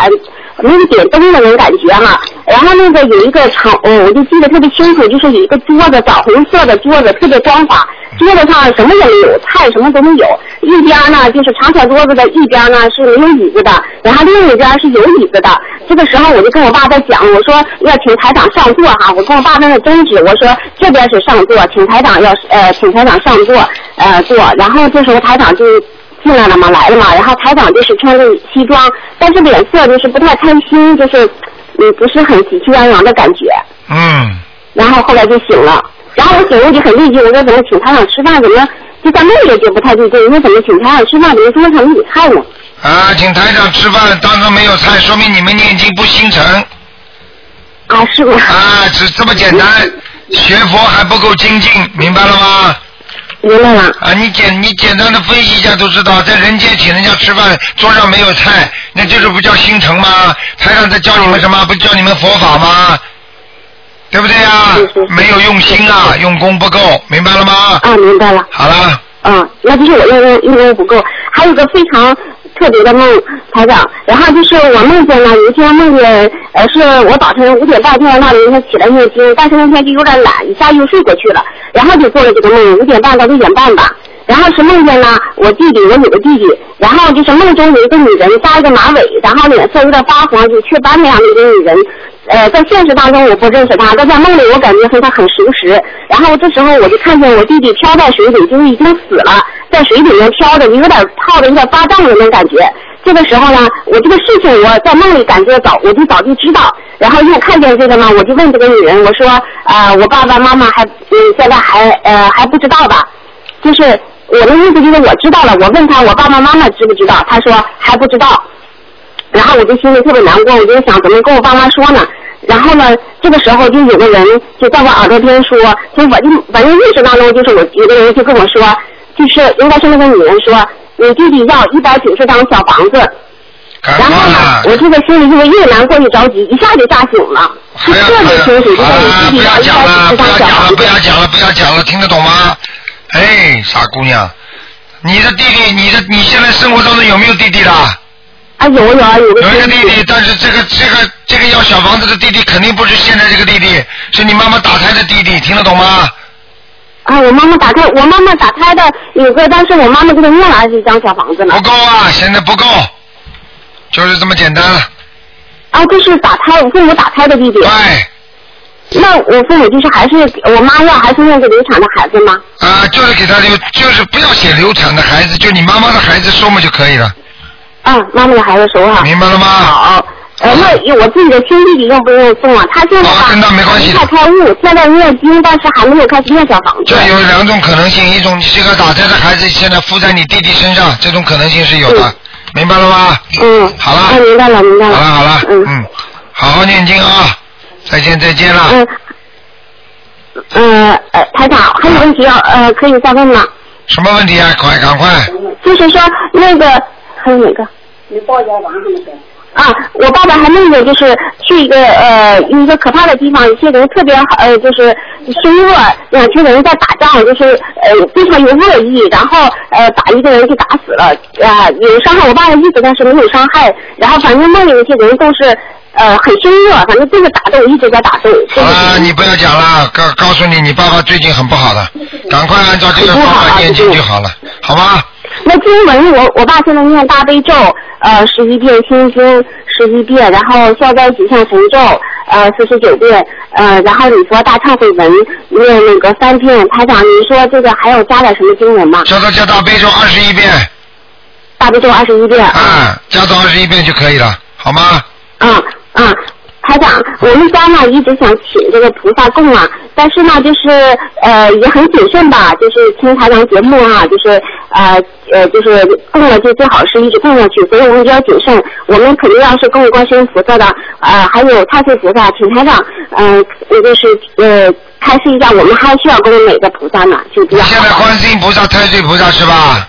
Speaker 3: 没有点灯的那种感觉哈。然后那个有一个长，呃我就记得特别清楚，就是有一个桌子，枣红色的桌子，特别光滑，桌子上什么也没有，菜什么都没有。一边呢就是长条桌子的，一边呢是没有椅子的，然后另一边是有椅子的。这个时候我就跟我爸在讲，我说要请台长上座哈，我跟我爸在那争执，我说这边是上座，请台长要呃请台长上座呃坐，然后这时候台长就进来了嘛，来了嘛，然后台长就是穿着西装，但是脸色就是不太开心，就是嗯不是很喜气洋洋的感觉。
Speaker 2: 嗯。
Speaker 3: 然后后来就醒了，然后我醒了就很内疚，我说怎么请台长吃饭，怎么就在梦里就不太对劲，我说怎么请台长吃饭，怎么桌上没有菜呢？
Speaker 2: 啊，请台长吃饭，当中没有菜，说明你们念经不心诚。
Speaker 3: 啊，是吗？嗯
Speaker 2: 啊，只这么简单。学佛还不够精进，明白了吗？
Speaker 3: 明白了。
Speaker 2: 啊，你简你简单的分析一下都知道，在人间请人家吃饭，桌上没有菜，那这是不叫心诚吗？台上在教你们什
Speaker 3: 嗯
Speaker 2: 么？不教你们佛法吗？对不对呀？没有用心啊，用功不够，明白了吗？
Speaker 3: 啊，明白了。
Speaker 2: 好了，
Speaker 3: 嗯，那就是我用用用不够。还有个非常特别的梦，台长。然后就是我梦见了，有一天梦见，呃，是我早晨五点半就要闹铃声起来念经，但是那天就有点懒，一下又睡过去了。然后就做了这个梦，五点半到六点半吧。然后是梦见了我弟弟，我有个弟弟。然后就是梦中有一个女人扎一个马尾，然后脸色有点发黄，有雀斑那样的一个女人。呃，在现实当中我不认识她，但在梦里我感觉和她很熟识。然后这时候我就看见我弟弟飘在水里，就是已经死了，在水里面飘着，有点泡的有点发胀的那种感觉。这个时候呢，我这个事情我在梦里感觉早，我就早就知道。然后又看见这个呢，我就问这个女人，我说，呃，我爸爸妈妈还，嗯，现在还，呃，还不知道吧？就是我的意思就是我知道了，我问他我爸爸妈妈知不知道，他说还不知道。然后我就心里特别难过，我就想怎么跟我爸妈说呢？然后呢，这个时候就有个人就在我耳朵边说，就我就反正意识当中就是我有个人就跟我说，就是应该是那个女人说，你弟弟要一百九十张小房子。然后呢，我这个心里就是越难过越着急，一下就炸醒了，就特别清楚，就在你弟弟要一百九十张小房
Speaker 2: 啊不
Speaker 3: 子。
Speaker 2: 要讲了，不要讲了，听得懂吗？哎，傻姑娘，你的弟弟，你的你现在生活当中有没有弟弟啦？
Speaker 3: 啊，有有啊，有
Speaker 2: 有一个弟弟，但是这个这个这个要小房子的弟弟肯定不是现在这个弟弟，是你妈妈打胎的弟弟，听得懂吗？
Speaker 3: 啊，我妈妈打开，我妈妈打开的有个，但是我妈妈给她念了二十一张小房子呢。
Speaker 2: 不够啊，现在不够，就是这么简单了。
Speaker 3: 啊，就是打胎，我父母打胎的弟弟。
Speaker 2: 对。
Speaker 3: 那我父母就是还是我妈要还是那个流产的孩子吗？
Speaker 2: 啊，就是给他留，就是不要写流产的孩子，就你妈妈的孩子收嘛就可以了。
Speaker 3: 啊，妈妈的孩子手哈。
Speaker 2: 明白了吗？
Speaker 3: 好。呃，那有我自己的亲弟弟用不用送啊？他现
Speaker 2: 哦
Speaker 3: 在吧，没太开悟，现在念经，但是还没有开始念小房子
Speaker 2: 这。有两种可能性，一种你这个打胎的孩子现在附在你弟弟身上，这种可能性是有的，明白了吗？
Speaker 3: 嗯。
Speaker 2: 好了。
Speaker 3: 哎，明白了，明白了。
Speaker 2: 好了好了，嗯好好念经啊！再见再见了。
Speaker 3: 嗯。呃呃，台长，还有问题要呃，可以再问吗？
Speaker 2: 什么问题啊？快赶快！
Speaker 3: 就是说那个还有哪个？
Speaker 11: 你报一下网上那个。
Speaker 3: 啊，我爸爸还梦见就是去一个呃一个可怕的地方，有些人特别好呃就是凶恶，两群人在打仗，就是呃非常有恶意，然后呃把一个人给打死了，啊、有伤害我爸的意思，但是没有伤害，然后反正梦里那些人都是呃很凶恶，反正这个打斗一直在打斗，
Speaker 2: 好了，啊你不要讲了，告告诉你，你爸爸最近很不好的，赶快按照这个方法念经就好了，
Speaker 3: 嗯
Speaker 2: 好吗？
Speaker 3: 那经文我我爸现在念大悲咒，呃十一遍心经十一遍，然后消灾吉祥神咒呃四十九遍，呃然后礼佛大忏悔文念那个三遍。台长，您说这个还要加点什么经文吗？
Speaker 2: 叫他加大悲咒二十一遍，
Speaker 3: 大悲咒二十一遍。
Speaker 2: 啊，加到二十一遍就可以了，好吗？
Speaker 3: 嗯嗯，台长，我们家呢一直想请这个菩萨供啊，但是呢就是呃也很谨慎吧，就是听台长节目啊，就是呃呃就是供了就最好是一直供下去，所以我们比较谨慎。我们肯定要是供观世音菩萨的，呃还有太岁菩萨，请台长嗯、呃、就是呃开示一下，我们还需要供哪个菩萨呢？就比较
Speaker 2: 现在观世音菩萨、太岁菩萨是吧？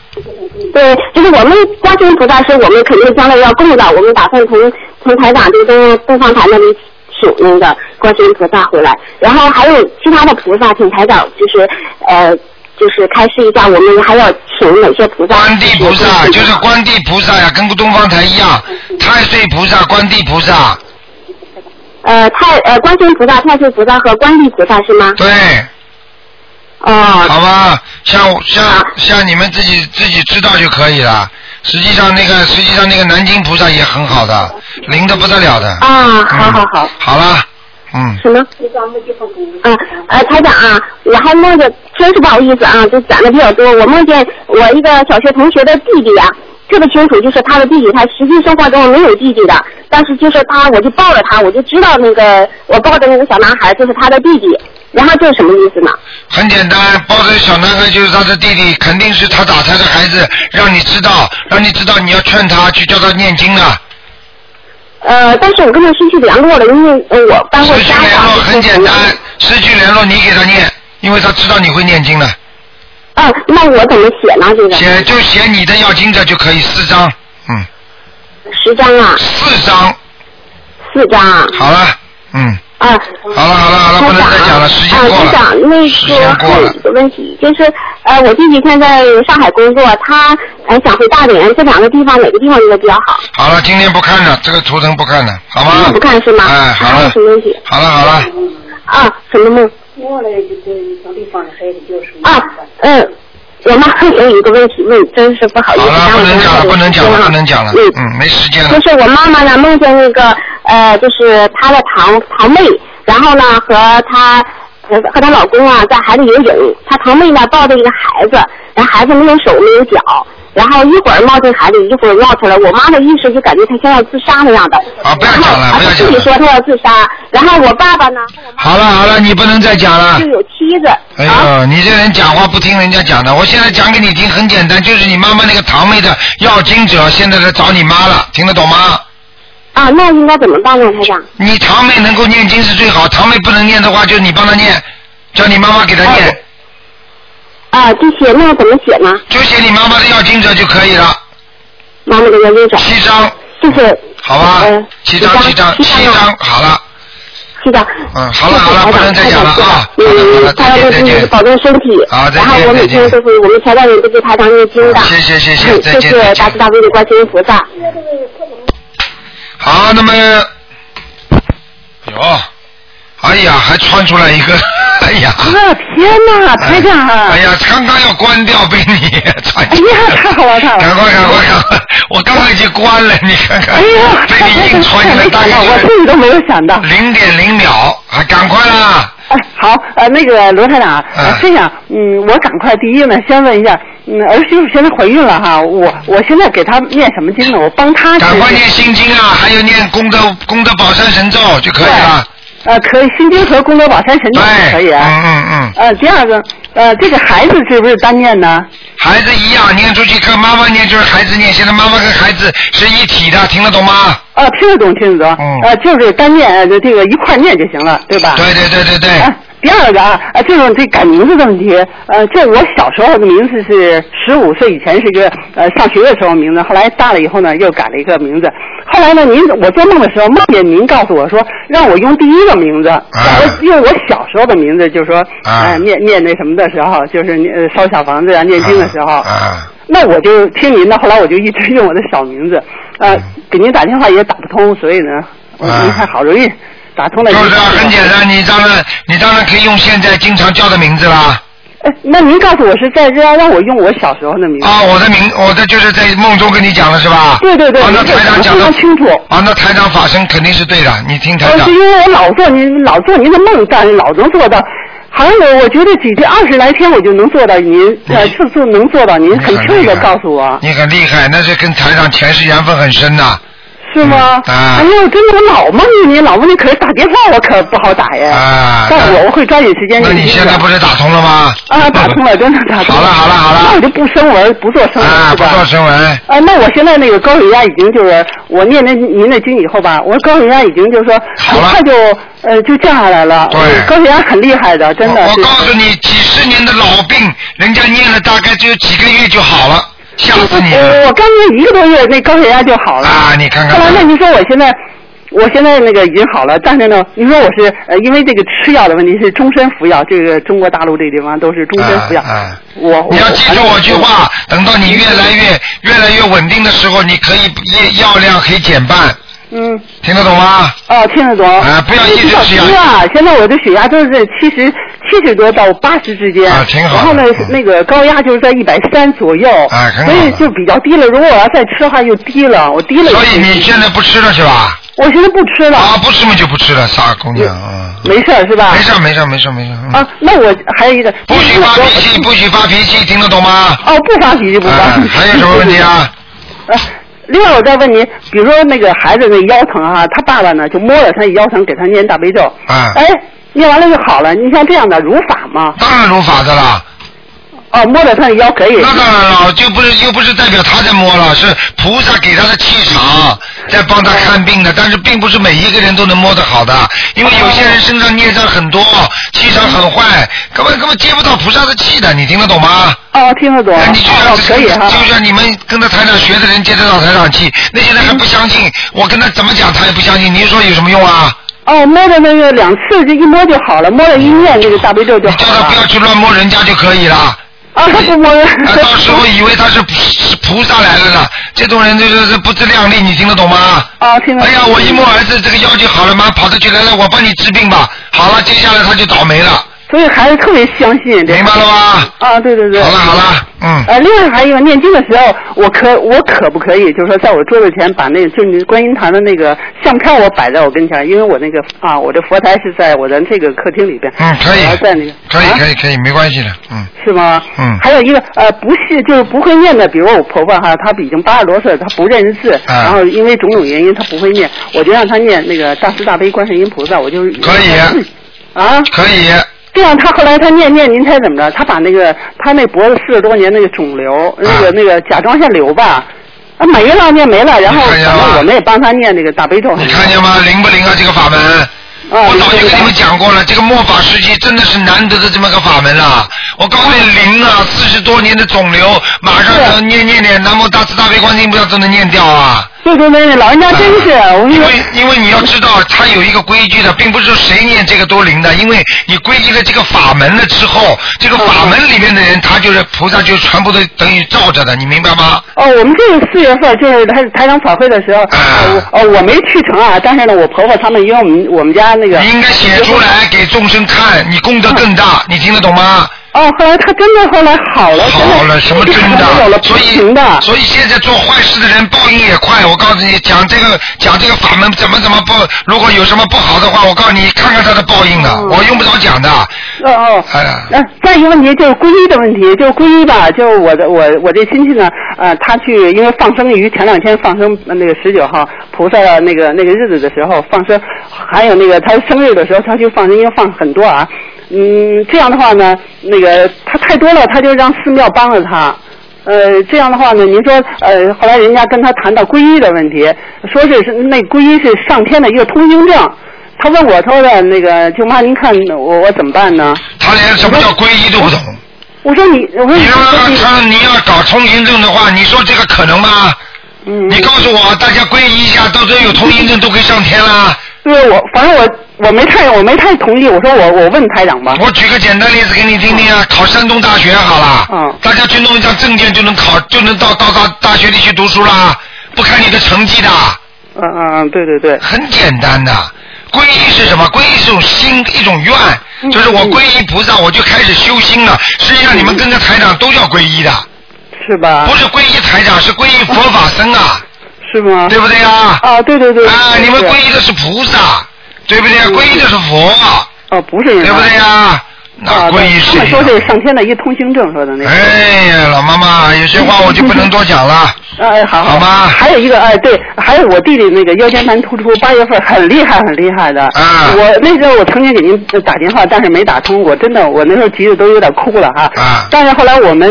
Speaker 3: 对，就是我们观世音菩萨是我们肯定将来要供的，我们打算从从台长这个东东方台那里请那个观世音菩萨回来，然后还有其他的菩萨，请台长就是呃就是开示一下，我们还要呃请哪些菩萨？
Speaker 2: 观地菩萨就是观地菩萨呀，跟东方台一样，太岁菩萨、观地菩萨，
Speaker 3: 呃太呃观世音菩萨、太岁菩萨和观地菩萨是吗？
Speaker 2: 对。
Speaker 3: 哦，
Speaker 2: 好吧，像像
Speaker 3: 啊
Speaker 2: 像你们自己自己知道就可以了。实际上那个实际上那个南京菩萨也很好的，灵的不得了的。嗯
Speaker 3: 啊，好好好。
Speaker 2: 好了，嗯，
Speaker 3: 什么？嗯，呃，台长啊，我还梦见，真是不好意思啊，就讲的比较多。我梦见我一个小学同学的弟弟啊，特别清楚，就是他的弟弟，他实际生活中没有弟弟的，但是就是他，我就抱着他，我就知道那个我抱着那个小男孩就是他的弟弟。然后这是什么意思呢？
Speaker 2: 很简单，抱着小男孩就是他的弟弟，肯定是他打他的孩子，让你知道，让你知道你要劝他去叫他念经啊。
Speaker 3: 呃，但是我跟他失去联络了，因为呃我搬过家
Speaker 2: 失去联络很简单，失去联络你给他念，因为他知道你会念经了。
Speaker 3: 嗯、那我怎么写呢？这个
Speaker 2: 写就写你的要经者就可以四张，嗯
Speaker 3: 十张啊，
Speaker 2: 四张，
Speaker 3: 四张啊，
Speaker 2: 好了，嗯，
Speaker 3: 啊，
Speaker 2: 好了好了好了，不能再讲了，时间
Speaker 3: 啊，
Speaker 2: 过
Speaker 3: 局
Speaker 2: 了。
Speaker 3: 长，那个还有一个问题，就是呃，我弟弟现在上海工作，他呃想回大连，这两个地方哪个地方应该比较好？
Speaker 2: 好了，今天不看了，这个图腾不看了，好吗？
Speaker 3: 嗯不看是吗？
Speaker 2: 哎，好
Speaker 3: 还有
Speaker 2: 了
Speaker 3: 什，么问题？
Speaker 2: 好了好了，
Speaker 3: 啊，什么梦？
Speaker 12: 我嘞，就是从地方黑的就是
Speaker 3: 啊，嗯，我妈也有一个问题问，真是不好意思，耽误
Speaker 2: 好了
Speaker 3: 了
Speaker 2: 不能讲了不能讲了，
Speaker 3: 嗯。
Speaker 2: 嗯，没时间了。
Speaker 3: 就是我妈妈呢梦见那个呃，就是她的堂堂妹，然后呢和她和和她老公啊在海里游泳，她堂妹呢抱着一个孩子，然后孩子没有手没有脚，然后一会儿冒进海里，一会儿冒出来，我妈的意识就感觉她像要自杀那样的。
Speaker 2: 啊，不要讲了，不要
Speaker 3: 她自
Speaker 2: 讲
Speaker 3: 己
Speaker 2: 了。
Speaker 3: 说她要自杀，然后我爸爸呢
Speaker 2: 好了好了，你不能再讲了
Speaker 3: 就。有妻子，
Speaker 2: 哎
Speaker 3: 啊
Speaker 2: 呦，你这人讲话不听人家讲的。我现在讲给你听很简单，就是你妈妈那个堂妹的要经者现在来找你妈了，听得懂吗？
Speaker 3: 啊，那应该怎么办呢，台长？
Speaker 2: 你堂妹能够念经是最好，堂妹不能念的话，就是你帮她念，叫你妈妈给她念，
Speaker 3: 啊，这些那怎么写呢？
Speaker 2: 就写你妈妈的要经者就可以了，
Speaker 3: 妈妈的原因者，
Speaker 2: 七张，
Speaker 3: 就是
Speaker 2: 好吧
Speaker 3: 嗯？
Speaker 2: 七张，七
Speaker 3: 七
Speaker 2: 张
Speaker 3: 张，
Speaker 2: 七
Speaker 3: 七张啊
Speaker 2: 张，好了，
Speaker 3: 是的。
Speaker 2: 嗯，好了好了，
Speaker 3: 台
Speaker 2: 不能
Speaker 3: 长，
Speaker 2: 再
Speaker 3: 太
Speaker 2: 讲了
Speaker 3: 感谢
Speaker 2: 啊！好
Speaker 3: 嗯
Speaker 2: 了，
Speaker 3: 大
Speaker 2: 再见
Speaker 3: 家都
Speaker 2: 再
Speaker 3: 注意
Speaker 2: 见。
Speaker 3: 保重身体。
Speaker 2: 好再见
Speaker 3: 然后我每天都会，我们全家人都是台长念经的。
Speaker 2: 谢谢谢谢，
Speaker 3: 嗯
Speaker 2: 再见再
Speaker 3: 谢谢
Speaker 2: 见啊
Speaker 3: 大。慈大悲的观世音菩萨。
Speaker 2: 好，那么，哟，哎呀，还窜出来一个， [laughs] 哎呀，
Speaker 10: 啊天哪，台长！
Speaker 2: 哎呀，刚刚要关掉被你 [laughs] 窜
Speaker 10: 哎
Speaker 2: 进来
Speaker 10: 呀，
Speaker 2: 了，
Speaker 10: 太好了，太好了！
Speaker 2: 赶快赶快赶快， [laughs] 我刚刚已经关了，你看看，
Speaker 10: 哎呀，
Speaker 2: 被你硬窜进来，
Speaker 10: 没
Speaker 2: 大
Speaker 10: 想
Speaker 2: 概
Speaker 10: 到，我自己都没有想到。
Speaker 2: 零点零秒，还赶快啦，
Speaker 10: 哎，好，呃，那个罗台长，
Speaker 2: 嗯
Speaker 10: 呃这样，嗯，我赶快第一呢，先问一下，嗯，儿媳妇现在怀孕了哈，我我现在给她念什么经呢？我帮她
Speaker 2: 赶快
Speaker 10: 去
Speaker 2: 念心经啊，还有念功德功德宝山神咒就可以了，
Speaker 10: 呃，可以，心经和功德宝山神咒
Speaker 2: 对，
Speaker 10: 可以啊。
Speaker 2: 嗯嗯嗯，
Speaker 10: 呃，第二个，呃，这个孩子是不是单念呢？
Speaker 2: 孩子一样，念出去跟妈妈念就是孩子念，现在妈妈跟孩子是一体的，听得懂吗？
Speaker 10: 啊，听得懂，听得懂。
Speaker 2: 嗯
Speaker 10: 呃，就是单念，呃这个一块儿念就行了，对吧？
Speaker 2: 对对对对对，
Speaker 10: 啊，第二个啊，啊，就是这改名字的问题。呃，这我小时候的名字是十五岁以前是一个呃上学的时候名字，后来大了以后呢又改了一个名字。后来呢，您我做梦的时候梦见您告诉我说让我用第一个名字，我因为我小时候的名字就是说，
Speaker 2: 啊
Speaker 10: 呃，念念那什么的时候，就是念呃烧小房子啊、念经的时候，
Speaker 2: 啊，
Speaker 10: [laughs] 那我就听您的，后来我就一直用我的小名字，呃，给您打电话也打不通，所以呢，我
Speaker 2: 嗯啊
Speaker 10: 您看好容易打通了。
Speaker 2: 就是啊，很简单，你当然你当然可以用现在经常叫的名字啦。
Speaker 10: 哎，那您告诉我是在这要让我用我小时候的名字？
Speaker 2: 啊，我的名，我的就是在梦中跟你讲的是吧？
Speaker 10: 对对对，
Speaker 2: 啊，那
Speaker 10: 您这
Speaker 2: 台
Speaker 10: 讲
Speaker 2: 长讲
Speaker 10: 得非
Speaker 2: 的
Speaker 10: 常清楚。
Speaker 2: 啊，那台长法身肯定是对的，你听台
Speaker 10: 呃，
Speaker 2: 长
Speaker 10: 是。因为我老做您老做您的梦，但是老能做到。好像我我觉得几天二十来天我就能做到您，呃，就就能做到您，
Speaker 2: 你
Speaker 10: 很
Speaker 2: 嗯很
Speaker 10: 轻易
Speaker 2: 厉害嗯
Speaker 10: 的告诉我，
Speaker 2: 你很厉害，那是跟台长前世缘分很深呐、
Speaker 10: 是吗？
Speaker 2: 嗯啊
Speaker 10: 哎呦，真的我老梦见您，老梦见，可是打电话我可不好打
Speaker 3: 呃
Speaker 10: 呀。
Speaker 2: 啊
Speaker 10: 但
Speaker 2: 那
Speaker 10: 哎我我会抓紧时间
Speaker 2: 那
Speaker 10: 给您
Speaker 2: 你
Speaker 10: 的。
Speaker 2: 现在不是打通了吗？
Speaker 10: 啊，打通了，真的打通
Speaker 2: 好了好了好了
Speaker 10: 那我就不生文，不做生文
Speaker 2: 啊，
Speaker 10: 是
Speaker 2: 不
Speaker 10: 吧？
Speaker 2: 做声纹。
Speaker 10: [laughs] 啊，那我现在那个高血压已经就是我念那您的经以后吧，我高血压已经就是说
Speaker 2: 好
Speaker 10: 很
Speaker 2: 了
Speaker 10: 快就呃就降下来了。
Speaker 2: 对
Speaker 10: 嗯高血压很厉害的，真的。
Speaker 2: 我我
Speaker 10: 是
Speaker 2: 告诉你，几十年的老病，人家念了大概只有几个月就好了，吓死你
Speaker 10: 我
Speaker 2: 了
Speaker 10: 我刚念一个多月，那高血压就好了。
Speaker 2: 啊！你看看
Speaker 10: 后来，那
Speaker 2: 吧，
Speaker 10: 你说我现在，我现在那个已经好了，但是呢，你说我是呃，因为这个吃药的问题是终身服药，这个中国大陆这地方都是终身服药。
Speaker 2: 啊啊
Speaker 10: 我我
Speaker 2: 你要记住我句话，等到你越来越越来越稳定的时候，你可以药药量可以减半，
Speaker 10: 嗯，
Speaker 2: 听得懂吗？
Speaker 10: 哦，听得懂。
Speaker 2: 啊不要一直吃药
Speaker 10: 吃啊！现在我的血压都是在七十七十多到八十之间。
Speaker 2: 啊挺好的
Speaker 10: 然后呢
Speaker 2: 嗯，
Speaker 10: 那个高压就是在一百三左右。
Speaker 2: 啊很好
Speaker 10: 所以就比较低了。如果我要再吃的话，又低了。我低了一些。
Speaker 2: 所以你现在不吃了是吧？
Speaker 10: 我现在不吃了，嗯
Speaker 2: 啊，不吃嘛就不吃了，傻姑娘啊。
Speaker 10: 没事儿是吧？
Speaker 2: 没事儿嗯没事儿没事儿没事儿。嗯
Speaker 10: 啊，那我还有一个。
Speaker 2: 不许发脾气，不许发脾气，听得懂吗？
Speaker 10: 哦，不发脾气，不发
Speaker 2: 啊
Speaker 10: 脾气。，
Speaker 2: 还有什么问题啊？
Speaker 10: [laughs] 呃？另外，我再问您，比如说那个孩子那腰疼哈、他爸爸呢就摸着他腰疼，给他念大悲咒。哎
Speaker 2: 啊
Speaker 10: 哎，念完了就好了。你像这样的如法吗？
Speaker 2: 当然如法的啦。
Speaker 10: 哦，摸到他的腰可以。
Speaker 2: 那当然了，就不是又不是代表他在摸了，是菩萨给他的气场在帮他看病的。但是并不是每一个人都能摸得好的，因为有些人身上孽障很多，气场很坏，根本根本接不到菩萨的气的，你听得懂吗？哎
Speaker 10: 哦，啊听得懂。
Speaker 2: 你就像、可以哈，就像你们跟着台长学的人接得到台长气，那些人还不相信，我跟他怎么讲他也不相信，你说有什么用啊？
Speaker 10: 哦，摸的那个两次就一摸就好了，摸了一念那个大悲咒就好了。
Speaker 2: 不要去乱摸人家就可以了。
Speaker 10: 啊，他不摸人。
Speaker 2: 啊，到时候以为他是菩是菩萨来了呢，这种人就是是不自量力，你听得懂吗？
Speaker 10: 啊，听得
Speaker 2: 哎呀，我一摸儿子这个腰就好了，妈跑着去来来，我帮你治病吧。好了，接下来他就倒霉了。
Speaker 10: 所以孩子特别相信这。
Speaker 2: 明白了吗？
Speaker 10: 啊，对对对。好了
Speaker 2: 好了，嗯。
Speaker 10: 呃，另外还有一个念经的时候，我可我可不可以，就是说在我桌子前把那就你观音堂的那个相片我摆在我跟前，因为我那个啊，我的佛台是在我的这个客厅里边。
Speaker 2: 嗯，可以
Speaker 10: 然后在那个。
Speaker 2: 可以
Speaker 10: 啊
Speaker 2: 可以可以，没关系的，嗯。
Speaker 10: 是吗？
Speaker 2: 嗯
Speaker 10: 还有一个呃，不是就是不会念的，比如我婆婆哈，她已经八十多岁了，她不认识字，
Speaker 2: 啊
Speaker 10: 然后因为种种原因她不会念，我就让她念那个大慈大悲观世音菩萨，我就是可以啊，
Speaker 2: 可以。
Speaker 10: 这样，她后来她念念，您猜怎么着？她把那个她那脖子四十多年那个肿
Speaker 2: 啊
Speaker 10: 瘤，那个那个甲状腺瘤吧，啊没了，念没了。然后反正我们也帮她念那个大悲咒。你
Speaker 2: 看见吗？灵不灵啊？这个法门，我早
Speaker 10: 啊
Speaker 2: 就跟你们讲过了，这个末法时期真的是难得的这么个法门啊！我告诉你，灵啊，四十多年的肿瘤，马上能念念念南无大慈大悲观世音菩萨都能念掉啊！
Speaker 10: 对对对，老人家真是，我
Speaker 2: 因为因为你要知道，它有一个规矩的，并不是说谁念这个都灵的，因为你规定了这个法门了之后，这个法门里面的人，他就是菩萨，就全部都等于罩着的，你明白吗？
Speaker 10: 哦，我们这个四月份就是台台长法会的时候，
Speaker 2: 啊
Speaker 10: 呃我哦我没去成啊，但是呢，我婆婆他们因为我们我们家那个
Speaker 2: 你应该
Speaker 10: 嗯
Speaker 2: 写出来给众生看，你功德更大，你听得懂吗？
Speaker 10: 哦，后来他真的后来好了，
Speaker 2: 好了，什么真
Speaker 10: 有了
Speaker 2: 的？所
Speaker 10: 平的
Speaker 2: 以，所以现在做坏事的人报应也快。我告诉你，讲这个讲这个法门怎么怎么不，如果有什么不好的话，我告诉你，看看他的报应啊，我用不着讲的。
Speaker 10: 哦哦，
Speaker 2: 哎呀，
Speaker 10: 那、再一个问题就是皈依的问题，就是皈依吧，就是我的我我这亲戚呢，呃，他去因为放生鱼，前两天放生呃那个十九号菩萨的那个那个日子的时候放生，还有那个他生日的时候他去放生，因为放很多啊，嗯，这样的话呢，那个他太多了，他就让寺庙帮了他。呃，这样的话呢，您说，呃，后来人家跟他谈到皈依的问题，说是是那皈依是上天的一个通行证，他问我，他说的那个舅妈，您看我我怎么办呢？
Speaker 2: 他连什么叫皈依都不懂。
Speaker 10: 我说你，我说
Speaker 2: 你要他你要搞通行证的话，你说这个可能吗？
Speaker 10: 嗯。
Speaker 2: 你告诉我，大家皈依一下，到时候有通行证都可以上天啦。
Speaker 10: 对我，反正我我没太我没太同意，我说我我问台长吧。
Speaker 2: 我举个简单例子给你听听
Speaker 10: 嗯
Speaker 2: 啊，考山东大学好了，大家去弄一张证件就能考，就能到到大大学里去读书啦，不看你的成绩的。
Speaker 10: 嗯嗯嗯，对对对。
Speaker 2: 很简单的，皈依是什么？皈依是一种心，一种愿，
Speaker 10: 嗯
Speaker 2: 就是我皈依菩萨，我就开始修心了。实际上你们跟着台长都叫皈依的，
Speaker 10: 嗯是吧？
Speaker 2: 不是皈依台长，是皈依佛法僧啊。
Speaker 10: 是吗？
Speaker 2: 对不对啊？
Speaker 10: 啊，对对对。
Speaker 2: 啊，你们皈依的是菩萨，对不对啊？皈依的是佛。
Speaker 10: 嗯哦，不是人
Speaker 2: 对不对呀？
Speaker 10: 啊，
Speaker 2: 那皈依
Speaker 10: 他
Speaker 2: 是
Speaker 10: 们
Speaker 2: 一
Speaker 10: 说
Speaker 2: 样。
Speaker 10: 是上天的一个通行证说的那个。
Speaker 2: 哎呀，老妈妈，有些话我就不能多讲了。
Speaker 10: 哎，好好
Speaker 2: 吗？
Speaker 10: 还有一个哎，对，还有我弟弟那个腰间盘突出，八月份很厉害，很厉害的。
Speaker 2: 啊。
Speaker 10: 我那时候我曾经给您呃打电话，但是没打通，我真的我那时候急得都有点哭了哈。
Speaker 2: 啊。
Speaker 10: 但是后来我们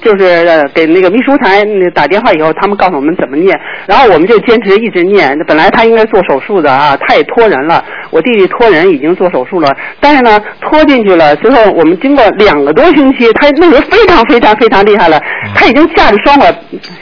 Speaker 10: 就是呃给那个秘书台那打电话以后，他们告诉我们怎么念，然后我们就坚持一直念。本来他应该做手术的啊，他也托人了，我弟弟托人已经做手术了，但是呢拖进去了。最后我们经过两个多星期，他那时候非常非常非常厉害了，他已经架着双管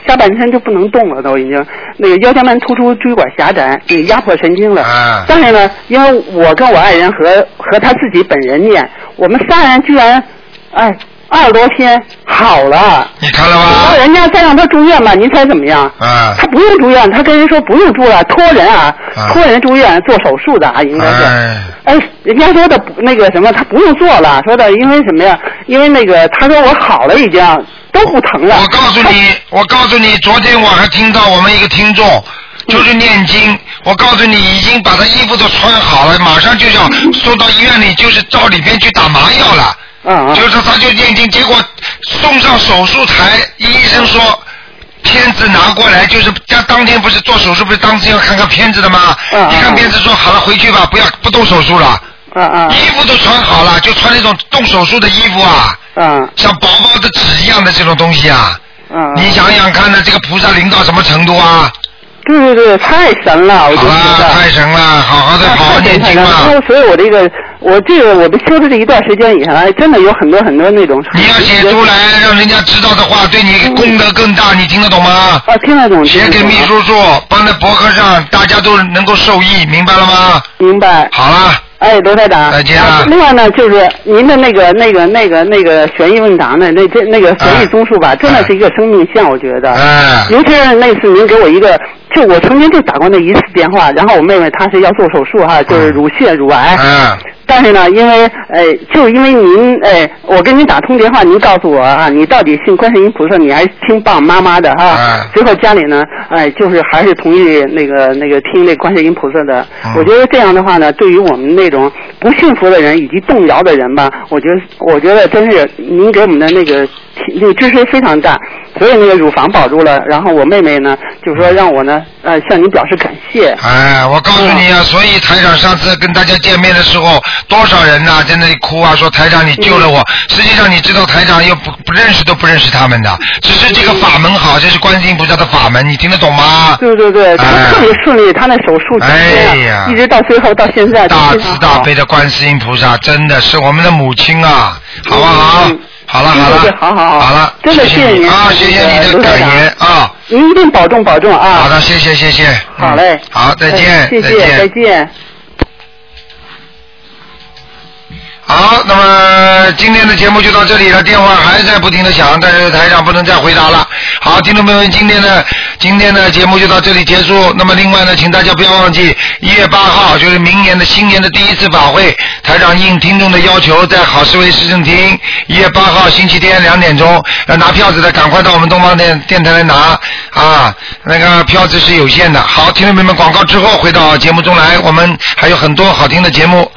Speaker 10: 下半身就不能动了，都已经那个腰间盘突出、椎管狭窄，那个压迫神经了。
Speaker 2: 啊
Speaker 10: 但是呢，因为我跟我爱人和和他自己本人念，我们三人居然，哎，二十多天好了。
Speaker 2: 你看了
Speaker 10: 吗？然后人家再让他住院吧，您猜怎么样？
Speaker 2: 啊
Speaker 10: 他不用住院，他跟人说不用住了，托人啊，
Speaker 2: 啊
Speaker 10: 托人住院做手术的啊，应该是。
Speaker 2: 哎，
Speaker 10: 哎，人家说的不那个什么，他不用做了，说的因为什么呀？因为那个他说我好了已经，都不疼啊了。
Speaker 2: 我告诉你，我告诉你，昨天我还听到我们一个听
Speaker 10: 嗯
Speaker 2: 众。就是念经，我告诉你，已经把他衣服都穿好了，马上就要送到医院里，就是到里边去打麻药了。
Speaker 10: 嗯
Speaker 2: 就是他就念经，结果送上手术台，医生说片子拿过来，就是他当天不是做手术，不是当时要看看片子的吗？
Speaker 10: 嗯
Speaker 2: 一看片子说好了，回去吧，不要不动手术了。
Speaker 10: 嗯嗯。
Speaker 2: 衣服都穿好了，就穿那种动手术的衣服啊。
Speaker 10: 嗯嗯
Speaker 2: 像薄薄的纸一样的这种东西啊。
Speaker 10: 嗯。
Speaker 2: 你想想看呢，这个菩萨灵到什么程度啊？
Speaker 10: 对对对，太神了，我就觉得。
Speaker 2: 太神了，好好的，啊好好
Speaker 10: 啊太
Speaker 2: 念
Speaker 10: 神
Speaker 2: 经
Speaker 10: 了。
Speaker 2: 吧。
Speaker 10: 然后，所以我这个，我这个，我的修的这一段时间以来，真的有很多很多那种。
Speaker 2: 你要写出来，让人家知道的话，对你功德更大，你听得懂吗？
Speaker 10: 啊，听得懂。
Speaker 2: 写给秘书处，放在博客上，大家都能够受益，明白了吗？
Speaker 10: 明白。
Speaker 2: 好了。
Speaker 10: 哎，罗台长。
Speaker 2: 再见
Speaker 10: 啊
Speaker 2: 了。
Speaker 10: 另外呢，就是您的那个、那个、那个、那个悬疑问答呢，那这那个悬疑综述吧，真的是一个生命线，我觉得。
Speaker 2: 哎
Speaker 10: 尤其是那次您给我一个，就我曾经就打过那一次电话，然后我妹妹她是要做手术哈，就是乳腺乳癌。
Speaker 2: 嗯。
Speaker 10: 但是呢，因为呃，就是因为您呃，我跟您打通电话，您告诉我啊，你到底信观世音菩萨，你还是听爸爸妈妈的哈、最后家里呢，哎、就是还是同意那个那个听那观世音菩萨的。我觉得这样的话呢，对于我们那种不信佛的人以及动摇的人吧，我觉得我觉得真是您给我们的那个提那个支持非常大，所以那个乳房保住了。然后我妹妹呢，就说让我呢，呃，向您表示感谢。
Speaker 2: 哎，我告诉你啊，所以台长上次跟大家见面的时候，多少人呐、在那里哭啊，说台长你救了我。实际上你知道台长又不不认识都不认识他们的，只是这个法门好，这是观世音菩萨的法门，你听得懂吗？
Speaker 10: 对对对，她特别顺利，她那手术
Speaker 2: 哎
Speaker 10: 成功
Speaker 2: 呀
Speaker 10: 了，一直到最后到现在都
Speaker 2: 大
Speaker 10: 非
Speaker 2: 慈
Speaker 10: 常
Speaker 2: 大
Speaker 10: 好。
Speaker 2: 悲的观世音菩萨，真的是我们的母亲啊，好不好？好了好
Speaker 10: 对对
Speaker 2: 了
Speaker 10: 对，好好好
Speaker 2: 了，
Speaker 10: 真的
Speaker 2: 嗯谢谢
Speaker 10: 谢
Speaker 2: 你
Speaker 10: 您
Speaker 2: 啊，谢谢你的感言啊。
Speaker 10: 您一定保重保重啊！
Speaker 2: 好的，谢谢谢谢。嗯
Speaker 10: 好嘞，
Speaker 2: 好，嗯再
Speaker 10: 哎
Speaker 2: 见，
Speaker 10: 谢谢，再见。
Speaker 2: 好，那么今天的节目就到这里了，电话还在不停的响，但是台长不能再回答了。好，听众朋友们，今天的今天的节目就到这里结束。那么另外呢，请大家不要忘记，一月八号就是明年的新年的第一次法会，台长应听众的要求，在好市委市政厅，一月八号星期天两点钟，呃拿票子的赶快到我们东方电电台来拿啊，那个票子是有限的。好，听众朋友们，广告之后回到节目中来，我们还有很多好听的节目。